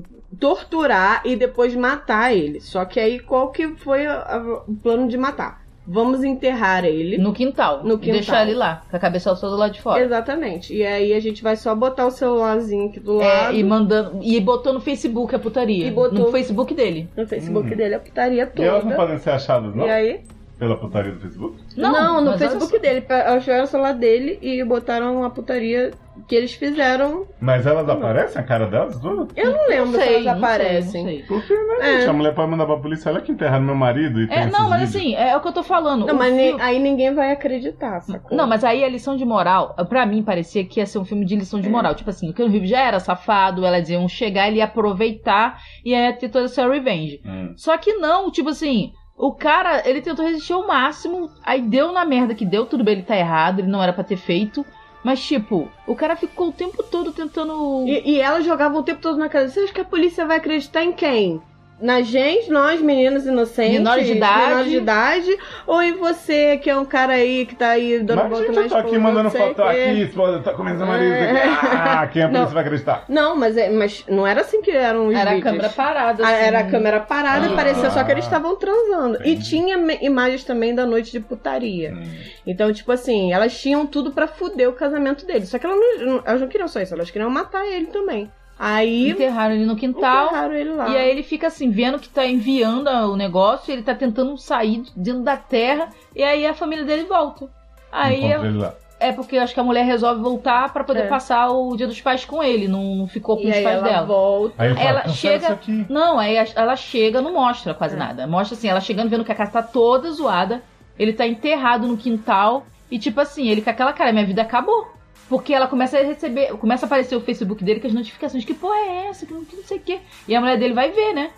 Speaker 6: torturar e depois matar ele. Só que aí, qual que foi a- a- o plano de matar? Vamos enterrar ele.
Speaker 4: No quintal.
Speaker 6: No
Speaker 4: E
Speaker 6: quintal.
Speaker 4: Deixar ele lá, com a cabeça só do lado de fora.
Speaker 6: Exatamente. E aí a gente vai só botar o celularzinho aqui do
Speaker 4: É,
Speaker 6: lado.
Speaker 4: e mandando. E botou no Facebook a putaria.
Speaker 6: E
Speaker 4: No
Speaker 6: botou.
Speaker 4: Facebook dele.
Speaker 6: No Facebook
Speaker 5: Hum.
Speaker 6: dele é a putaria
Speaker 5: E elas não
Speaker 6: toda.
Speaker 5: podem ser achadas, não?
Speaker 6: E aí?
Speaker 5: Pela putaria do Facebook?
Speaker 6: Não, no
Speaker 4: mas olha
Speaker 6: Facebook dele. pe- Acharam o celular dele e botaram a putaria que eles fizeram
Speaker 5: Mas elas aparecem, a cara delas? duas?
Speaker 6: Eu não
Speaker 4: só-
Speaker 6: lembro
Speaker 4: Não
Speaker 6: se
Speaker 4: sei,
Speaker 6: elas
Speaker 4: não sei,
Speaker 6: aparecem.
Speaker 4: não sei.
Speaker 5: Porque, né,
Speaker 6: É.
Speaker 5: gente? A mulher pode mandar pra polícia, olha que enterraram meu marido e tem
Speaker 4: É, não,
Speaker 5: esses
Speaker 4: mas
Speaker 5: vídeos.
Speaker 4: assim, é, o que eu tô falando.
Speaker 6: Não,
Speaker 4: O
Speaker 6: mas
Speaker 4: filme-
Speaker 6: nem- aí ninguém vai acreditar, sacou?
Speaker 4: Não, mas aí a lição de moral, pra mim parecia que ia ser um filme de lição de moral. Tipo assim, o Keanu Reeves já era safado, elas iam chegar, ele ia aproveitar e ia ter toda essa revenge.
Speaker 5: Hum.
Speaker 4: Só que não, tipo assim, o cara, ele tentou resistir ao máximo, aí deu na merda que deu, tudo bem, ele tá errado, ele não era pra ter feito. Mas, tipo, o cara ficou o tempo todo tentando.
Speaker 6: E, e elas jogavam o tempo todo na cara. Você acha que a polícia vai acreditar em quem? na gente, nós, meninos inocentes,
Speaker 4: Menores de idade.
Speaker 6: menores de idade, ou em você, que é um cara aí que tá aí dando
Speaker 5: Mas,
Speaker 6: voto
Speaker 5: gente,
Speaker 6: na
Speaker 5: eu tô aqui
Speaker 6: esposa,
Speaker 5: mandando
Speaker 6: não sei o
Speaker 5: foto, tô
Speaker 6: quê.
Speaker 5: aqui, esposa, tá comendo seu marido.
Speaker 6: É.
Speaker 5: Ah, quem a polícia
Speaker 6: Não.
Speaker 5: vai acreditar?
Speaker 6: Não, mas, é- mas não era assim que eram os
Speaker 4: Era a
Speaker 6: vídeos.
Speaker 4: câmera parada.
Speaker 6: Ah,
Speaker 4: assim.
Speaker 6: Era a câmera parada,
Speaker 5: Ah.
Speaker 6: parecia só que eles estavam transando. E
Speaker 5: Entendi.
Speaker 6: tinha me- imagens também da noite de putaria.
Speaker 5: Hum.
Speaker 6: Então, tipo assim, elas tinham tudo pra fuder o casamento dele. Só que elas não, elas não queriam só isso, elas queriam matar ele também. Aí
Speaker 4: Enterraram ele no quintal.
Speaker 6: enterraram ele lá.
Speaker 4: um E aí ele fica assim, vendo que tá enviando a- o negócio, ele tá tentando sair dentro da terra, e aí a família dele volta. Aí
Speaker 5: Encontra ele lá.
Speaker 4: é porque eu acho que a mulher resolve voltar pra poder
Speaker 6: É.
Speaker 4: passar o dia dos pais com ele, não, não ficou com
Speaker 6: E
Speaker 4: os
Speaker 6: aí
Speaker 4: pais
Speaker 6: ela
Speaker 4: dela.
Speaker 6: volta.
Speaker 5: Aí ele fala,
Speaker 4: Ela
Speaker 5: cancela
Speaker 4: chega-
Speaker 5: isso aqui.
Speaker 4: Não, aí a- ela chega, não mostra quase
Speaker 6: É.
Speaker 4: nada. Mostra assim, ela chegando, vendo que a casa tá toda zoada, ele tá enterrado no quintal, e tipo assim, ele com aquela cara, minha vida acabou. Porque ela começa a receber, começa a aparecer o Facebook dele com as notificações, que porra é essa, que não, que não sei o quê. E a mulher dele vai ver, né?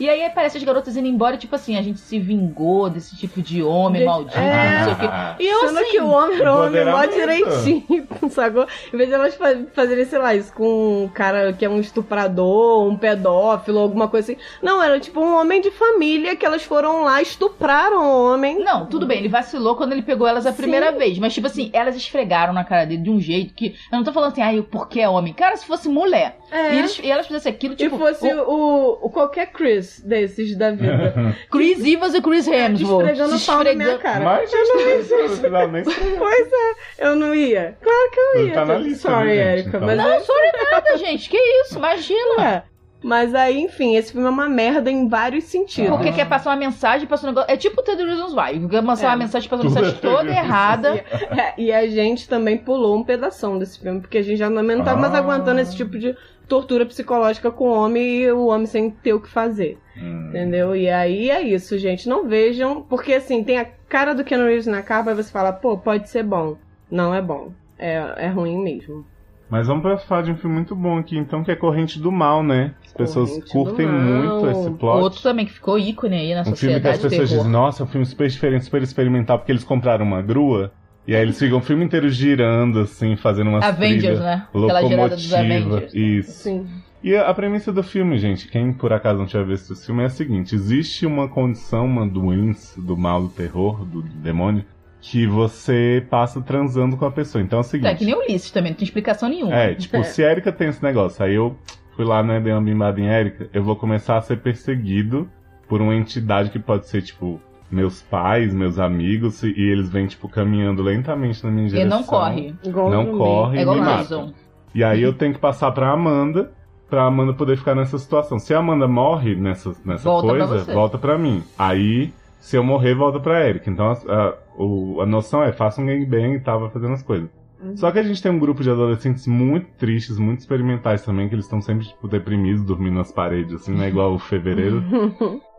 Speaker 4: E aí aparece as garotas indo embora, e tipo assim, a gente se vingou desse tipo de homem
Speaker 6: Deixa-
Speaker 4: maldito,
Speaker 6: É.
Speaker 5: Ah.
Speaker 4: não sei o quê.
Speaker 6: E eu
Speaker 4: Sendo
Speaker 6: assim,
Speaker 4: que
Speaker 6: que
Speaker 4: o
Speaker 6: o homem era
Speaker 5: homem
Speaker 6: homem mó
Speaker 5: empoderamento.
Speaker 6: direitinho, sacou? Em vez de elas fa- fazerem, sei lá, isso com um cara que é um estuprador, um pedófilo, alguma coisa assim. Não, era tipo um homem de família que elas foram lá, estupraram o homem.
Speaker 4: Não, tudo bem, ele vacilou quando ele pegou elas a
Speaker 6: Sim.
Speaker 4: primeira vez. Mas, tipo assim, elas esfregaram na cara dele de um jeito que. Eu não tô falando assim, ai, o porquê é homem. Cara, se fosse mulher.
Speaker 6: É.
Speaker 4: E, eles- e elas fizessem aquilo,
Speaker 6: Se
Speaker 4: tipo.
Speaker 6: fosse
Speaker 4: o
Speaker 6: o, o- qualquer Chris desses da vida.
Speaker 4: Chris Evans e Chris Hemsworth.
Speaker 6: É, esfregando
Speaker 4: se
Speaker 6: o pau na minha
Speaker 4: esfregando-
Speaker 6: cara.
Speaker 5: Mas gente, não precisa, não, nem sei.
Speaker 6: Pois é, eu não ia. Claro que eu
Speaker 5: Ele
Speaker 6: ia.
Speaker 5: tá na lista,
Speaker 6: Sorry,
Speaker 5: né, gente?
Speaker 6: Erika,
Speaker 5: Então-
Speaker 6: mas
Speaker 4: Não, sorry nada, gente. Que isso, imagina.
Speaker 6: é. Mas aí, enfim, esse filme é uma merda em vários
Speaker 5: É.
Speaker 6: sentidos.
Speaker 4: Porque quer passar uma mensagem, passa um negócio. É tipo o Teddy Reasons Why. Quer passar
Speaker 6: É.
Speaker 4: uma mensagem, passa uma
Speaker 5: Tudo
Speaker 4: mensagem
Speaker 5: é
Speaker 4: toda
Speaker 5: Teddy Reasons.
Speaker 4: errada.
Speaker 6: É, e a gente também pulou um pedação desse filme, porque a gente já também não tava mais
Speaker 5: Ah.
Speaker 6: aguentando esse tipo de tortura psicológica com o homem e o homem sem ter o que fazer.
Speaker 5: Hum.
Speaker 6: Entendeu? E aí é isso, gente. Não vejam, porque assim, tem a cara do Keanu Reeves na capa e você fala, pô, pode ser bom. Não é bom. É, é ruim mesmo.
Speaker 5: Mas vamos pra falar de um filme muito bom aqui, então, que é Corrente do Mal, né? As pessoas
Speaker 6: Corrente do
Speaker 5: curtem
Speaker 6: Mal.
Speaker 5: muito esse plot.
Speaker 4: Outro também que ficou ícone aí na
Speaker 5: um filme que as
Speaker 4: sociedade.
Speaker 5: pessoas
Speaker 4: terror.
Speaker 5: dizem, nossa, é um filme super diferente, super experimental, porque eles compraram uma grua. E aí eles ficam o filme inteiro girando, assim, fazendo umas
Speaker 4: Avengers,
Speaker 5: trilhas.
Speaker 4: né? Aquela gerada dos
Speaker 5: Locomotiva.
Speaker 4: Avengers. né?
Speaker 5: Isso.
Speaker 6: Sim.
Speaker 5: E a a premissa do filme, gente, quem por acaso não tiver visto esse filme, é a seguinte: existe uma condição, uma doença do mal, do terror, do demônio, que você passa transando com a pessoa. Então é o seguinte.
Speaker 4: É que nem Ulisses também, não tem explicação nenhuma.
Speaker 5: É, tipo,
Speaker 6: É.
Speaker 5: se a Erika tem esse negócio, aí eu fui lá, né, dei uma bimbada em Erika, eu vou começar a ser perseguido por uma entidade que pode ser, tipo, meus pais, meus amigos, e e eles vêm, tipo, caminhando lentamente na minha
Speaker 4: Ele
Speaker 5: direção.
Speaker 4: não corre.
Speaker 6: Igual
Speaker 5: Não
Speaker 6: zumbi.
Speaker 5: corre.
Speaker 4: É igual
Speaker 5: me
Speaker 4: o
Speaker 5: mata.
Speaker 4: Jason.
Speaker 5: E aí eu tenho que passar pra Amanda, pra Amanda poder ficar nessa situação. Se a Amanda morre nessa, nessa
Speaker 4: Volta pra
Speaker 5: coisa,
Speaker 4: você.
Speaker 5: volta pra mim. Aí, se eu morrer, volta pra Erika. Então a, a, o- a noção é, faça um gangbang e tá, vai fazendo as coisas.
Speaker 6: Uhum.
Speaker 5: Só que a gente tem um grupo de adolescentes muito tristes, muito experimentais também, que eles estão sempre, tipo, deprimidos, dormindo nas paredes, assim,
Speaker 4: Uhum.
Speaker 5: né? Igual o fevereiro,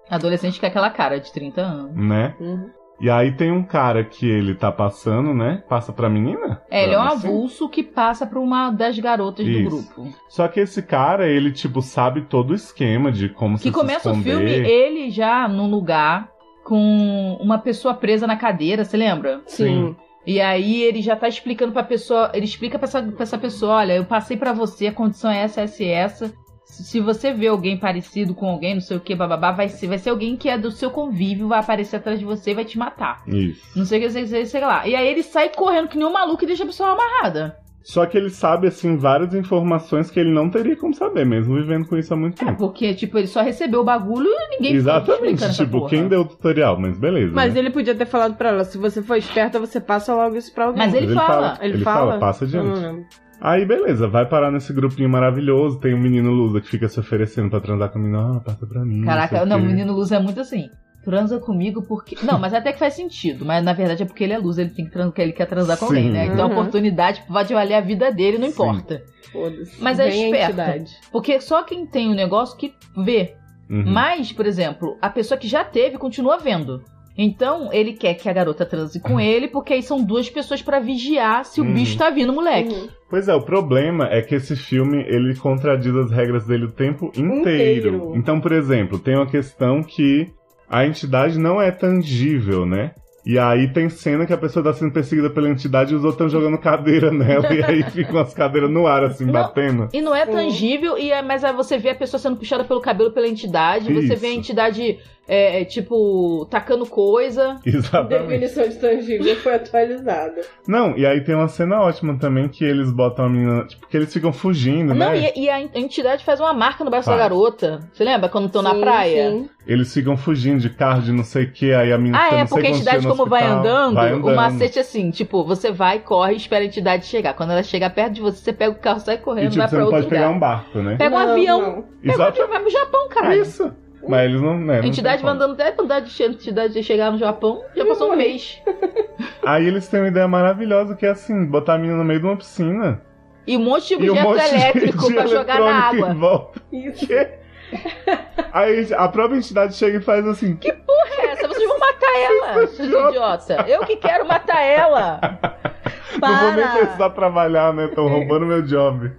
Speaker 4: Adolescente com aquela cara de 30 anos.
Speaker 5: né?
Speaker 6: Uhum.
Speaker 5: E aí tem um cara que ele tá passando, né? Passa pra menina.
Speaker 4: É, ele é um
Speaker 5: Assim.
Speaker 4: avulso que passa pra uma das garotas do
Speaker 5: Isso.
Speaker 4: grupo.
Speaker 5: Só que esse cara, ele, tipo, sabe todo o esquema de como se
Speaker 4: Que começa o
Speaker 5: esconder.
Speaker 4: filme, ele já num lugar com uma pessoa presa na cadeira, você lembra?
Speaker 6: Sim.
Speaker 4: E aí ele já tá explicando pra pessoa, ele explica pra essa, pra essa pessoa, olha, eu passei pra você, a condição é essa, essa e essa. Se se você vê alguém parecido com alguém, não sei o que, bababá, vai ser, vai ser alguém que é do seu convívio, vai aparecer atrás de você e vai te matar.
Speaker 5: Isso.
Speaker 4: Não sei o que, sei, sei, sei lá. E aí ele sai correndo que nem um maluco e deixa a pessoa amarrada.
Speaker 5: Só que ele sabe, assim, várias informações que ele não teria como saber, mesmo vivendo com isso há muito
Speaker 4: É,
Speaker 5: tempo.
Speaker 4: porque, tipo, ele só recebeu o bagulho e É, ninguém
Speaker 5: Exatamente,
Speaker 4: explicando essa
Speaker 5: tipo,
Speaker 4: porra.
Speaker 5: quem deu o tutorial, mas beleza.
Speaker 6: Mas
Speaker 5: né?
Speaker 6: ele podia ter falado pra ela, se você for esperta, você passa logo isso pra alguém.
Speaker 4: Mas ele fala. Uhum.
Speaker 6: Ele
Speaker 5: ele fala,
Speaker 6: fala?
Speaker 5: passa
Speaker 6: Eu
Speaker 5: adiante.
Speaker 6: não lembro.
Speaker 5: Aí, beleza, vai parar nesse grupinho maravilhoso. Tem o menino Lusa que fica se oferecendo pra transar com a menina. Ah, passa pra mim.
Speaker 4: Caraca,
Speaker 5: sei
Speaker 4: não,
Speaker 5: o
Speaker 4: o
Speaker 5: quê.
Speaker 4: menino Luz é muito assim. Transa comigo porque. Não, mas até que faz sentido. Mas na verdade é porque ele é luz, ele tem que trans... que ele quer transar com alguém,
Speaker 5: Sim.
Speaker 4: né? Dá
Speaker 6: Uhum.
Speaker 4: oportunidade, pode valer a vida dele, não
Speaker 5: Sim.
Speaker 4: importa.
Speaker 6: Foda-se.
Speaker 4: Mas é
Speaker 6: Vem a
Speaker 4: esperta.
Speaker 6: entidade.
Speaker 4: Porque só quem tem o negócio que vê.
Speaker 5: Uhum.
Speaker 4: Mas, por exemplo, a pessoa que já teve continua vendo. Então, ele quer que a garota transe com ele, porque aí são duas pessoas pra vigiar se o
Speaker 5: Uhum.
Speaker 4: bicho tá vindo, moleque.
Speaker 6: Uhum.
Speaker 5: Pois é, o problema é que esse filme ele contradiz as regras dele o tempo inteiro.
Speaker 6: Inteiro.
Speaker 5: Então, por exemplo, tem uma questão que a entidade não é tangível, né? E aí tem cena que a pessoa tá sendo perseguida pela entidade e os outros estão jogando cadeira nela. e aí ficam as cadeiras no ar, assim,
Speaker 4: Não.
Speaker 5: batendo.
Speaker 4: E não é
Speaker 6: Sim.
Speaker 4: tangível, e é- mas aí você vê a pessoa sendo puxada pelo cabelo pela entidade, você vê a
Speaker 5: Isso.
Speaker 4: entidade, é, é, tipo, tacando coisa.
Speaker 5: Exatamente.
Speaker 6: Definição de tangível foi atualizada.
Speaker 5: Não, e aí tem uma cena ótima também que eles botam a menina. Tipo, que eles ficam fugindo,
Speaker 4: Não,
Speaker 5: né?
Speaker 4: e, é- e a entidade faz uma marca no braço
Speaker 5: Faz.
Speaker 4: da garota. Você lembra quando estão na
Speaker 6: Sim,
Speaker 4: praia?
Speaker 6: sim.
Speaker 5: Eles ficam fugindo de carro, de não sei o que, aí a menina
Speaker 4: Ah,
Speaker 5: fica
Speaker 4: é,
Speaker 5: não sei
Speaker 4: porque a
Speaker 5: quantos
Speaker 4: entidade,
Speaker 5: dias no
Speaker 4: como vai
Speaker 5: hospital,
Speaker 4: andando,
Speaker 5: vai
Speaker 4: o
Speaker 5: andando.
Speaker 4: macete é assim, tipo, você vai, corre, espera a entidade chegar. Quando ela chegar perto de você, você pega o carro, sai
Speaker 5: E
Speaker 4: correndo,
Speaker 5: tipo,
Speaker 4: vai
Speaker 5: você
Speaker 4: pra
Speaker 5: não
Speaker 4: outro
Speaker 5: pode
Speaker 4: lugar.
Speaker 5: pegar um barco, né?
Speaker 4: Pega um
Speaker 6: Não,
Speaker 4: avião,
Speaker 6: não.
Speaker 4: pega um
Speaker 5: Exato.
Speaker 4: avião, vai pro Japão, cara.
Speaker 5: Isso. Mas eles não. Né, não
Speaker 4: A
Speaker 5: tem
Speaker 4: entidade vai
Speaker 5: como.
Speaker 4: andando até a de che- entidade chegar no Japão, já passou um mês.
Speaker 5: Aí eles têm uma ideia maravilhosa que é assim: botar a menina no meio de uma piscina.
Speaker 4: E um monte de
Speaker 5: e um
Speaker 4: objeto
Speaker 5: monte de-
Speaker 4: elétrico
Speaker 5: de
Speaker 4: pra jogar na
Speaker 5: eletrônico
Speaker 4: água.
Speaker 5: em volta.
Speaker 6: Isso.
Speaker 5: Aí a própria entidade chega e faz assim: que
Speaker 4: É essa, vocês vão matar ela, seus idiota. Eu que quero matar ela.
Speaker 5: não vou nem
Speaker 6: Para.
Speaker 5: precisar trabalhar, né? Estão roubando meu job.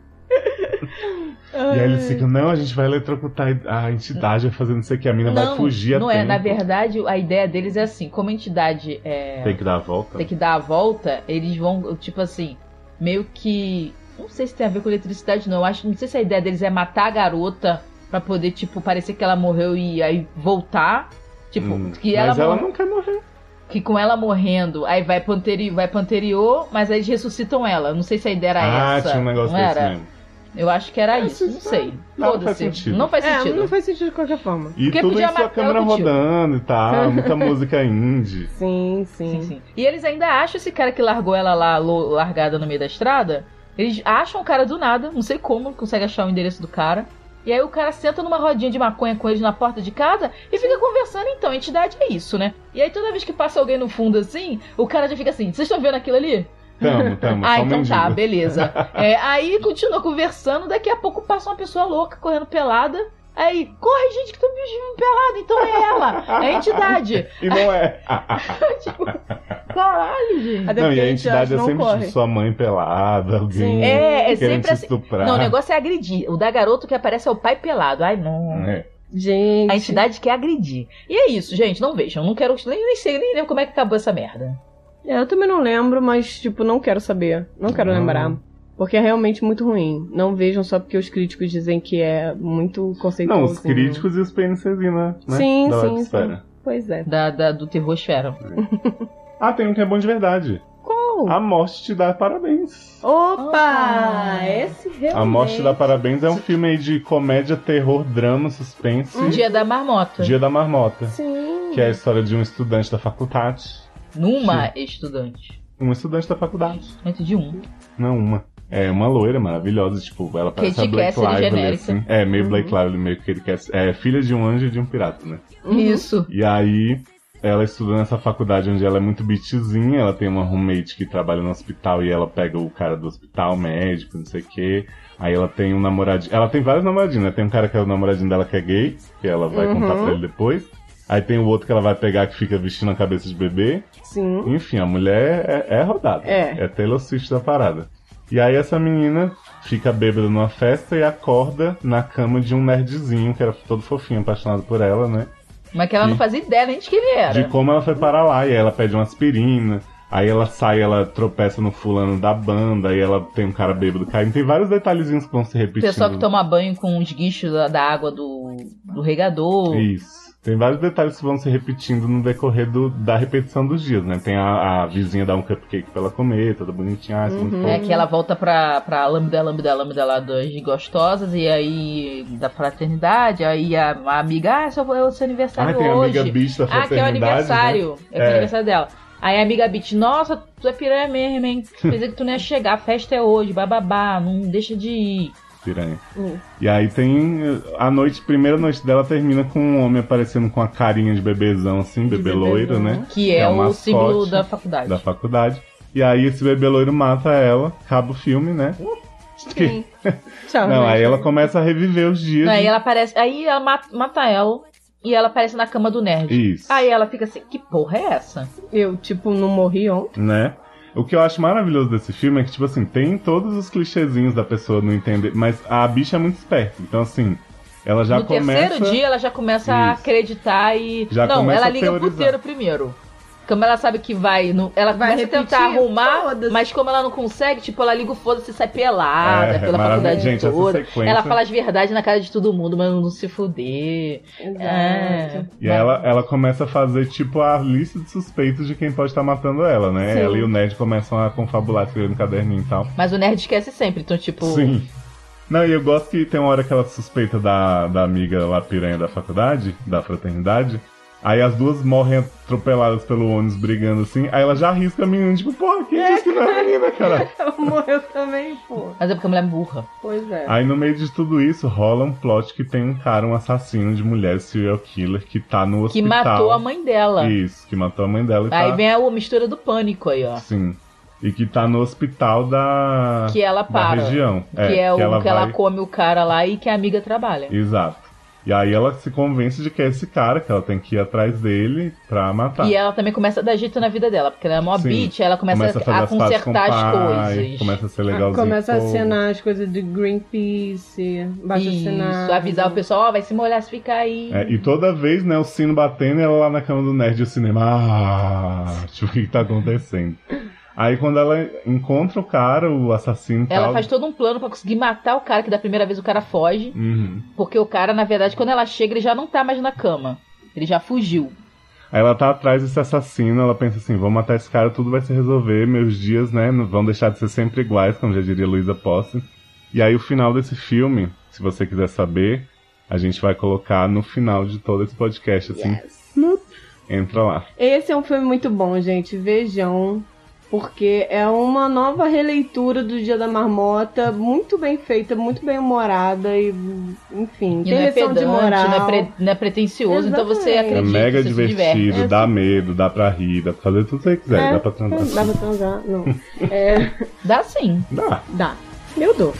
Speaker 5: E aí eles ficam, não, a gente vai eletrocutar a entidade, vai fazer não sei o que, a mina vai fugir a
Speaker 4: não é.
Speaker 5: tempo.
Speaker 4: Na verdade, a ideia deles é assim, como a entidade é,
Speaker 5: Tem que dar a volta.
Speaker 4: tem que dar a volta, eles vão, tipo assim, meio que. Não sei se tem a ver com eletricidade, não. Eu acho, não sei se a ideia deles é matar a garota pra poder, tipo, parecer que ela morreu e aí voltar. Tipo,
Speaker 5: Hum,
Speaker 4: que ela,
Speaker 5: Mas ela
Speaker 4: mor-
Speaker 5: não quer morrer.
Speaker 4: que com ela morrendo, aí vai pro anterior, vai pro anterior, mas aí eles ressuscitam ela. Não sei se a ideia era
Speaker 5: ah,
Speaker 4: essa.
Speaker 5: tinha um negócio
Speaker 4: não
Speaker 5: desse
Speaker 4: era?
Speaker 5: mesmo.
Speaker 4: Eu acho que era
Speaker 5: Ah,
Speaker 4: isso, não
Speaker 5: isso
Speaker 4: sei.
Speaker 5: não faz
Speaker 4: Foda-se.
Speaker 5: sentido.
Speaker 4: Não faz
Speaker 6: É,
Speaker 4: sentido.
Speaker 6: não faz sentido de qualquer forma.
Speaker 5: E
Speaker 4: Porque
Speaker 5: tudo
Speaker 4: podia
Speaker 5: isso a
Speaker 4: matar tipo.
Speaker 5: câmera
Speaker 4: o tio.
Speaker 5: rodando e tal, muita música indie.
Speaker 6: Sim, sim.
Speaker 4: Sim,
Speaker 5: Uhum.
Speaker 4: sim. E eles ainda acham esse cara que largou ela lá, lo- largada no meio da estrada. Eles acham o cara do nada, não sei como, consegue achar o endereço do cara. E aí o cara senta numa rodinha de maconha com eles na porta de casa e fica conversando, então, a entidade é isso, né? E aí toda vez que passa alguém no fundo assim, o cara já fica assim, vocês estão vendo aquilo ali?
Speaker 5: Tamo, tamo,
Speaker 4: ah,
Speaker 5: só um
Speaker 4: então tá,
Speaker 5: mendigo.
Speaker 4: beleza. É, aí continua conversando, daqui a pouco passa uma pessoa louca correndo pelada. Aí, corre, gente, que tô me vendo pelada, então é ela, é a entidade.
Speaker 5: E não é.
Speaker 4: tipo, caralho, gente.
Speaker 6: Até
Speaker 5: não,
Speaker 6: porque
Speaker 5: e a entidade é
Speaker 6: não
Speaker 5: sempre
Speaker 6: corre.
Speaker 5: tipo, sua mãe pelada, alguém
Speaker 4: É, é
Speaker 5: querendo
Speaker 4: sempre
Speaker 5: te
Speaker 4: assim.
Speaker 5: estuprar.
Speaker 4: Não, o negócio é agredir. O da garoto que aparece é o pai pelado. Ai, não.
Speaker 5: É.
Speaker 6: Gente.
Speaker 4: A entidade quer agredir. E é isso, gente. Não vejam. Não quero. Nem, nem sei, nem lembro como é que acabou essa merda.
Speaker 6: É, eu também não lembro, mas, tipo, não quero saber. Não quero
Speaker 5: Não.
Speaker 6: lembrar. Porque é realmente muito ruim. Não vejam só porque os críticos dizem que é muito conceituoso.
Speaker 5: Não, os
Speaker 4: né?
Speaker 5: críticos e os PNCzinhos, né?
Speaker 6: Sim,
Speaker 5: Da
Speaker 6: sim,
Speaker 5: websfera.
Speaker 6: Pois é.
Speaker 4: Da, da- do terror esfera.
Speaker 5: Ah, tem um que é bom de verdade.
Speaker 6: Qual?
Speaker 5: A morte te dá parabéns.
Speaker 6: Opa!
Speaker 4: Opa!
Speaker 6: Esse realmente...
Speaker 5: A Morte da Parabéns é um filme aí de comédia, terror, drama, suspense.
Speaker 4: Um
Speaker 6: Hum.
Speaker 4: Dia da marmota.
Speaker 5: Dia da Marmota.
Speaker 6: Sim.
Speaker 5: Que é a história de um estudante da faculdade.
Speaker 4: Numa estudante.
Speaker 5: Um estudante da faculdade.
Speaker 4: Antes de um.
Speaker 5: Não, uma. É uma loira maravilhosa, tipo, ela parece
Speaker 4: Kate
Speaker 5: a Blake
Speaker 4: Cassidy
Speaker 5: Lively,
Speaker 4: genérica.
Speaker 5: assim. É, meio
Speaker 6: Uhum.
Speaker 5: Blake Lively, meio Kate Cassidy. É, filha de um anjo e de um pirata, né?
Speaker 6: Uhum.
Speaker 4: Isso.
Speaker 5: E aí, ela estuda nessa faculdade onde ela é muito bitchzinha, ela tem uma roommate que trabalha no hospital e ela pega o cara do hospital, médico, não sei o quê. Aí ela tem um namoradinho. Ela tem vários namoradinhos, né? Tem um cara que é o namoradinho dela que é gay, que ela vai
Speaker 6: Uhum.
Speaker 5: contar pra ele depois. Aí tem o outro que ela vai pegar que fica vestindo a cabeça de bebê.
Speaker 6: Sim.
Speaker 5: Enfim, a mulher é, é rodada.
Speaker 6: É.
Speaker 5: É Taylor Swift da parada. E aí essa menina fica bêbada numa festa e acorda na cama de um nerdzinho que era todo fofinho, apaixonado por ela, né?
Speaker 4: Mas que ela não
Speaker 5: Sim.
Speaker 4: fazia ideia nem de quem ele
Speaker 5: de
Speaker 4: era.
Speaker 5: como ela foi parar lá. E aí ela pede uma aspirina, aí ela sai, ela tropeça no fulano da banda, aí ela tem um cara bêbado caindo. Tem vários detalhezinhos que vão se repetindo.
Speaker 4: Pessoal que toma banho com os guichos da, da água do, do regador.
Speaker 5: Isso. Tem vários detalhes que vão se repetindo no decorrer do- da repetição dos dias, né? Tem a, a vizinha dar um cupcake pra ela comer, toda bonitinha, ah, isso é muito
Speaker 6: Uhum.
Speaker 5: fofo.
Speaker 4: É que ela volta pra, pra lambda, lambda, lambda lá das gostosas e aí da fraternidade, aí a, a amiga, ah, só vou- é o seu
Speaker 5: Ah,
Speaker 4: aniversário
Speaker 5: tem a
Speaker 4: hoje.
Speaker 5: amiga bicha da
Speaker 4: ah, que é o
Speaker 5: fraternidade. né?
Speaker 4: aniversário. É, que é o
Speaker 5: É.
Speaker 4: aniversário dela. Aí a amiga Beat, nossa, tu é piranha mesmo, hein? Pensei que tu não ia chegar, a festa é hoje, bababá, não deixa de ir.
Speaker 5: Piranha.
Speaker 6: Hum.
Speaker 5: E aí tem eh, a noite, primeira noite dela termina com um homem aparecendo com a carinha de bebezão, assim,
Speaker 6: De
Speaker 5: bebê
Speaker 6: bebezão.
Speaker 5: loiro, né?
Speaker 4: Que
Speaker 5: É
Speaker 4: é,
Speaker 5: o
Speaker 4: o
Speaker 5: mascote
Speaker 4: símbolo da faculdade.
Speaker 5: Da faculdade. E aí esse bebê loiro mata ela, acaba o filme, né?
Speaker 6: Sim. Tchau,
Speaker 5: Não,
Speaker 6: gente.
Speaker 5: aí ela começa a reviver os dias.
Speaker 4: Ah, né? Aí ela aparece. Aí ela mata, mata ela e ela aparece na cama do nerd.
Speaker 5: Isso.
Speaker 4: Aí ela fica assim, que porra é essa?
Speaker 6: Eu, tipo, não morri ontem.
Speaker 5: né? O que eu acho maravilhoso desse filme é que, tipo assim, tem todos os clichêzinhos da pessoa não entender, mas a bicha é muito esperta. Então, assim, ela já
Speaker 4: no
Speaker 5: começa.
Speaker 4: terceiro dia ela já começa a
Speaker 5: Isso.
Speaker 4: acreditar e.
Speaker 5: Já
Speaker 4: não,
Speaker 5: começa
Speaker 4: ela
Speaker 5: a
Speaker 4: liga pro
Speaker 5: teorizar.
Speaker 4: puteiro primeiro. Como ela sabe que vai. no- ela
Speaker 6: Vai
Speaker 4: vai
Speaker 6: repetir?
Speaker 4: tentar arrumar,
Speaker 6: Foda-se.
Speaker 4: mas como ela não consegue, tipo, ela liga o foda-se e sai pelada pela
Speaker 5: maravilhoso.
Speaker 4: faculdade
Speaker 5: É, Gente, essa
Speaker 4: toda.
Speaker 5: sequência.
Speaker 4: Ela fala as verdades na cara de todo mundo, mas não se fuder. É.
Speaker 5: E aí ela, ela começa a fazer, tipo, a lista de suspeitos de quem pode estar matando ela, né?
Speaker 6: Sim.
Speaker 5: Ela e o Ned começam a confabular, escrevendo caderninho e tal.
Speaker 4: Mas o nerd esquece sempre, então, tipo.
Speaker 5: Sim. Não, e eu gosto que tem uma hora que ela suspeita da, da amiga lá piranha da faculdade, da fraternidade. Aí as duas morrem atropeladas pelo ônibus brigando assim. Aí ela já arrisca a menina, tipo, porra, quem disse que não é menina, cara?
Speaker 6: Ela morreu também, pô.
Speaker 4: Mas é porque a mulher é burra.
Speaker 6: Pois é.
Speaker 5: Aí no meio de tudo isso rola um plot que tem um cara, um assassino de mulher, serial killer, que tá no
Speaker 4: Que
Speaker 5: hospital.
Speaker 4: matou a mãe dela.
Speaker 5: Isso, que matou a mãe dela e
Speaker 4: Aí
Speaker 5: tá...
Speaker 4: vem a mistura do pânico aí, ó.
Speaker 5: Sim. E que tá no hospital da,
Speaker 4: Que ela
Speaker 5: Ah, da
Speaker 4: para.
Speaker 5: região.
Speaker 4: Que é, o
Speaker 5: ela
Speaker 4: que ela
Speaker 5: vai-
Speaker 4: come o cara lá e que a amiga trabalha.
Speaker 5: Exato. E aí ela se convence de que é esse cara, que ela tem que ir atrás dele pra matar.
Speaker 4: E ela também começa a dar jeito na vida dela, porque ela é mó
Speaker 5: Tá. Sim.
Speaker 4: bitch, ela começa,
Speaker 5: começa a fazer as pazes com o
Speaker 4: consertar as
Speaker 5: pai,
Speaker 4: coisas.
Speaker 5: Começa a ser legalzinho.
Speaker 6: Ah,
Speaker 5: então.
Speaker 6: Começa a
Speaker 5: com o povo.
Speaker 6: assinar as coisas de Greenpeace, baixa
Speaker 4: Isso,
Speaker 6: assinar.
Speaker 4: avisar o pessoal, ó, vai se molhar se ficar aí.
Speaker 5: É, e toda vez, né, o sino batendo e ela lá na cama do nerd e o cinema. Ah, tipo, o que que tá acontecendo? Aí quando ela encontra o cara, o assassino e
Speaker 4: Ela
Speaker 5: tal.
Speaker 4: faz todo um plano pra conseguir matar o cara, que da primeira vez o cara foge.
Speaker 5: Uhum.
Speaker 4: Porque o cara, na verdade, quando ela chega, ele já não tá mais na cama. Ele já fugiu.
Speaker 5: Aí ela tá atrás desse assassino, ela pensa assim, vou matar esse cara, tudo vai se resolver, meus dias, né, não vão deixar de ser sempre iguais, como já diria Luísa Posse. E aí o final desse filme, se você quiser saber, a gente vai colocar no final de todo esse podcast, assim,
Speaker 6: Yes.
Speaker 5: entra lá.
Speaker 6: Esse é um filme muito bom, gente. Vejam. Porque é uma nova releitura do Dia da Marmota, muito bem feita, muito bem humorada e, enfim,
Speaker 4: E
Speaker 6: tem
Speaker 4: não é
Speaker 6: lição
Speaker 4: pedante,
Speaker 6: de moral.
Speaker 4: não é, pre- não é pretencioso, então você
Speaker 6: Exatamente.
Speaker 5: É
Speaker 4: acredita,
Speaker 5: mega
Speaker 4: você se diverte.
Speaker 5: divertido,
Speaker 6: É
Speaker 5: dá medo, dá pra rir, dá pra fazer tudo que você quiser,
Speaker 6: É,
Speaker 5: dá pra transar.
Speaker 6: Dá pra transar? Não. É,
Speaker 4: Dá sim.
Speaker 5: Dá.
Speaker 6: dá. Eu dou.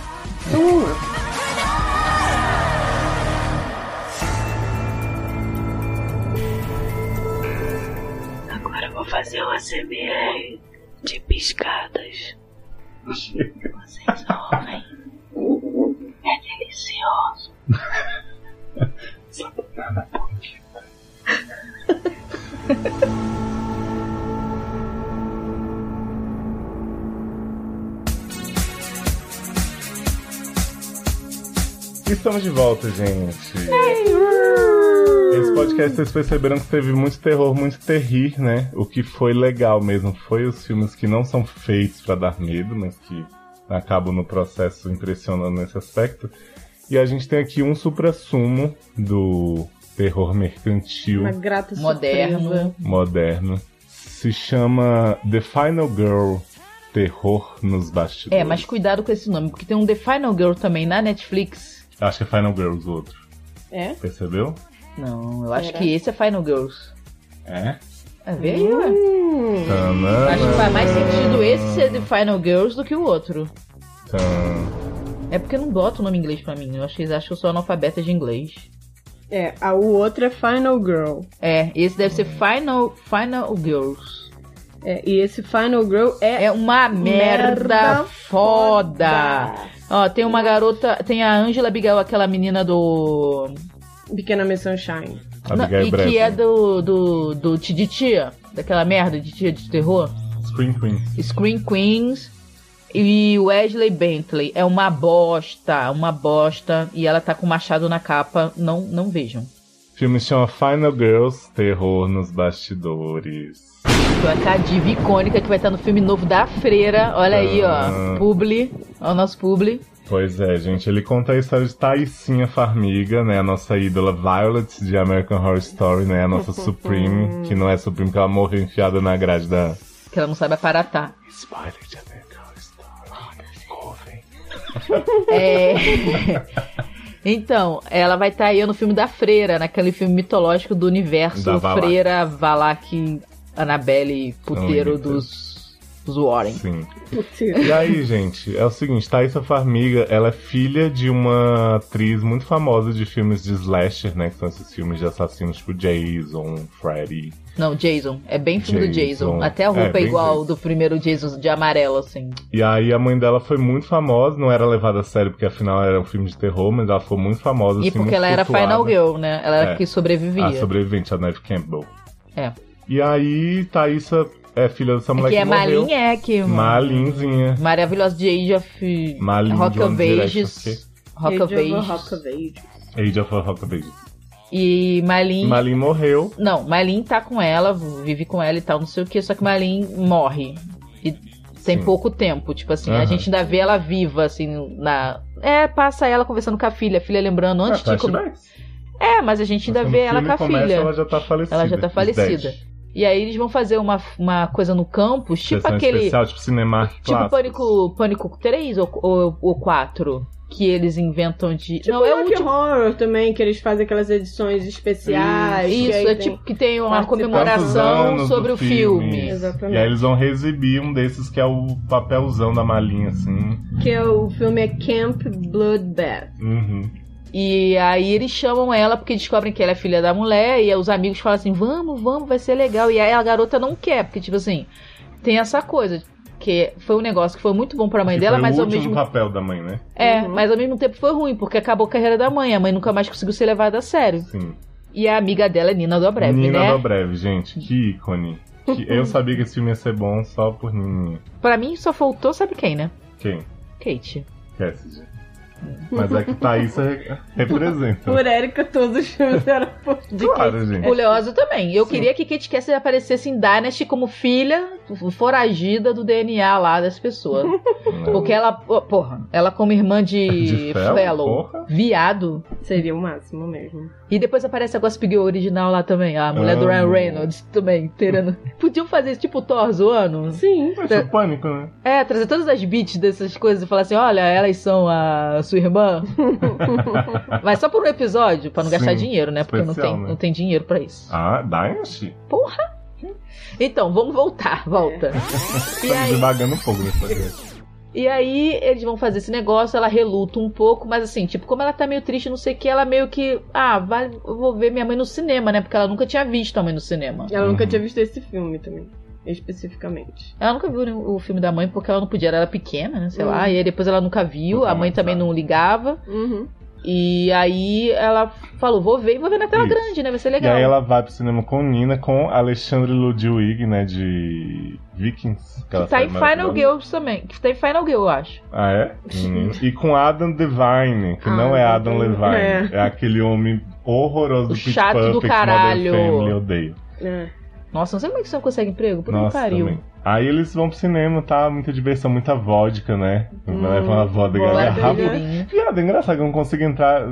Speaker 6: Então, vamos lá.
Speaker 1: Agora eu vou fazer uma CMR de piscadas. Vocês ouvem? É delicioso.
Speaker 5: Estamos de volta, gente.
Speaker 6: É,
Speaker 5: Esse podcast vocês perceberam que teve muito terror, muito terrir, né? O que foi legal mesmo foi os filmes que não são feitos pra dar medo, mas que acabam no processo impressionando nesse aspecto. E a gente tem aqui um supra-sumo do terror mercantil
Speaker 6: Uma grata surpresa.
Speaker 4: Moderno.
Speaker 5: moderno. Se chama The Final Girl Terror nos Bastidores.
Speaker 4: É, mas cuidado com esse nome, porque tem um The Final Girl também na Netflix.
Speaker 5: Acho que é Final Girls o outro.
Speaker 6: É?
Speaker 5: Percebeu?
Speaker 4: Não, eu acho
Speaker 6: Será?
Speaker 4: que esse é Final Girls.
Speaker 5: É?
Speaker 4: É, vê aí, ué.
Speaker 6: Hum.
Speaker 5: Tanana.
Speaker 4: Acho que faz mais sentido esse ser The Final Girls do que o outro.
Speaker 5: Tan.
Speaker 4: É porque não bota o nome em inglês pra mim. Eu acho que eles acham que eu sou analfabeta de inglês.
Speaker 6: É,
Speaker 7: Ah,
Speaker 6: a, o outro é Final Girl.
Speaker 4: É, esse deve ser Final, Final Girls.
Speaker 6: É, e esse Final Girl é.
Speaker 4: É uma merda, foda. Ó, tem uma garota, tem a Angela Bigel, aquela menina do.
Speaker 6: Pequena Miss Sunshine.
Speaker 5: Abigail
Speaker 4: e
Speaker 5: Breslin.
Speaker 4: que é do. do. do Ti- de tia. Daquela merda de tia de terror.
Speaker 5: Scream Queen.
Speaker 4: Scream Queens e Wesley Bentley. É uma bosta, uma bosta. E ela tá com o machado na capa. Não, não vejam.
Speaker 5: O filme se chama Final Girls Terror nos Bastidores.
Speaker 4: Então é com a diva icônica que vai estar no filme novo da Freira. Olha aí,
Speaker 5: Ah.
Speaker 4: ó. Publi. Ó, o nosso publi.
Speaker 5: Pois é, gente. Ele conta a história de Taicinha Farmiga, né? A nossa ídola Violet de American Horror Story, né? A nossa Supreme, que não é Supreme, porque ela morreu enfiada na grade da.
Speaker 4: Que ela não sabe aparatar.
Speaker 5: Spider de American Horror Story. Corre.
Speaker 4: É. Então, ela vai estar aí no filme da Freira, naquele filme mitológico do universo
Speaker 5: Da Valak.
Speaker 4: Freira, Valak, Annabelle, puteiro
Speaker 5: Ai, meu
Speaker 4: dos, dos Warren.
Speaker 5: Sim.
Speaker 6: Putz.
Speaker 5: E aí, gente, é o seguinte, Thaisa Farmiga, ela é filha de uma atriz muito famosa de filmes de slasher, né? Que são esses filmes de assassinos tipo Jason, Freddy.
Speaker 4: Não, Jason. É bem filme
Speaker 5: Jason.
Speaker 4: do Jason. Até a
Speaker 5: É,
Speaker 4: roupa é,
Speaker 5: bem
Speaker 4: igual
Speaker 5: Jason.
Speaker 4: do primeiro Jason, de amarelo, assim.
Speaker 5: E aí a mãe dela foi muito famosa, não era levada a sério porque afinal era um filme de terror, mas ela ficou muito famosa.
Speaker 4: e
Speaker 5: assim,
Speaker 4: porque
Speaker 5: muito
Speaker 4: ela era
Speaker 5: cultuada.
Speaker 4: Final Girl, né? Ela era
Speaker 5: É.
Speaker 4: que sobrevivia.
Speaker 5: A sobrevivente, a Neve Campbell.
Speaker 4: É.
Speaker 5: E aí, Thaísa é filha dessa mulher
Speaker 6: que é
Speaker 5: morreu.
Speaker 6: Malin Ek, mano.
Speaker 5: Malinzinha.
Speaker 4: Maravilhosa de Age of
Speaker 5: Malin
Speaker 4: Rock
Speaker 5: de One
Speaker 4: of Ages.
Speaker 5: Direction,
Speaker 4: Rock of Ages.
Speaker 5: ok? Age of Rock of Ages.
Speaker 4: E Malin.
Speaker 5: Malin morreu.
Speaker 4: Não, Malin tá com ela, vive com ela e tal, não sei o que, só que Malin morre. E tem
Speaker 5: Sim.
Speaker 4: pouco tempo, tipo assim, a
Speaker 5: Aham.
Speaker 4: gente ainda vê ela viva, assim, na. É, passa ela conversando com a filha, a filha lembrando antes
Speaker 5: Ah,
Speaker 4: Um de. tipo, come-
Speaker 5: flashbacks.
Speaker 4: É, mas a gente ainda
Speaker 5: Quando
Speaker 4: vê
Speaker 5: o
Speaker 4: ela
Speaker 5: filme
Speaker 4: com a
Speaker 5: começa,
Speaker 4: filha.
Speaker 5: Ela já tá falecida.
Speaker 4: Ela já tá falecida.
Speaker 5: Dead.
Speaker 4: E aí eles vão fazer uma, uma coisa no campus, tipo
Speaker 5: Sessão
Speaker 4: aquele.
Speaker 5: especial, tipo cinema
Speaker 4: Tipo Pânico, Pânico 3 ou, ou, ou 4. Que eles inventam de.
Speaker 7: Tipo
Speaker 4: não, é o
Speaker 7: Black
Speaker 4: último.
Speaker 7: Horror também, que eles fazem aquelas edições especiais. que aí
Speaker 4: Isso, é
Speaker 7: tem-
Speaker 4: tipo que tem uma
Speaker 7: Participantes
Speaker 4: comemoração sobre o filme.
Speaker 7: Exatamente.
Speaker 5: E aí eles vão reexibir um desses que é o papelzão da malinha, assim.
Speaker 7: Que é o filme é Camp Bloodbath.
Speaker 5: Uhum.
Speaker 4: E aí eles chamam ela porque descobrem que ela é filha da mulher e os amigos falam assim: "Vamos, vamos, vai ser legal". E aí a garota não quer, porque tipo assim, tem essa coisa que foi um negócio que foi muito bom pra mãe
Speaker 5: Que
Speaker 4: dela,
Speaker 5: foi
Speaker 4: mas
Speaker 5: o
Speaker 4: ao
Speaker 5: último
Speaker 4: mesmo
Speaker 5: papel da mãe, né?
Speaker 4: é,
Speaker 7: Uhum.
Speaker 4: mas ao mesmo tempo foi ruim, porque acabou a carreira da mãe, a mãe nunca mais conseguiu ser levada a sério.
Speaker 5: Sim.
Speaker 4: E a amiga dela é Nina Dobrev,
Speaker 5: Nina
Speaker 4: né?
Speaker 5: Dobrev, gente, que ícone. Que- eu sabia que esse filme ia ser bom só por Nina.
Speaker 4: Pra mim só faltou, sabe quem, né?
Speaker 5: Quem?
Speaker 4: Kate.
Speaker 5: Cassidy. Mas é que Thaís re- representa.
Speaker 7: Por Érica, todos os filmes eram por de
Speaker 4: é
Speaker 5: Claro, gente.
Speaker 4: Curioso também. Eu queria que Kate Cassidy aparecesse em Dynasty como filha foragida do DNA lá das pessoas. Porque ela, pô- porra, ela como irmã de,
Speaker 5: né? De Fellow, porra.
Speaker 4: viado.
Speaker 7: quem. Seria o máximo mesmo.
Speaker 4: E depois aparece a Gossip Girl original lá também, a mulher do Ryan
Speaker 5: Amo.
Speaker 4: Reynolds também, terando. Podiam fazer isso tipo Thor zoando?
Speaker 7: Sim.
Speaker 5: Mas é pânico, né?
Speaker 4: É, trazer todas as beats dessas coisas e falar assim, olha, elas são a sua irmã. Mas só por um episódio, pra não gastar
Speaker 5: Sim,
Speaker 4: dinheiro, né? Porque não
Speaker 5: especial,
Speaker 4: tem,
Speaker 5: né?
Speaker 4: não tem dinheiro pra isso.
Speaker 5: Ah, Dynasty?
Speaker 4: Então, vamos voltar, volta. E
Speaker 5: Estamos
Speaker 4: aí,
Speaker 5: devagando um pouco nesse podcast.
Speaker 4: E aí eles vão fazer esse negócio, ela reluta um pouco, mas assim, tipo, como ela tá meio triste, não sei o que, ela meio que, ah, vai, eu vou ver minha mãe no cinema, né? Porque ela nunca tinha visto a mãe no cinema.
Speaker 7: Ela nunca
Speaker 5: Uhum.
Speaker 7: tinha visto esse filme também, especificamente.
Speaker 4: Ela nunca viu né, o filme da mãe porque ela não podia, ela era pequena, né? Sei
Speaker 7: Hum.
Speaker 4: lá. E aí depois ela nunca viu, a mãe também não ligava.
Speaker 7: Uhum.
Speaker 4: E aí ela falou, vou ver e vou ver na tela
Speaker 5: Isso.
Speaker 4: grande, né? Vai ser
Speaker 5: E
Speaker 4: legal.
Speaker 5: aí ela vai pro cinema com Nina, com Alexandre Ludwig, né, de Vikings.
Speaker 4: Que tá em Final Girls também. Que tá em Final Girl, eu acho.
Speaker 5: Ah, é? E com Adam Devine, que não é Adam Levine. É. aquele homem horroroso
Speaker 4: O
Speaker 5: do Pitch
Speaker 4: chato do
Speaker 5: Perfect, Modern
Speaker 4: caralho.
Speaker 5: Family, odeio.
Speaker 7: É.
Speaker 4: Nossa, não sei como é que você não consegue emprego. Por que
Speaker 5: Nossa,
Speaker 4: pariu?
Speaker 5: também. Aí eles vão pro cinema, tá? Muita diversão, muita vodka, né? Leva uma vodka,
Speaker 7: vodka,
Speaker 5: garrafa.
Speaker 7: né?
Speaker 4: Rapidinho.
Speaker 5: Viado, é engraçado que eu não consigo entrar...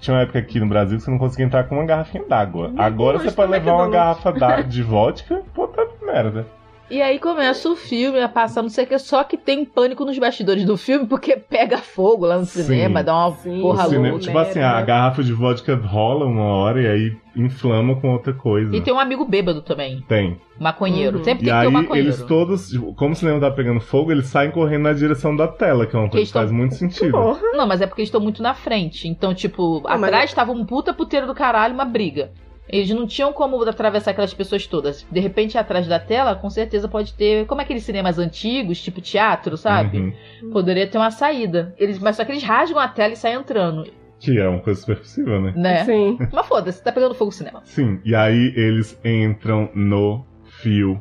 Speaker 5: Tinha uma época aqui no Brasil que você não conseguia entrar com uma garrafinha d'água. Agora
Speaker 7: Deus,
Speaker 5: você pode
Speaker 7: como é que
Speaker 5: levar uma
Speaker 7: não?
Speaker 5: garrafa d'á- de vodka, puta merda.
Speaker 4: E aí começa o filme, a passar não sei o que, só que tem pânico nos bastidores do filme, porque pega fogo lá no
Speaker 5: Sim.
Speaker 4: cinema, dá uma
Speaker 7: Sim.
Speaker 4: porra
Speaker 5: O
Speaker 7: Alô,
Speaker 5: cinema,
Speaker 4: louca.
Speaker 5: tipo assim, a
Speaker 7: merda.
Speaker 5: garrafa de vodka rola uma hora e aí inflama com outra coisa.
Speaker 4: E tem um amigo bêbado também,
Speaker 5: Tem.
Speaker 4: maconheiro.
Speaker 7: Uhum.
Speaker 4: Sempre
Speaker 5: E
Speaker 4: tem que ter um
Speaker 5: aí
Speaker 4: maconheiro.
Speaker 5: eles todos, tipo, como o cinema tá pegando fogo, eles saem correndo na direção da tela, que é uma coisa
Speaker 4: Eles
Speaker 5: que faz
Speaker 4: tão-
Speaker 5: muito sentido.
Speaker 7: Porra.
Speaker 4: Não, mas é porque eles estão muito na frente. Então, tipo,
Speaker 7: Ah, mas-
Speaker 4: atrás estava um puta puteiro do caralho, uma briga. Eles não tinham como atravessar aquelas pessoas todas. De repente, atrás da tela, com certeza pode ter. Como é aqueles cinemas antigos, tipo teatro, sabe?
Speaker 5: Uhum.
Speaker 4: Poderia ter uma saída. Eles, mas só que eles rasgam a tela e saem entrando,
Speaker 5: Que é uma coisa super possível, né?
Speaker 4: né?
Speaker 7: Sim.
Speaker 4: Mas foda-se, tá pegando fogo o cinema.
Speaker 5: Sim. E aí eles entram no filme.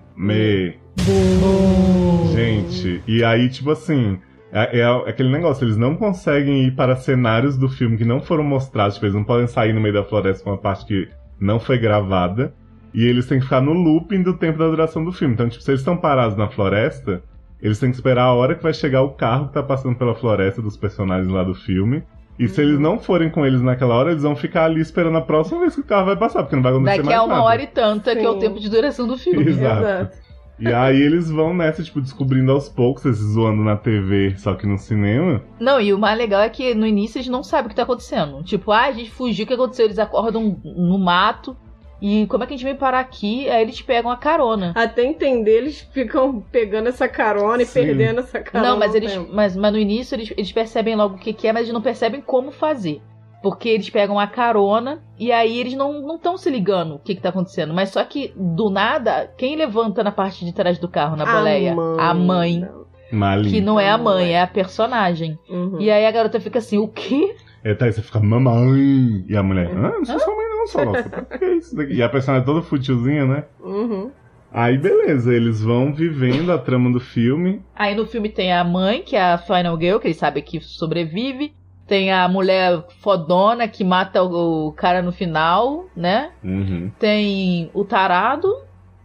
Speaker 5: Gente, e aí, tipo assim. É, é aquele negócio, eles não conseguem ir para cenários do filme que não foram mostrados, tipo, eles não podem sair no meio da floresta com uma parte que não foi gravada, e eles têm que ficar no looping do tempo da duração do filme. Então, tipo, se eles estão parados na floresta, eles têm que esperar a hora que vai chegar o carro que tá passando pela floresta dos personagens lá do filme. E se
Speaker 4: Uhum.
Speaker 5: eles não forem com eles naquela hora, eles vão ficar ali esperando a próxima vez que o carro vai passar, porque não vai acontecer
Speaker 4: Daqui
Speaker 5: mais
Speaker 4: a uma
Speaker 5: nada.
Speaker 4: hora e tanta, que é o
Speaker 7: Sim.
Speaker 4: tempo de duração do filme.
Speaker 5: Exato. E aí eles vão nessa, tipo, descobrindo aos poucos, eles zoando na TV, só que no cinema.
Speaker 4: Não, e o mais legal é que no início eles não sabem o que tá acontecendo. Tipo, ah, a gente fugiu, o que aconteceu? Eles acordam no mato. E como é que a gente veio parar aqui? Aí eles pegam a carona.
Speaker 7: Até entender, eles ficam pegando essa carona
Speaker 5: Sim.
Speaker 7: e perdendo essa carona.
Speaker 4: não, mas
Speaker 7: no
Speaker 4: eles.
Speaker 7: tempo.
Speaker 4: Mas, mas no início eles, eles percebem logo o que, que é, mas eles não percebem como fazer. Porque eles pegam a carona e aí eles não estão se ligando o que, que tá acontecendo. Mas só que, do nada, quem levanta na parte de trás do carro, na boleia?
Speaker 7: Ah,
Speaker 4: A mãe.
Speaker 5: Malinho.
Speaker 4: Que não é a mãe,
Speaker 7: Mãe.
Speaker 4: é a personagem.
Speaker 7: Uhum.
Speaker 4: E aí a garota fica assim, o quê?
Speaker 5: É, tá, aí você fica, mamãe. E a mulher, ah, não sou sua mãe, não. nossa, nossa, pra que isso daqui? E a personagem é toda futilzinha, né?
Speaker 7: Uhum.
Speaker 5: Aí beleza, eles vão vivendo a trama do filme.
Speaker 4: Aí no filme tem a mãe, que é a Final Girl, que ele sabe que sobrevive. Tem a mulher fodona que mata o o cara no final, né?
Speaker 5: Uhum,
Speaker 4: Tem o tarado,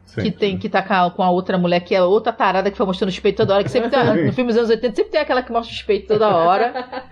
Speaker 5: sempre,
Speaker 4: que tem que tá com a, com a outra mulher, que é outra tarada que foi mostrando os peitos toda hora, que sempre tem, no filme dos anos 80, sempre tem aquela que mostra os peitos toda hora.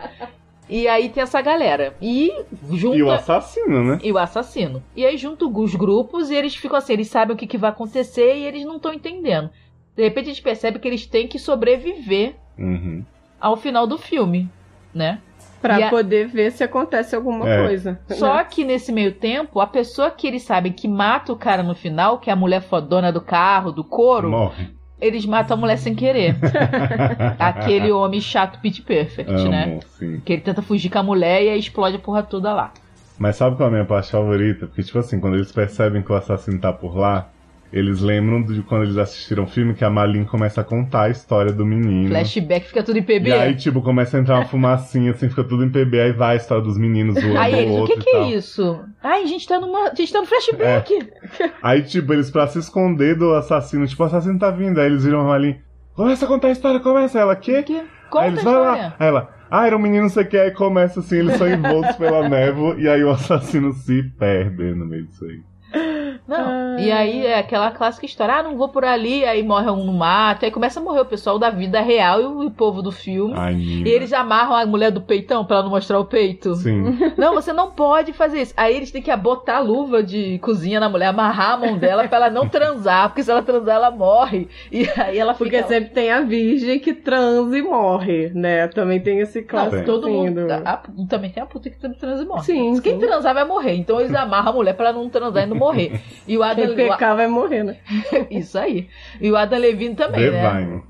Speaker 4: E aí tem essa galera. E junta.
Speaker 5: E o assassino, né?
Speaker 4: e o assassino. E aí junto os grupos e eles ficam assim, eles sabem o que, que vai acontecer e eles não estão entendendo. De repente a gente percebe que eles têm que sobreviver
Speaker 5: Uhum.
Speaker 4: ao final do filme, né?
Speaker 7: Pra
Speaker 4: E a-
Speaker 7: poder ver se acontece alguma
Speaker 5: É.
Speaker 7: coisa. né?
Speaker 4: Só que nesse meio tempo, a pessoa que eles sabem que mata o cara no final, que é a mulher fodona do carro, do couro,
Speaker 5: Morre.
Speaker 4: eles matam a mulher sem querer. Aquele homem chato Pit Perfect,
Speaker 5: Amo,
Speaker 4: né?
Speaker 5: sim.
Speaker 4: Que ele tenta fugir com a mulher e aí explode a porra toda lá.
Speaker 5: Mas sabe qual é a minha parte favorita? Porque, tipo assim, quando eles percebem que o assassino tá por lá, eles lembram de quando eles assistiram o filme que a Malin começa a contar a história do menino.
Speaker 4: Flashback fica tudo em PB.
Speaker 5: Uhum. E aí, tipo, começa a entrar uma fumacinha, assim, fica tudo em PB, aí vai a história dos meninos zoando
Speaker 4: Aí
Speaker 5: o
Speaker 4: eles, o
Speaker 5: outro
Speaker 4: que que
Speaker 5: e
Speaker 4: é
Speaker 5: tal.
Speaker 4: isso? Ai, a gente tá numa. A gente tá no flashback.
Speaker 5: Aí, tipo, eles pra se esconder do assassino, tipo, o assassino tá vindo, aí eles viram a Malin, começa a contar a história, começa, ela, quê?
Speaker 4: Que?
Speaker 5: aí
Speaker 4: Conta a
Speaker 5: eles,
Speaker 4: história.
Speaker 5: Aí ela, ah, era um menino, não sei o que, aí começa assim, eles são envoltos pela névoa, e aí o assassino se perde no meio disso aí.
Speaker 4: Não.
Speaker 5: Ah.
Speaker 4: E aí é aquela clássica história. Ah, não vou por ali, aí morre um no mato, aí começa a morrer o pessoal da vida real e o povo do filme.
Speaker 5: Ai, menina.
Speaker 4: E eles amarram a mulher do peitão pra ela não mostrar o peito.
Speaker 5: Sim.
Speaker 4: Não, você não pode fazer isso. Aí eles têm que botar a luva de cozinha na mulher, amarrar a mão dela pra ela não transar, porque se ela transar, ela morre. E aí ela fica.
Speaker 7: Porque é sempre tem a virgem que transa e morre, né? Também tem esse
Speaker 4: Não,
Speaker 7: clássico
Speaker 4: todo
Speaker 7: assim
Speaker 4: mundo. tá-
Speaker 7: do-
Speaker 4: a- a- também tem a puta que sempre transa e morre.
Speaker 7: Sim,
Speaker 4: Quem
Speaker 7: sim.
Speaker 4: transar vai morrer. Então eles amarram a mulher pra ela não transar e não morrer. E o Adam,
Speaker 7: Quem pecar vai morrer, né?
Speaker 4: Isso aí. E o Adam Levine também, né?
Speaker 5: Devine.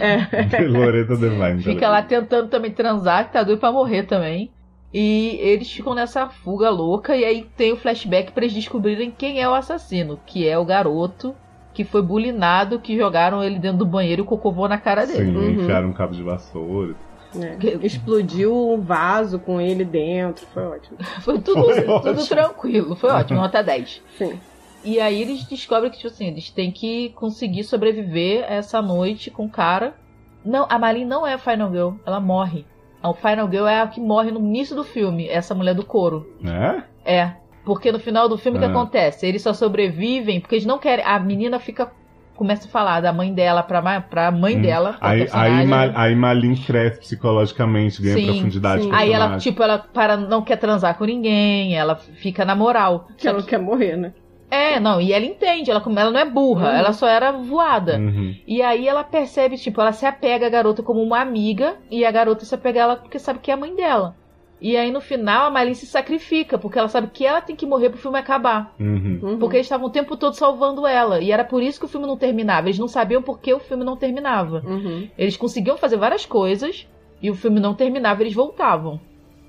Speaker 5: É. Loreta Devine.
Speaker 4: Fica lá tentando também transar, que tá doido pra morrer também. E eles ficam nessa fuga louca. E aí tem o flashback pra eles descobrirem quem é o assassino, que é o garoto que foi bulinado, que jogaram ele dentro do banheiro e o cocô voou na cara
Speaker 5: Sim,
Speaker 4: dele.
Speaker 5: enfiaram um cabo de vassoura.
Speaker 7: É. Explodiu um vaso com ele dentro, foi ótimo.
Speaker 4: Foi tudo,
Speaker 5: Foi
Speaker 4: tudo
Speaker 5: ótimo.
Speaker 4: tranquilo, foi ótimo, nota 10.
Speaker 7: Sim.
Speaker 4: E aí eles descobrem que, tipo assim, eles têm que conseguir sobreviver essa noite com o cara. Não, a Malin não é a Final Girl, ela morre. A Final Girl é a que morre no início do filme, essa mulher do couro.
Speaker 5: Né?
Speaker 4: É. Porque no final do filme o que
Speaker 5: Ah.
Speaker 4: acontece? Eles só sobrevivem porque eles não querem. A menina fica. Começa a falar da mãe dela pra, ma- pra mãe
Speaker 5: Hum.
Speaker 4: dela. pra
Speaker 5: Aí,
Speaker 4: personagem.
Speaker 5: aí, Ma- aí Malin cresce psicologicamente, ganha
Speaker 4: né? Sim,
Speaker 5: profundidade.
Speaker 7: sim.
Speaker 5: pro
Speaker 4: Aí ela,
Speaker 5: personagem.
Speaker 4: tipo, ela para, não quer transar com ninguém, ela fica na moral.
Speaker 7: Que ela não quer morrer, né?
Speaker 4: É, não, e ela entende, ela, como- ela não é burra,
Speaker 7: Uhum.
Speaker 4: ela só era voada.
Speaker 5: Uhum.
Speaker 4: E aí ela percebe, tipo, ela se apega à garota como uma amiga e a garota se apega a ela porque sabe que é a mãe dela. E aí no final a Marlene se sacrifica, porque ela sabe que ela tem que morrer pro filme acabar.
Speaker 5: Uhum.
Speaker 7: Uhum.
Speaker 4: Porque eles estavam o tempo todo salvando ela. E era por isso que o filme não terminava. Eles não sabiam por que o filme não terminava.
Speaker 7: Uhum.
Speaker 4: Eles conseguiam fazer várias coisas e o filme não terminava, eles voltavam.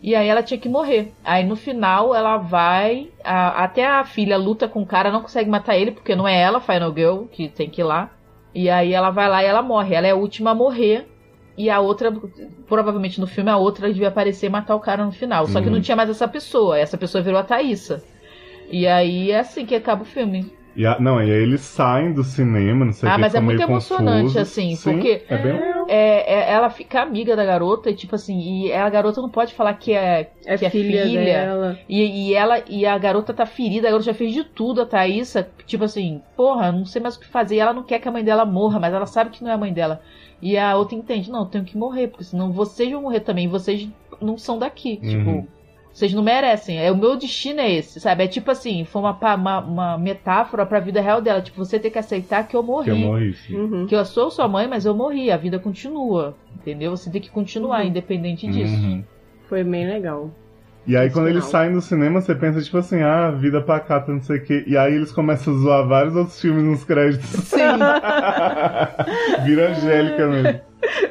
Speaker 4: E aí ela tinha que morrer. Aí no final ela vai. a- até a filha luta com o cara, não consegue matar ele, porque não é ela, Final Girl, que tem que ir lá. E aí ela vai lá e ela morre. Ela é a última a morrer. E a outra, provavelmente no filme, a outra devia aparecer e matar o cara no final. Só que
Speaker 5: Uhum.
Speaker 4: não tinha mais essa pessoa. Essa pessoa virou a Thaísa. E aí é assim que acaba o filme.
Speaker 5: E a- não, e aí eles saem do cinema, não sei o
Speaker 4: ah,
Speaker 5: que,
Speaker 4: mas é
Speaker 5: ficam meio
Speaker 4: muito emocionante,
Speaker 5: confusos.
Speaker 4: assim,
Speaker 5: Sim,
Speaker 4: porque
Speaker 5: É bem...
Speaker 4: é, é- ela fica amiga da garota e tipo assim, e a garota não pode falar que é.
Speaker 7: É
Speaker 4: Que é
Speaker 7: filha,
Speaker 4: filha.
Speaker 7: dela.
Speaker 4: E, e ela e a garota tá ferida, a garota já fez de tudo, a Thaísa, tipo assim, porra, não sei mais o que fazer. E ela não quer que a mãe dela morra, mas ela sabe que não é a mãe dela. E a outra entende, não, eu tenho que morrer, porque senão vocês vão morrer também, vocês não são daqui.
Speaker 5: Uhum.
Speaker 4: Tipo, vocês não merecem. É, o meu destino é esse, sabe? É tipo assim, foi uma, pa- uma, uma metáfora pra vida real dela. Tipo, você tem que aceitar que eu morri.
Speaker 5: Que eu morri. sim.
Speaker 7: Uhum.
Speaker 4: Que eu sou sua mãe, mas eu morri, a vida continua. Entendeu? Você tem que continuar,
Speaker 7: Uhum.
Speaker 4: independente disso.
Speaker 5: Uhum.
Speaker 7: Foi bem legal.
Speaker 5: E aí, quando eles
Speaker 7: Não.
Speaker 5: saem do cinema, você pensa, tipo assim, ah, vida pacata, não sei o quê. E aí eles começam a zoar vários outros filmes nos créditos.
Speaker 4: Sim.
Speaker 5: Vira Angélica mesmo.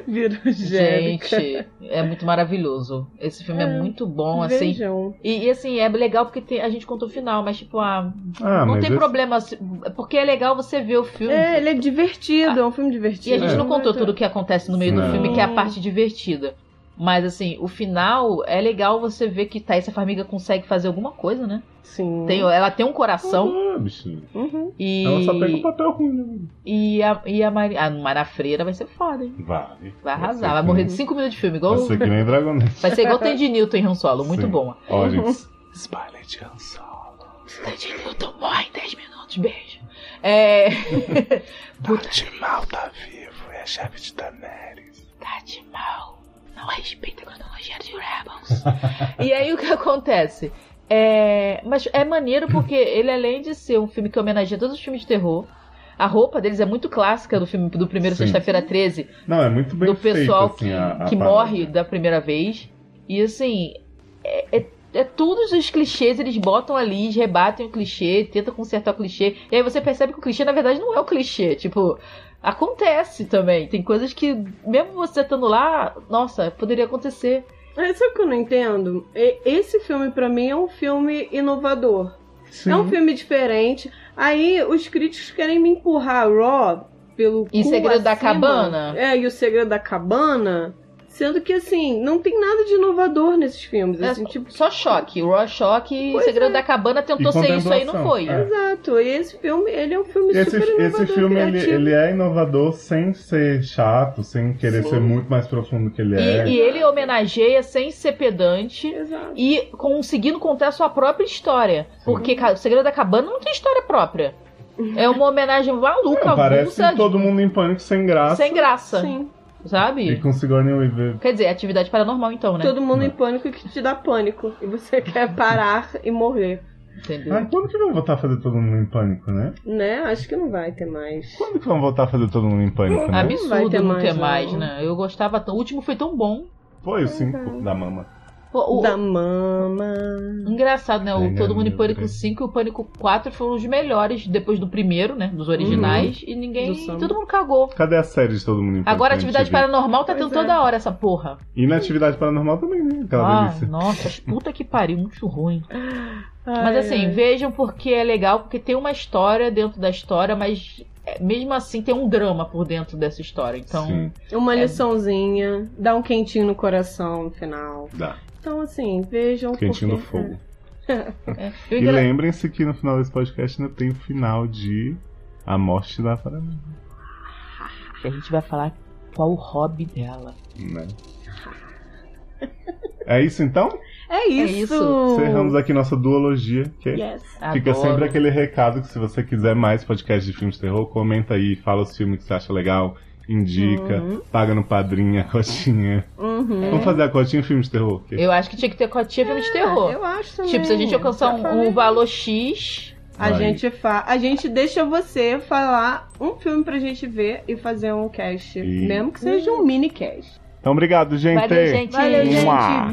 Speaker 6: um
Speaker 7: Virogênica.
Speaker 4: Gente, é muito maravilhoso. Esse filme é,
Speaker 7: É,
Speaker 4: muito bom, assim.
Speaker 7: Vejam.
Speaker 4: E, e, assim, é legal porque tem- a gente conta o final, mas tipo, ah,
Speaker 5: Ah,
Speaker 4: não
Speaker 5: mas
Speaker 4: tem
Speaker 5: esse-
Speaker 4: problema. assim, Porque é legal você ver o filme.
Speaker 7: É, ele é divertido, é um filme
Speaker 4: E
Speaker 7: divertido.
Speaker 4: a gente
Speaker 5: É.
Speaker 4: não contou tudo o que acontece no meio do
Speaker 5: Não.
Speaker 4: filme, que é a parte divertida. Mas assim, o final é legal você ver que Thaís a Farmiga consegue fazer alguma coisa, né?
Speaker 6: Sim.
Speaker 4: Tem, ela tem um coração
Speaker 5: Ah, bichinho.
Speaker 6: Uhum.
Speaker 4: e.
Speaker 5: Ela só pega o papel ruim, né?
Speaker 4: E a, e a Mari... ah, Mara Freira vai ser foda, hein?
Speaker 5: Vai.
Speaker 4: Vai arrasar.
Speaker 5: ser
Speaker 4: Vai
Speaker 5: é que
Speaker 4: morrer
Speaker 5: nem-
Speaker 4: de 5 minutos de filme, igual.
Speaker 5: Vai ser que nem Dragonite.
Speaker 4: Vai ser igual tem de Newton em Han Solo, muito
Speaker 5: Sim.
Speaker 4: bom.
Speaker 5: Ó, gente.
Speaker 8: Scarlett Johansson.
Speaker 4: Tandy Newton morre em 10 minutos, beijo. É.
Speaker 8: Tati Mal tá vivo, é a chave de Daenerys.
Speaker 4: tá de mal. Não respeita a cronologia de Rebels. e aí o que acontece? É, mas é maneiro porque ele, além de ser um filme que homenageia todos os filmes de terror, a roupa deles é muito clássica do filme do primeiro
Speaker 5: Sim.
Speaker 4: Sexta-feira 13,
Speaker 5: Não, é muito bem
Speaker 4: do
Speaker 5: feito,
Speaker 4: pessoal
Speaker 5: assim,
Speaker 4: que,
Speaker 5: a- a
Speaker 4: que
Speaker 5: parada.
Speaker 4: morre da primeira vez. E assim, é, é, é todos os clichês, eles botam ali, eles rebatem o clichê, tentam consertar o clichê. E aí você percebe que o clichê, na verdade, não é o clichê. Tipo, acontece também. Tem coisas que, mesmo você estando lá, nossa, poderia acontecer.
Speaker 6: É, sabe o que eu não entendo? E- Esse filme, pra mim, é um filme inovador.
Speaker 5: Sim.
Speaker 6: É um filme diferente. Aí os críticos querem me empurrar Raw pelo
Speaker 4: E
Speaker 6: cu
Speaker 4: Segredo da
Speaker 6: acima.
Speaker 4: Cabana?
Speaker 6: É, e o Segredo da Cabana. Sendo que, assim, não tem nada de inovador nesses filmes.
Speaker 4: É,
Speaker 6: assim, tipo,
Speaker 4: Só choque. O Raw Choque, o
Speaker 6: Pois
Speaker 4: Segredo
Speaker 6: é.
Speaker 4: da Cabana tentou
Speaker 5: E
Speaker 4: ser isso aí, não
Speaker 5: contemplação,
Speaker 4: foi.
Speaker 5: é.
Speaker 6: Exato. E esse filme, ele é um filme
Speaker 5: Esse,
Speaker 6: super inovador,
Speaker 5: esse filme ele,
Speaker 6: criativo.
Speaker 5: ele é inovador sem ser chato, sem querer
Speaker 6: Sim.
Speaker 5: ser muito mais profundo que ele é.
Speaker 4: E, e ele homenageia sem ser pedante.
Speaker 6: Exato.
Speaker 4: e conseguindo contar a sua própria história. Porque ca- o Segredo da Cabana não tem história própria. É uma homenagem maluca,
Speaker 5: Não, parece
Speaker 4: avulsa,
Speaker 5: todo mundo em pânico sem graça.
Speaker 4: é sem graça,
Speaker 6: Sim.
Speaker 5: E
Speaker 4: sabe?
Speaker 5: com Sigourney Weaver.
Speaker 4: Quer dizer, é atividade paranormal então, né?
Speaker 6: Todo mundo
Speaker 5: Não.
Speaker 6: em pânico que te dá pânico. E você quer parar e morrer.
Speaker 4: Entendeu?
Speaker 5: Ah, quando que vão voltar a fazer todo mundo em pânico, né?
Speaker 6: Né? Acho que não vai ter mais.
Speaker 5: Quando que vão voltar a fazer todo mundo em pânico, né?
Speaker 4: Absurdo
Speaker 6: vai ter
Speaker 4: não
Speaker 6: mais,
Speaker 4: ter
Speaker 6: não.
Speaker 4: mais, né? Eu gostava tanto. O último foi tão bom.
Speaker 5: né? Foi o 5 da mama.
Speaker 4: Pô, o-
Speaker 6: Da mama.
Speaker 4: Engraçado, né? O
Speaker 5: Ai,
Speaker 4: Todo
Speaker 5: meu
Speaker 4: Mundo em Pânico
Speaker 5: Deus.
Speaker 4: 5 e o Pânico 4 foram os melhores depois do primeiro, né? Dos originais. E ninguém.
Speaker 6: Uhum. Do samba.
Speaker 4: Todo mundo cagou.
Speaker 5: Cadê a série de todo mundo em pânico?
Speaker 4: Agora,
Speaker 5: na
Speaker 4: atividade
Speaker 5: MTV?
Speaker 4: paranormal tá
Speaker 6: Pois
Speaker 4: tendo
Speaker 6: é.
Speaker 4: toda hora essa porra.
Speaker 5: E na atividade paranormal também, né? Aquela
Speaker 4: Ah,
Speaker 5: delícia.
Speaker 4: nossa, puta que pariu, muito ruim.
Speaker 6: Ai,
Speaker 4: Mas assim,
Speaker 6: ai.
Speaker 4: vejam porque é legal, porque tem uma história dentro da história, mas é, mesmo assim tem um drama por dentro dessa história. Então,
Speaker 5: Sim,
Speaker 6: Uma
Speaker 4: É.
Speaker 6: liçãozinha, dá um quentinho no coração no final.
Speaker 5: dá.
Speaker 6: Então, assim, vejam.
Speaker 5: Quentinho no
Speaker 6: porque-
Speaker 5: fogo.
Speaker 4: é.
Speaker 5: E
Speaker 4: Eu engra-
Speaker 5: lembrem-se que no final desse podcast ainda tem o final de A Morte da Paranormal,
Speaker 4: que a gente vai falar qual o hobby dela.
Speaker 5: né? É isso então?
Speaker 6: É isso!
Speaker 4: isso.
Speaker 5: Encerramos aqui nossa duologia, que
Speaker 6: Yes.
Speaker 5: Fica
Speaker 4: Oh. Adoro.
Speaker 5: sempre aquele recado que se você quiser mais podcast de filmes de terror, comenta aí, fala os filmes que você acha legal, indica,
Speaker 4: Uhum.
Speaker 5: paga no padrinho a cotinha.
Speaker 4: É.
Speaker 6: Uhum.
Speaker 5: Vamos fazer a cotinha filme de terror? Que-
Speaker 4: Eu acho que tinha que ter cotinha filme de terror.
Speaker 6: Ah, Eu acho também.
Speaker 4: Tipo, se a gente alcançar
Speaker 6: Já
Speaker 4: um,
Speaker 6: falei.
Speaker 4: um valor X,
Speaker 6: A
Speaker 5: Vai.
Speaker 6: gente, fa... a gente deixa você falar um filme pra gente ver e fazer um cast.
Speaker 5: E-
Speaker 6: Mesmo que seja um mini cast.
Speaker 5: Então obrigado, gente.
Speaker 4: valeu, gente.
Speaker 6: Valeu,
Speaker 5: Mua.
Speaker 6: gente.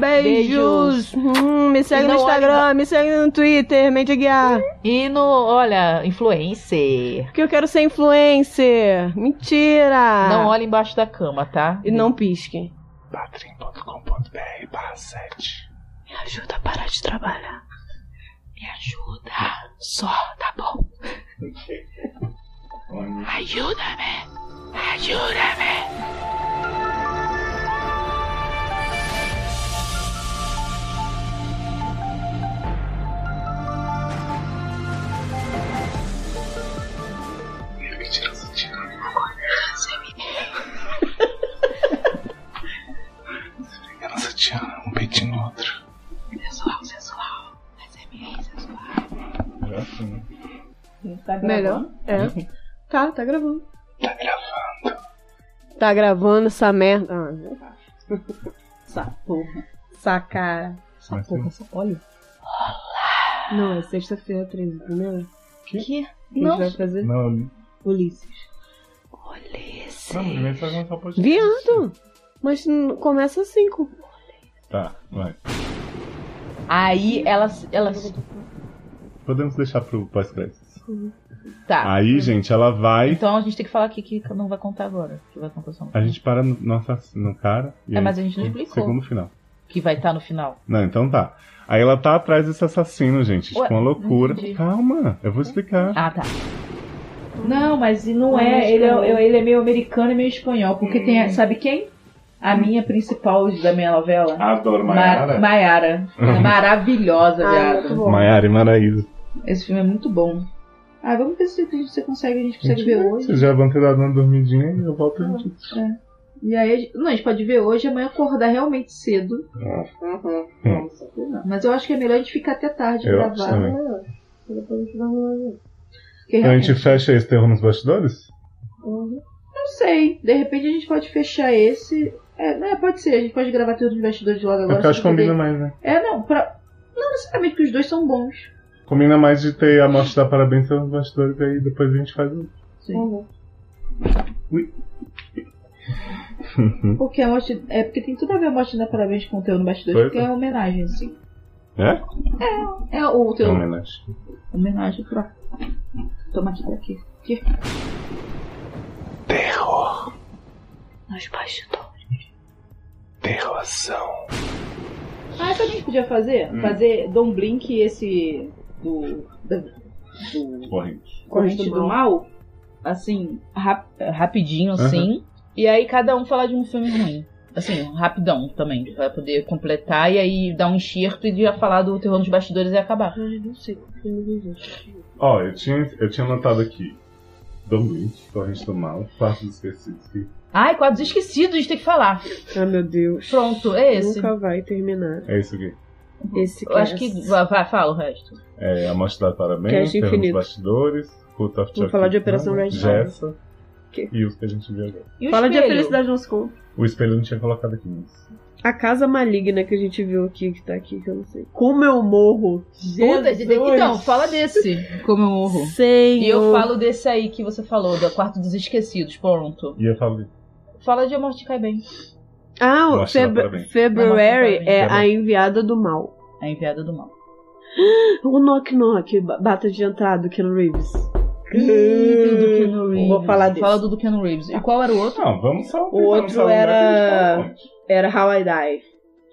Speaker 4: Beijos.
Speaker 6: Beijos. Hum, me segue
Speaker 4: E
Speaker 6: no
Speaker 4: não olhe
Speaker 6: Instagram, me segue no Twitter, Mendigar.
Speaker 4: E no, olha, influencer.
Speaker 6: Porque eu quero ser influencer. Mentira.
Speaker 4: Não olha embaixo da cama, tá?
Speaker 6: Ah. E não pisquem.
Speaker 8: patrim.com.br barra 7.
Speaker 9: Me ajuda a parar de trabalhar. Me ajuda. Só, tá bom? Ajuda-me. Ajuda-me.
Speaker 8: Criança te ama, um peitinho no outro.
Speaker 9: Sensual, sensual. Mas é minha sensual.
Speaker 5: É assim, né?
Speaker 6: Melhor? É. Tá, tá gravando.
Speaker 8: Tá gravando.
Speaker 6: Tá gravando essa merda. Ah,
Speaker 4: Essa porra.
Speaker 6: saca.
Speaker 5: Vai ser-
Speaker 4: essa- Olha.
Speaker 6: Não, é sexta-feira 13, primeiro.
Speaker 4: Que?
Speaker 6: A gente
Speaker 4: Não.
Speaker 6: vai fazer
Speaker 5: Não, não,
Speaker 6: Ulisses.
Speaker 5: primeiro você vai começar o podcast.
Speaker 6: Viado! Mas não- começa às 5.
Speaker 5: Tá, vai.
Speaker 4: Aí elas. elas...
Speaker 5: Podemos deixar pro pós-créditos.
Speaker 4: Tá.
Speaker 5: Aí, gente, ela vai.
Speaker 4: Então a gente tem que falar aqui que não vai contar agora. Que vai um contar só no
Speaker 5: A gente para no, nossa, no cara. e
Speaker 4: É,
Speaker 5: aí-
Speaker 4: mas a gente não explicou.
Speaker 5: Segundo final.
Speaker 4: Que vai estar no final.
Speaker 5: Não, então tá. Aí ela tá atrás desse assassino, gente. Tipo,
Speaker 4: Ué,
Speaker 5: uma loucura.
Speaker 4: entendi.
Speaker 5: Calma, eu vou explicar.
Speaker 4: Ah, tá. Não, mas e não
Speaker 6: é, ele é-
Speaker 4: ele é meio americano e meio espanhol. Porque tem. Sabe quem? A minha principal da minha novela.
Speaker 5: Adoro
Speaker 4: Ma-
Speaker 5: Maiara.
Speaker 4: Maiara. É Maravilhosa,
Speaker 7: Ah, muito
Speaker 4: viado.
Speaker 7: bom.
Speaker 5: Maiara e Maraísa.
Speaker 4: Esse filme é muito bom. Ah, vamos ver se você consegue, a gente consegue
Speaker 5: Gente,
Speaker 4: ver hoje.
Speaker 5: Vocês já vão ter dado uma dormidinha e eu volto a gente.
Speaker 4: E aí, a gente- não, a gente pode ver hoje, amanhã acordar realmente cedo.
Speaker 7: Uhum.
Speaker 5: Hum.
Speaker 4: Mas eu acho que é melhor a gente ficar até tarde
Speaker 5: Eu acho
Speaker 4: gravar.
Speaker 5: também.
Speaker 4: Porque
Speaker 5: Então a gente
Speaker 4: realmente-
Speaker 5: fecha esse terror nos bastidores?
Speaker 4: Não sei, de repente a gente pode fechar esse. É, né, pode ser, a gente pode gravar todos os bastidores logo
Speaker 5: É
Speaker 4: agora.
Speaker 5: porque
Speaker 4: só
Speaker 5: acho que
Speaker 4: pra
Speaker 5: combina
Speaker 4: poder-
Speaker 5: mais, né?
Speaker 4: É, não, pra... não necessariamente que os dois são bons.
Speaker 5: Combina mais de ter a morte da parabéns nos bastidores aí depois a gente faz um- o.
Speaker 4: Porque a morte. É porque tem tudo a ver a morte da parabéns com o teu no bastidor,
Speaker 5: Pois
Speaker 4: porque é uma homenagem, assim.
Speaker 5: É?
Speaker 4: É o
Speaker 5: É
Speaker 4: teu.
Speaker 5: uma homenagem.
Speaker 4: Homenagem pra. Toma aqui daqui.
Speaker 2: Terror.
Speaker 1: Nos bastidores.
Speaker 2: Terrorzão.
Speaker 4: Ah, sabe o que a gente podia fazer? Fazer Dom Blink e esse. do. da- do
Speaker 5: Corrente.
Speaker 4: corrente
Speaker 7: Corrente
Speaker 4: do
Speaker 7: do
Speaker 4: mal, assim, rap- rapidinho, assim. E aí cada um falar de um filme ruim. Assim, rapidão também, pra poder completar e aí dar um enxerto e já falar do terror nos bastidores e
Speaker 6: Uhum.
Speaker 4: acabar.
Speaker 1: Não sei qual filme dos outros.
Speaker 5: Ó, eu tinha, eu tinha anotado aqui. Dom Lynch, Corrente do Mal, Quarto dos Esquecidos. que
Speaker 4: Ai, quadros esquecidos, a gente tem que falar.
Speaker 6: Ah, meu Deus.
Speaker 4: Pronto, é esse.
Speaker 6: Nunca vai terminar.
Speaker 5: É isso aqui.
Speaker 6: Esse
Speaker 4: Eu acho que.
Speaker 6: cast.
Speaker 4: Vai, vai, fala o resto.
Speaker 5: É, a morte da parabéns,
Speaker 6: Cast
Speaker 5: Terror nos
Speaker 6: infinito.
Speaker 5: bastidores, Cult of
Speaker 6: Vou falar de Operação Red Dawn.
Speaker 5: Jessa.
Speaker 6: Que?
Speaker 5: E os que a gente viu agora.
Speaker 4: E o
Speaker 6: Fala de A
Speaker 4: espelho?
Speaker 6: Felicidade Não Se Compra.
Speaker 5: O espelho eu não tinha colocado aqui, mas.
Speaker 6: A casa maligna que a gente viu aqui, que tá aqui, que eu não sei. Como eu morro.
Speaker 4: Puta, gente,
Speaker 6: Jesus.
Speaker 4: então, fala desse. Como eu morro.
Speaker 6: Senhor.
Speaker 4: E eu falo desse aí que você falou, do Quarto dos Esquecidos, pronto.
Speaker 5: E eu falo de
Speaker 4: Fala de A Morte Cai Bem.
Speaker 6: Ah, o
Speaker 5: Mostra lá pra
Speaker 6: Feb
Speaker 5: mim.
Speaker 6: February
Speaker 4: Vai mostrar pra mim.
Speaker 6: é
Speaker 5: Tá bom.
Speaker 6: a enviada do mal.
Speaker 4: A enviada do mal.
Speaker 6: O Knock Knock, ba- bata de entrada, Ken Reeves.
Speaker 4: Tudo Hum, do Keanu Reeves.
Speaker 6: Hum, Vou falar desse.
Speaker 4: Fala do do Keanu Reeves. E qual era o outro?
Speaker 5: Não, é vamos só.
Speaker 6: O outro era- Era How I Die.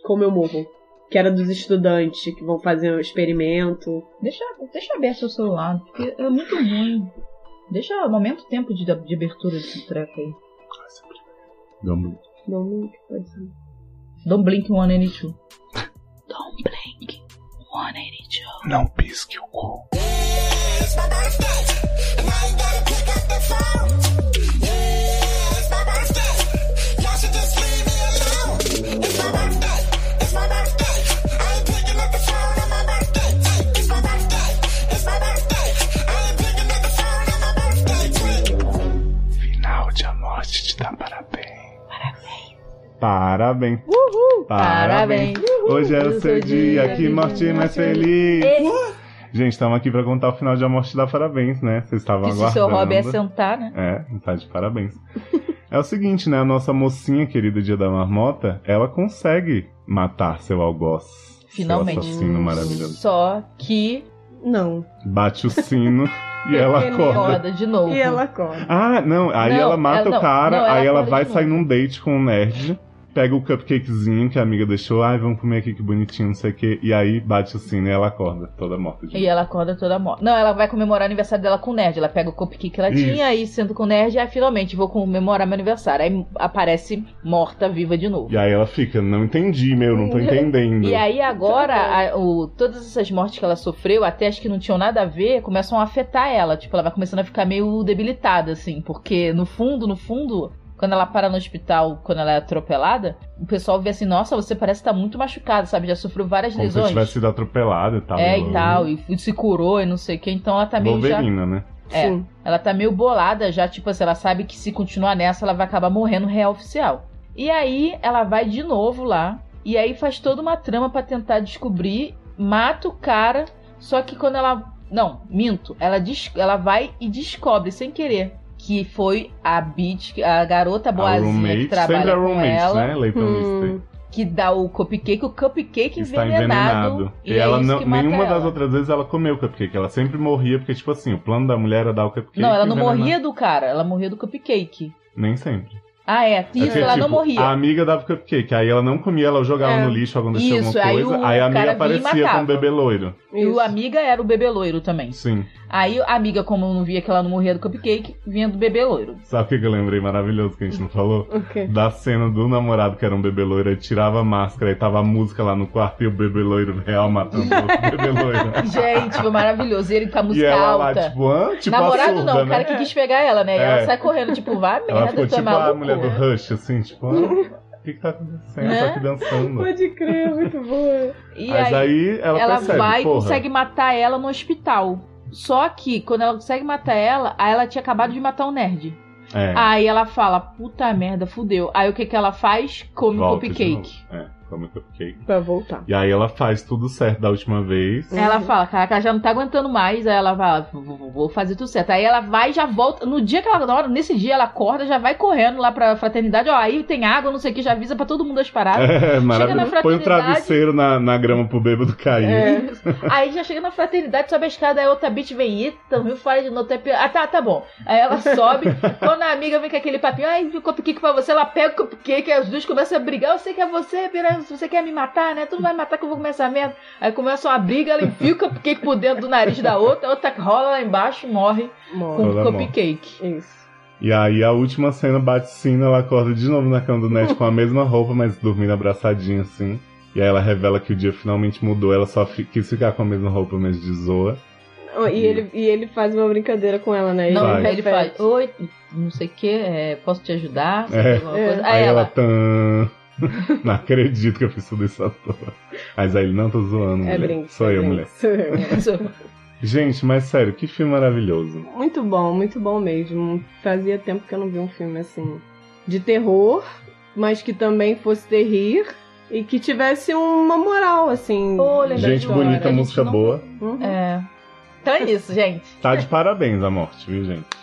Speaker 6: Como eu morro. Que era dos estudantes que vão fazer um experimento.
Speaker 4: Deixa, deixa aberto seu celular, porque é muito ruim. Deixa, aumenta o tempo de, de abertura desse treco aí.
Speaker 5: Dumbo.
Speaker 6: Não, não pode ser.
Speaker 4: Don't blink one and two.
Speaker 1: Dom Blink. One and two.
Speaker 2: Não pisque o cu. Final de A Morte te dá parabéns.
Speaker 5: Parabéns. Uhul.
Speaker 4: Parabéns.
Speaker 5: Hoje é o seu dia, que morte mais feliz. Gente, estamos aqui pra contar o final de A Morte da Parabéns, né? Vocês estavam
Speaker 4: Que se
Speaker 5: aguardando.
Speaker 4: o seu hobby é sentar, né?
Speaker 5: É, tá de parabéns. é o seguinte, né? A nossa mocinha querida Dia da Marmota, ela consegue matar seu algoz.
Speaker 4: Finalmente.
Speaker 5: Seu assassino maravilhoso.
Speaker 4: Só que
Speaker 6: Não.
Speaker 5: Bate o sino
Speaker 4: É
Speaker 5: e ela acorda.
Speaker 4: roda de novo.
Speaker 6: E ela acorda.
Speaker 5: Ah, não, aí
Speaker 4: Não,
Speaker 5: ela mata
Speaker 4: ela- não,
Speaker 5: o cara,
Speaker 4: não, ela
Speaker 5: aí ela
Speaker 4: acorda
Speaker 5: vai
Speaker 4: de
Speaker 5: sair
Speaker 4: novo.
Speaker 5: num date com um nerd, pega o cupcakezinho que a amiga deixou, ai, vamos comer aqui que bonitinho, não sei o quê, e aí bate o sino e ela acorda, toda morta. De
Speaker 4: E ela acorda toda morta. Não, ela vai comemorar o aniversário dela com o nerd. Ela pega o cupcake que ela
Speaker 5: Isso.
Speaker 4: tinha, aí sendo com o nerd, aí finalmente vou comemorar meu aniversário. Aí aparece morta, viva de novo.
Speaker 5: E aí ela fica, não entendi, meu, não tô entendendo.
Speaker 4: E aí agora, a- o- todas essas mortes que ela sofreu, até as que não tinham nada a ver, começam a afetar ela. Tipo, ela vai começando a ficar meio debilitada, assim. Porque no fundo, no fundo, quando ela para no hospital, quando ela é atropelada, o pessoal vê assim, nossa, você parece estar muito machucada, sabe? Já sofreu várias
Speaker 5: Como se eu
Speaker 4: lesões.
Speaker 5: tivesse um sido atropelada e tal.
Speaker 4: É, e tal, e f- se curou e não sei o que, então ela tá meio já.
Speaker 5: Wolverina, né?
Speaker 4: É.
Speaker 6: Sim.
Speaker 4: Ela tá meio bolada já, tipo assim, ela sabe que se continuar nessa, ela vai acabar morrendo real oficial. E aí ela vai de novo lá, e aí faz toda uma trama pra tentar descobrir, mata o cara, só que quando ela. Não, minto. Ela, des... ela vai e descobre, sem querer, que foi a bitch, a garota boazinha que
Speaker 5: sempre
Speaker 4: trabalha
Speaker 5: a
Speaker 4: com
Speaker 5: roommate,
Speaker 4: ela,
Speaker 5: né? Leighton
Speaker 6: Hum.
Speaker 5: Mister.
Speaker 4: que dá o cupcake, o cupcake
Speaker 5: Está
Speaker 4: envenenado. é
Speaker 5: envenenado. E, ela
Speaker 4: isso
Speaker 5: não,
Speaker 4: que mata
Speaker 5: nenhuma das
Speaker 4: ela.
Speaker 5: outras vezes ela comeu o cupcake. Ela sempre morria, porque, tipo assim, o plano da mulher era dar o cupcake.
Speaker 4: Não, ela não
Speaker 5: envenenado.
Speaker 4: morria do cara, ela morria do cupcake.
Speaker 5: Nem sempre.
Speaker 4: Ah, é. Isso,
Speaker 5: Porque,
Speaker 4: ela não
Speaker 5: tipo,
Speaker 4: morria.
Speaker 5: A amiga dava cupcake, aí ela não comia, ela jogava
Speaker 7: É.
Speaker 5: no lixo, acontecia
Speaker 4: Isso,
Speaker 5: alguma
Speaker 4: aí
Speaker 5: coisa.
Speaker 4: o
Speaker 5: Aí, a amiga
Speaker 4: cara vinha e
Speaker 5: aparecia com
Speaker 4: matava.
Speaker 5: um bebê loiro.
Speaker 6: Hum,
Speaker 4: E o amiga era o bebê loiro também.
Speaker 5: Sim.
Speaker 4: Aí a amiga, como não via que ela não morria do cupcake, vinha do bebê loiro.
Speaker 5: Sabe o que que eu lembrei maravilhoso que a gente não falou?
Speaker 6: O quê?
Speaker 5: Da cena do namorado que era um bebê loiro, ele tirava a máscara e tava a música lá no quarto e o bebê loiro real matando o outro bebê loiro.
Speaker 4: Gente, foi maravilhoso. E ele com a
Speaker 5: E
Speaker 4: música
Speaker 5: ela
Speaker 4: alta.
Speaker 5: lá, tipo, hã? Tipo
Speaker 4: Namorado
Speaker 5: a surda,
Speaker 4: não, o
Speaker 5: né?
Speaker 4: cara que quis pegar ela, né? E
Speaker 5: É.
Speaker 4: Ela sai correndo, tipo, vá
Speaker 5: Ela
Speaker 4: merda,
Speaker 5: ficou
Speaker 4: tu é
Speaker 5: tipo a
Speaker 4: maluco.
Speaker 5: mulher do Rush, assim, tipo, "Ah, o que que tá acontecendo?
Speaker 4: Né?
Speaker 5: Tá aqui dançando.
Speaker 6: Pode crer, muito boa.
Speaker 4: E
Speaker 5: Mas
Speaker 4: aí,
Speaker 5: aí ela,
Speaker 4: ela,
Speaker 5: percebe,
Speaker 4: vai e
Speaker 5: porra,
Speaker 4: consegue matar ela no hospital. Só que, quando ela consegue matar ela, aí ela tinha acabado de matar um nerd.
Speaker 5: é,
Speaker 4: Aí ela fala, puta merda, fudeu. Aí o que que ela faz? Come o
Speaker 5: volta de
Speaker 4: cupcake.
Speaker 5: novo. É, come cupcake.
Speaker 6: Pra voltar.
Speaker 5: E aí ela faz tudo certo da última vez.
Speaker 6: Uhum.
Speaker 4: Ela fala, caraca, ela já não tá aguentando mais. Aí ela fala, "Vou- vou- vou fazer tudo certo. Aí ela vai e já volta. No dia que ela, na hora, nesse dia, ela acorda, já vai correndo lá pra fraternidade. Ó, aí tem água, não sei o que, já avisa pra todo mundo as paradas.
Speaker 5: É, maravilhoso.
Speaker 4: na
Speaker 5: Põe um
Speaker 4: fraternidade.
Speaker 5: travesseiro na, na grama pro bêbado cair.
Speaker 4: É. Aí já chega na fraternidade, sobe a escada, aí outra bitch vem, eita, viu? Fora de novo, até pior. Ah, tá, tá bom. Aí ela sobe, quando a amiga vem com aquele papinho, ai, um cupcake pra você, ela pega o cupcake, aí os dois começam a brigar, eu sei que é você, piranha, você quer me matar, né? Tu não vai me matar que eu vou começar mesmo. Aí começa uma briga, ela enfia o cupcake por dentro do nariz da outra, a outra rola lá embaixo, morre com
Speaker 6: Morre.
Speaker 5: Toda
Speaker 4: o
Speaker 5: morte.
Speaker 4: cupcake.
Speaker 6: Isso.
Speaker 5: E aí a última cena bate sino, ela acorda de novo na cama do Ned com a mesma roupa, mas dormindo abraçadinha assim. E aí ela revela que o dia finalmente mudou, ela só fi- quis ficar com a mesma roupa mesmo de Zoa.
Speaker 6: Oh, E ele, e ele faz uma brincadeira com ela, né?
Speaker 4: Não,
Speaker 5: Vai.
Speaker 4: ele faz, oi, não sei o que, posso te ajudar? Sei
Speaker 5: É.
Speaker 4: lá, alguma coisa. Aí, ela,
Speaker 5: "Tã, Não acredito que eu fiz tudo isso à toa. Mas aí ele, não, tô zoando,
Speaker 6: É
Speaker 5: mulher.
Speaker 6: brinco.
Speaker 5: Hum, Sou
Speaker 6: é
Speaker 5: eu,
Speaker 6: brinco.
Speaker 5: mulher.
Speaker 6: Sou eu.
Speaker 5: Gente, mas sério, que filme maravilhoso.
Speaker 6: Muito bom, muito bom mesmo. Fazia tempo que eu não vi um filme assim de terror, mas que também fosse de rir e que tivesse uma moral, assim.
Speaker 4: Ô, lembrei
Speaker 5: Gente
Speaker 4: de uma, a
Speaker 5: bonita,
Speaker 4: gente
Speaker 5: música
Speaker 4: não-
Speaker 5: boa.
Speaker 6: Uhum.
Speaker 4: É. Então é isso, gente.
Speaker 5: Tá de parabéns a morte, viu, gente?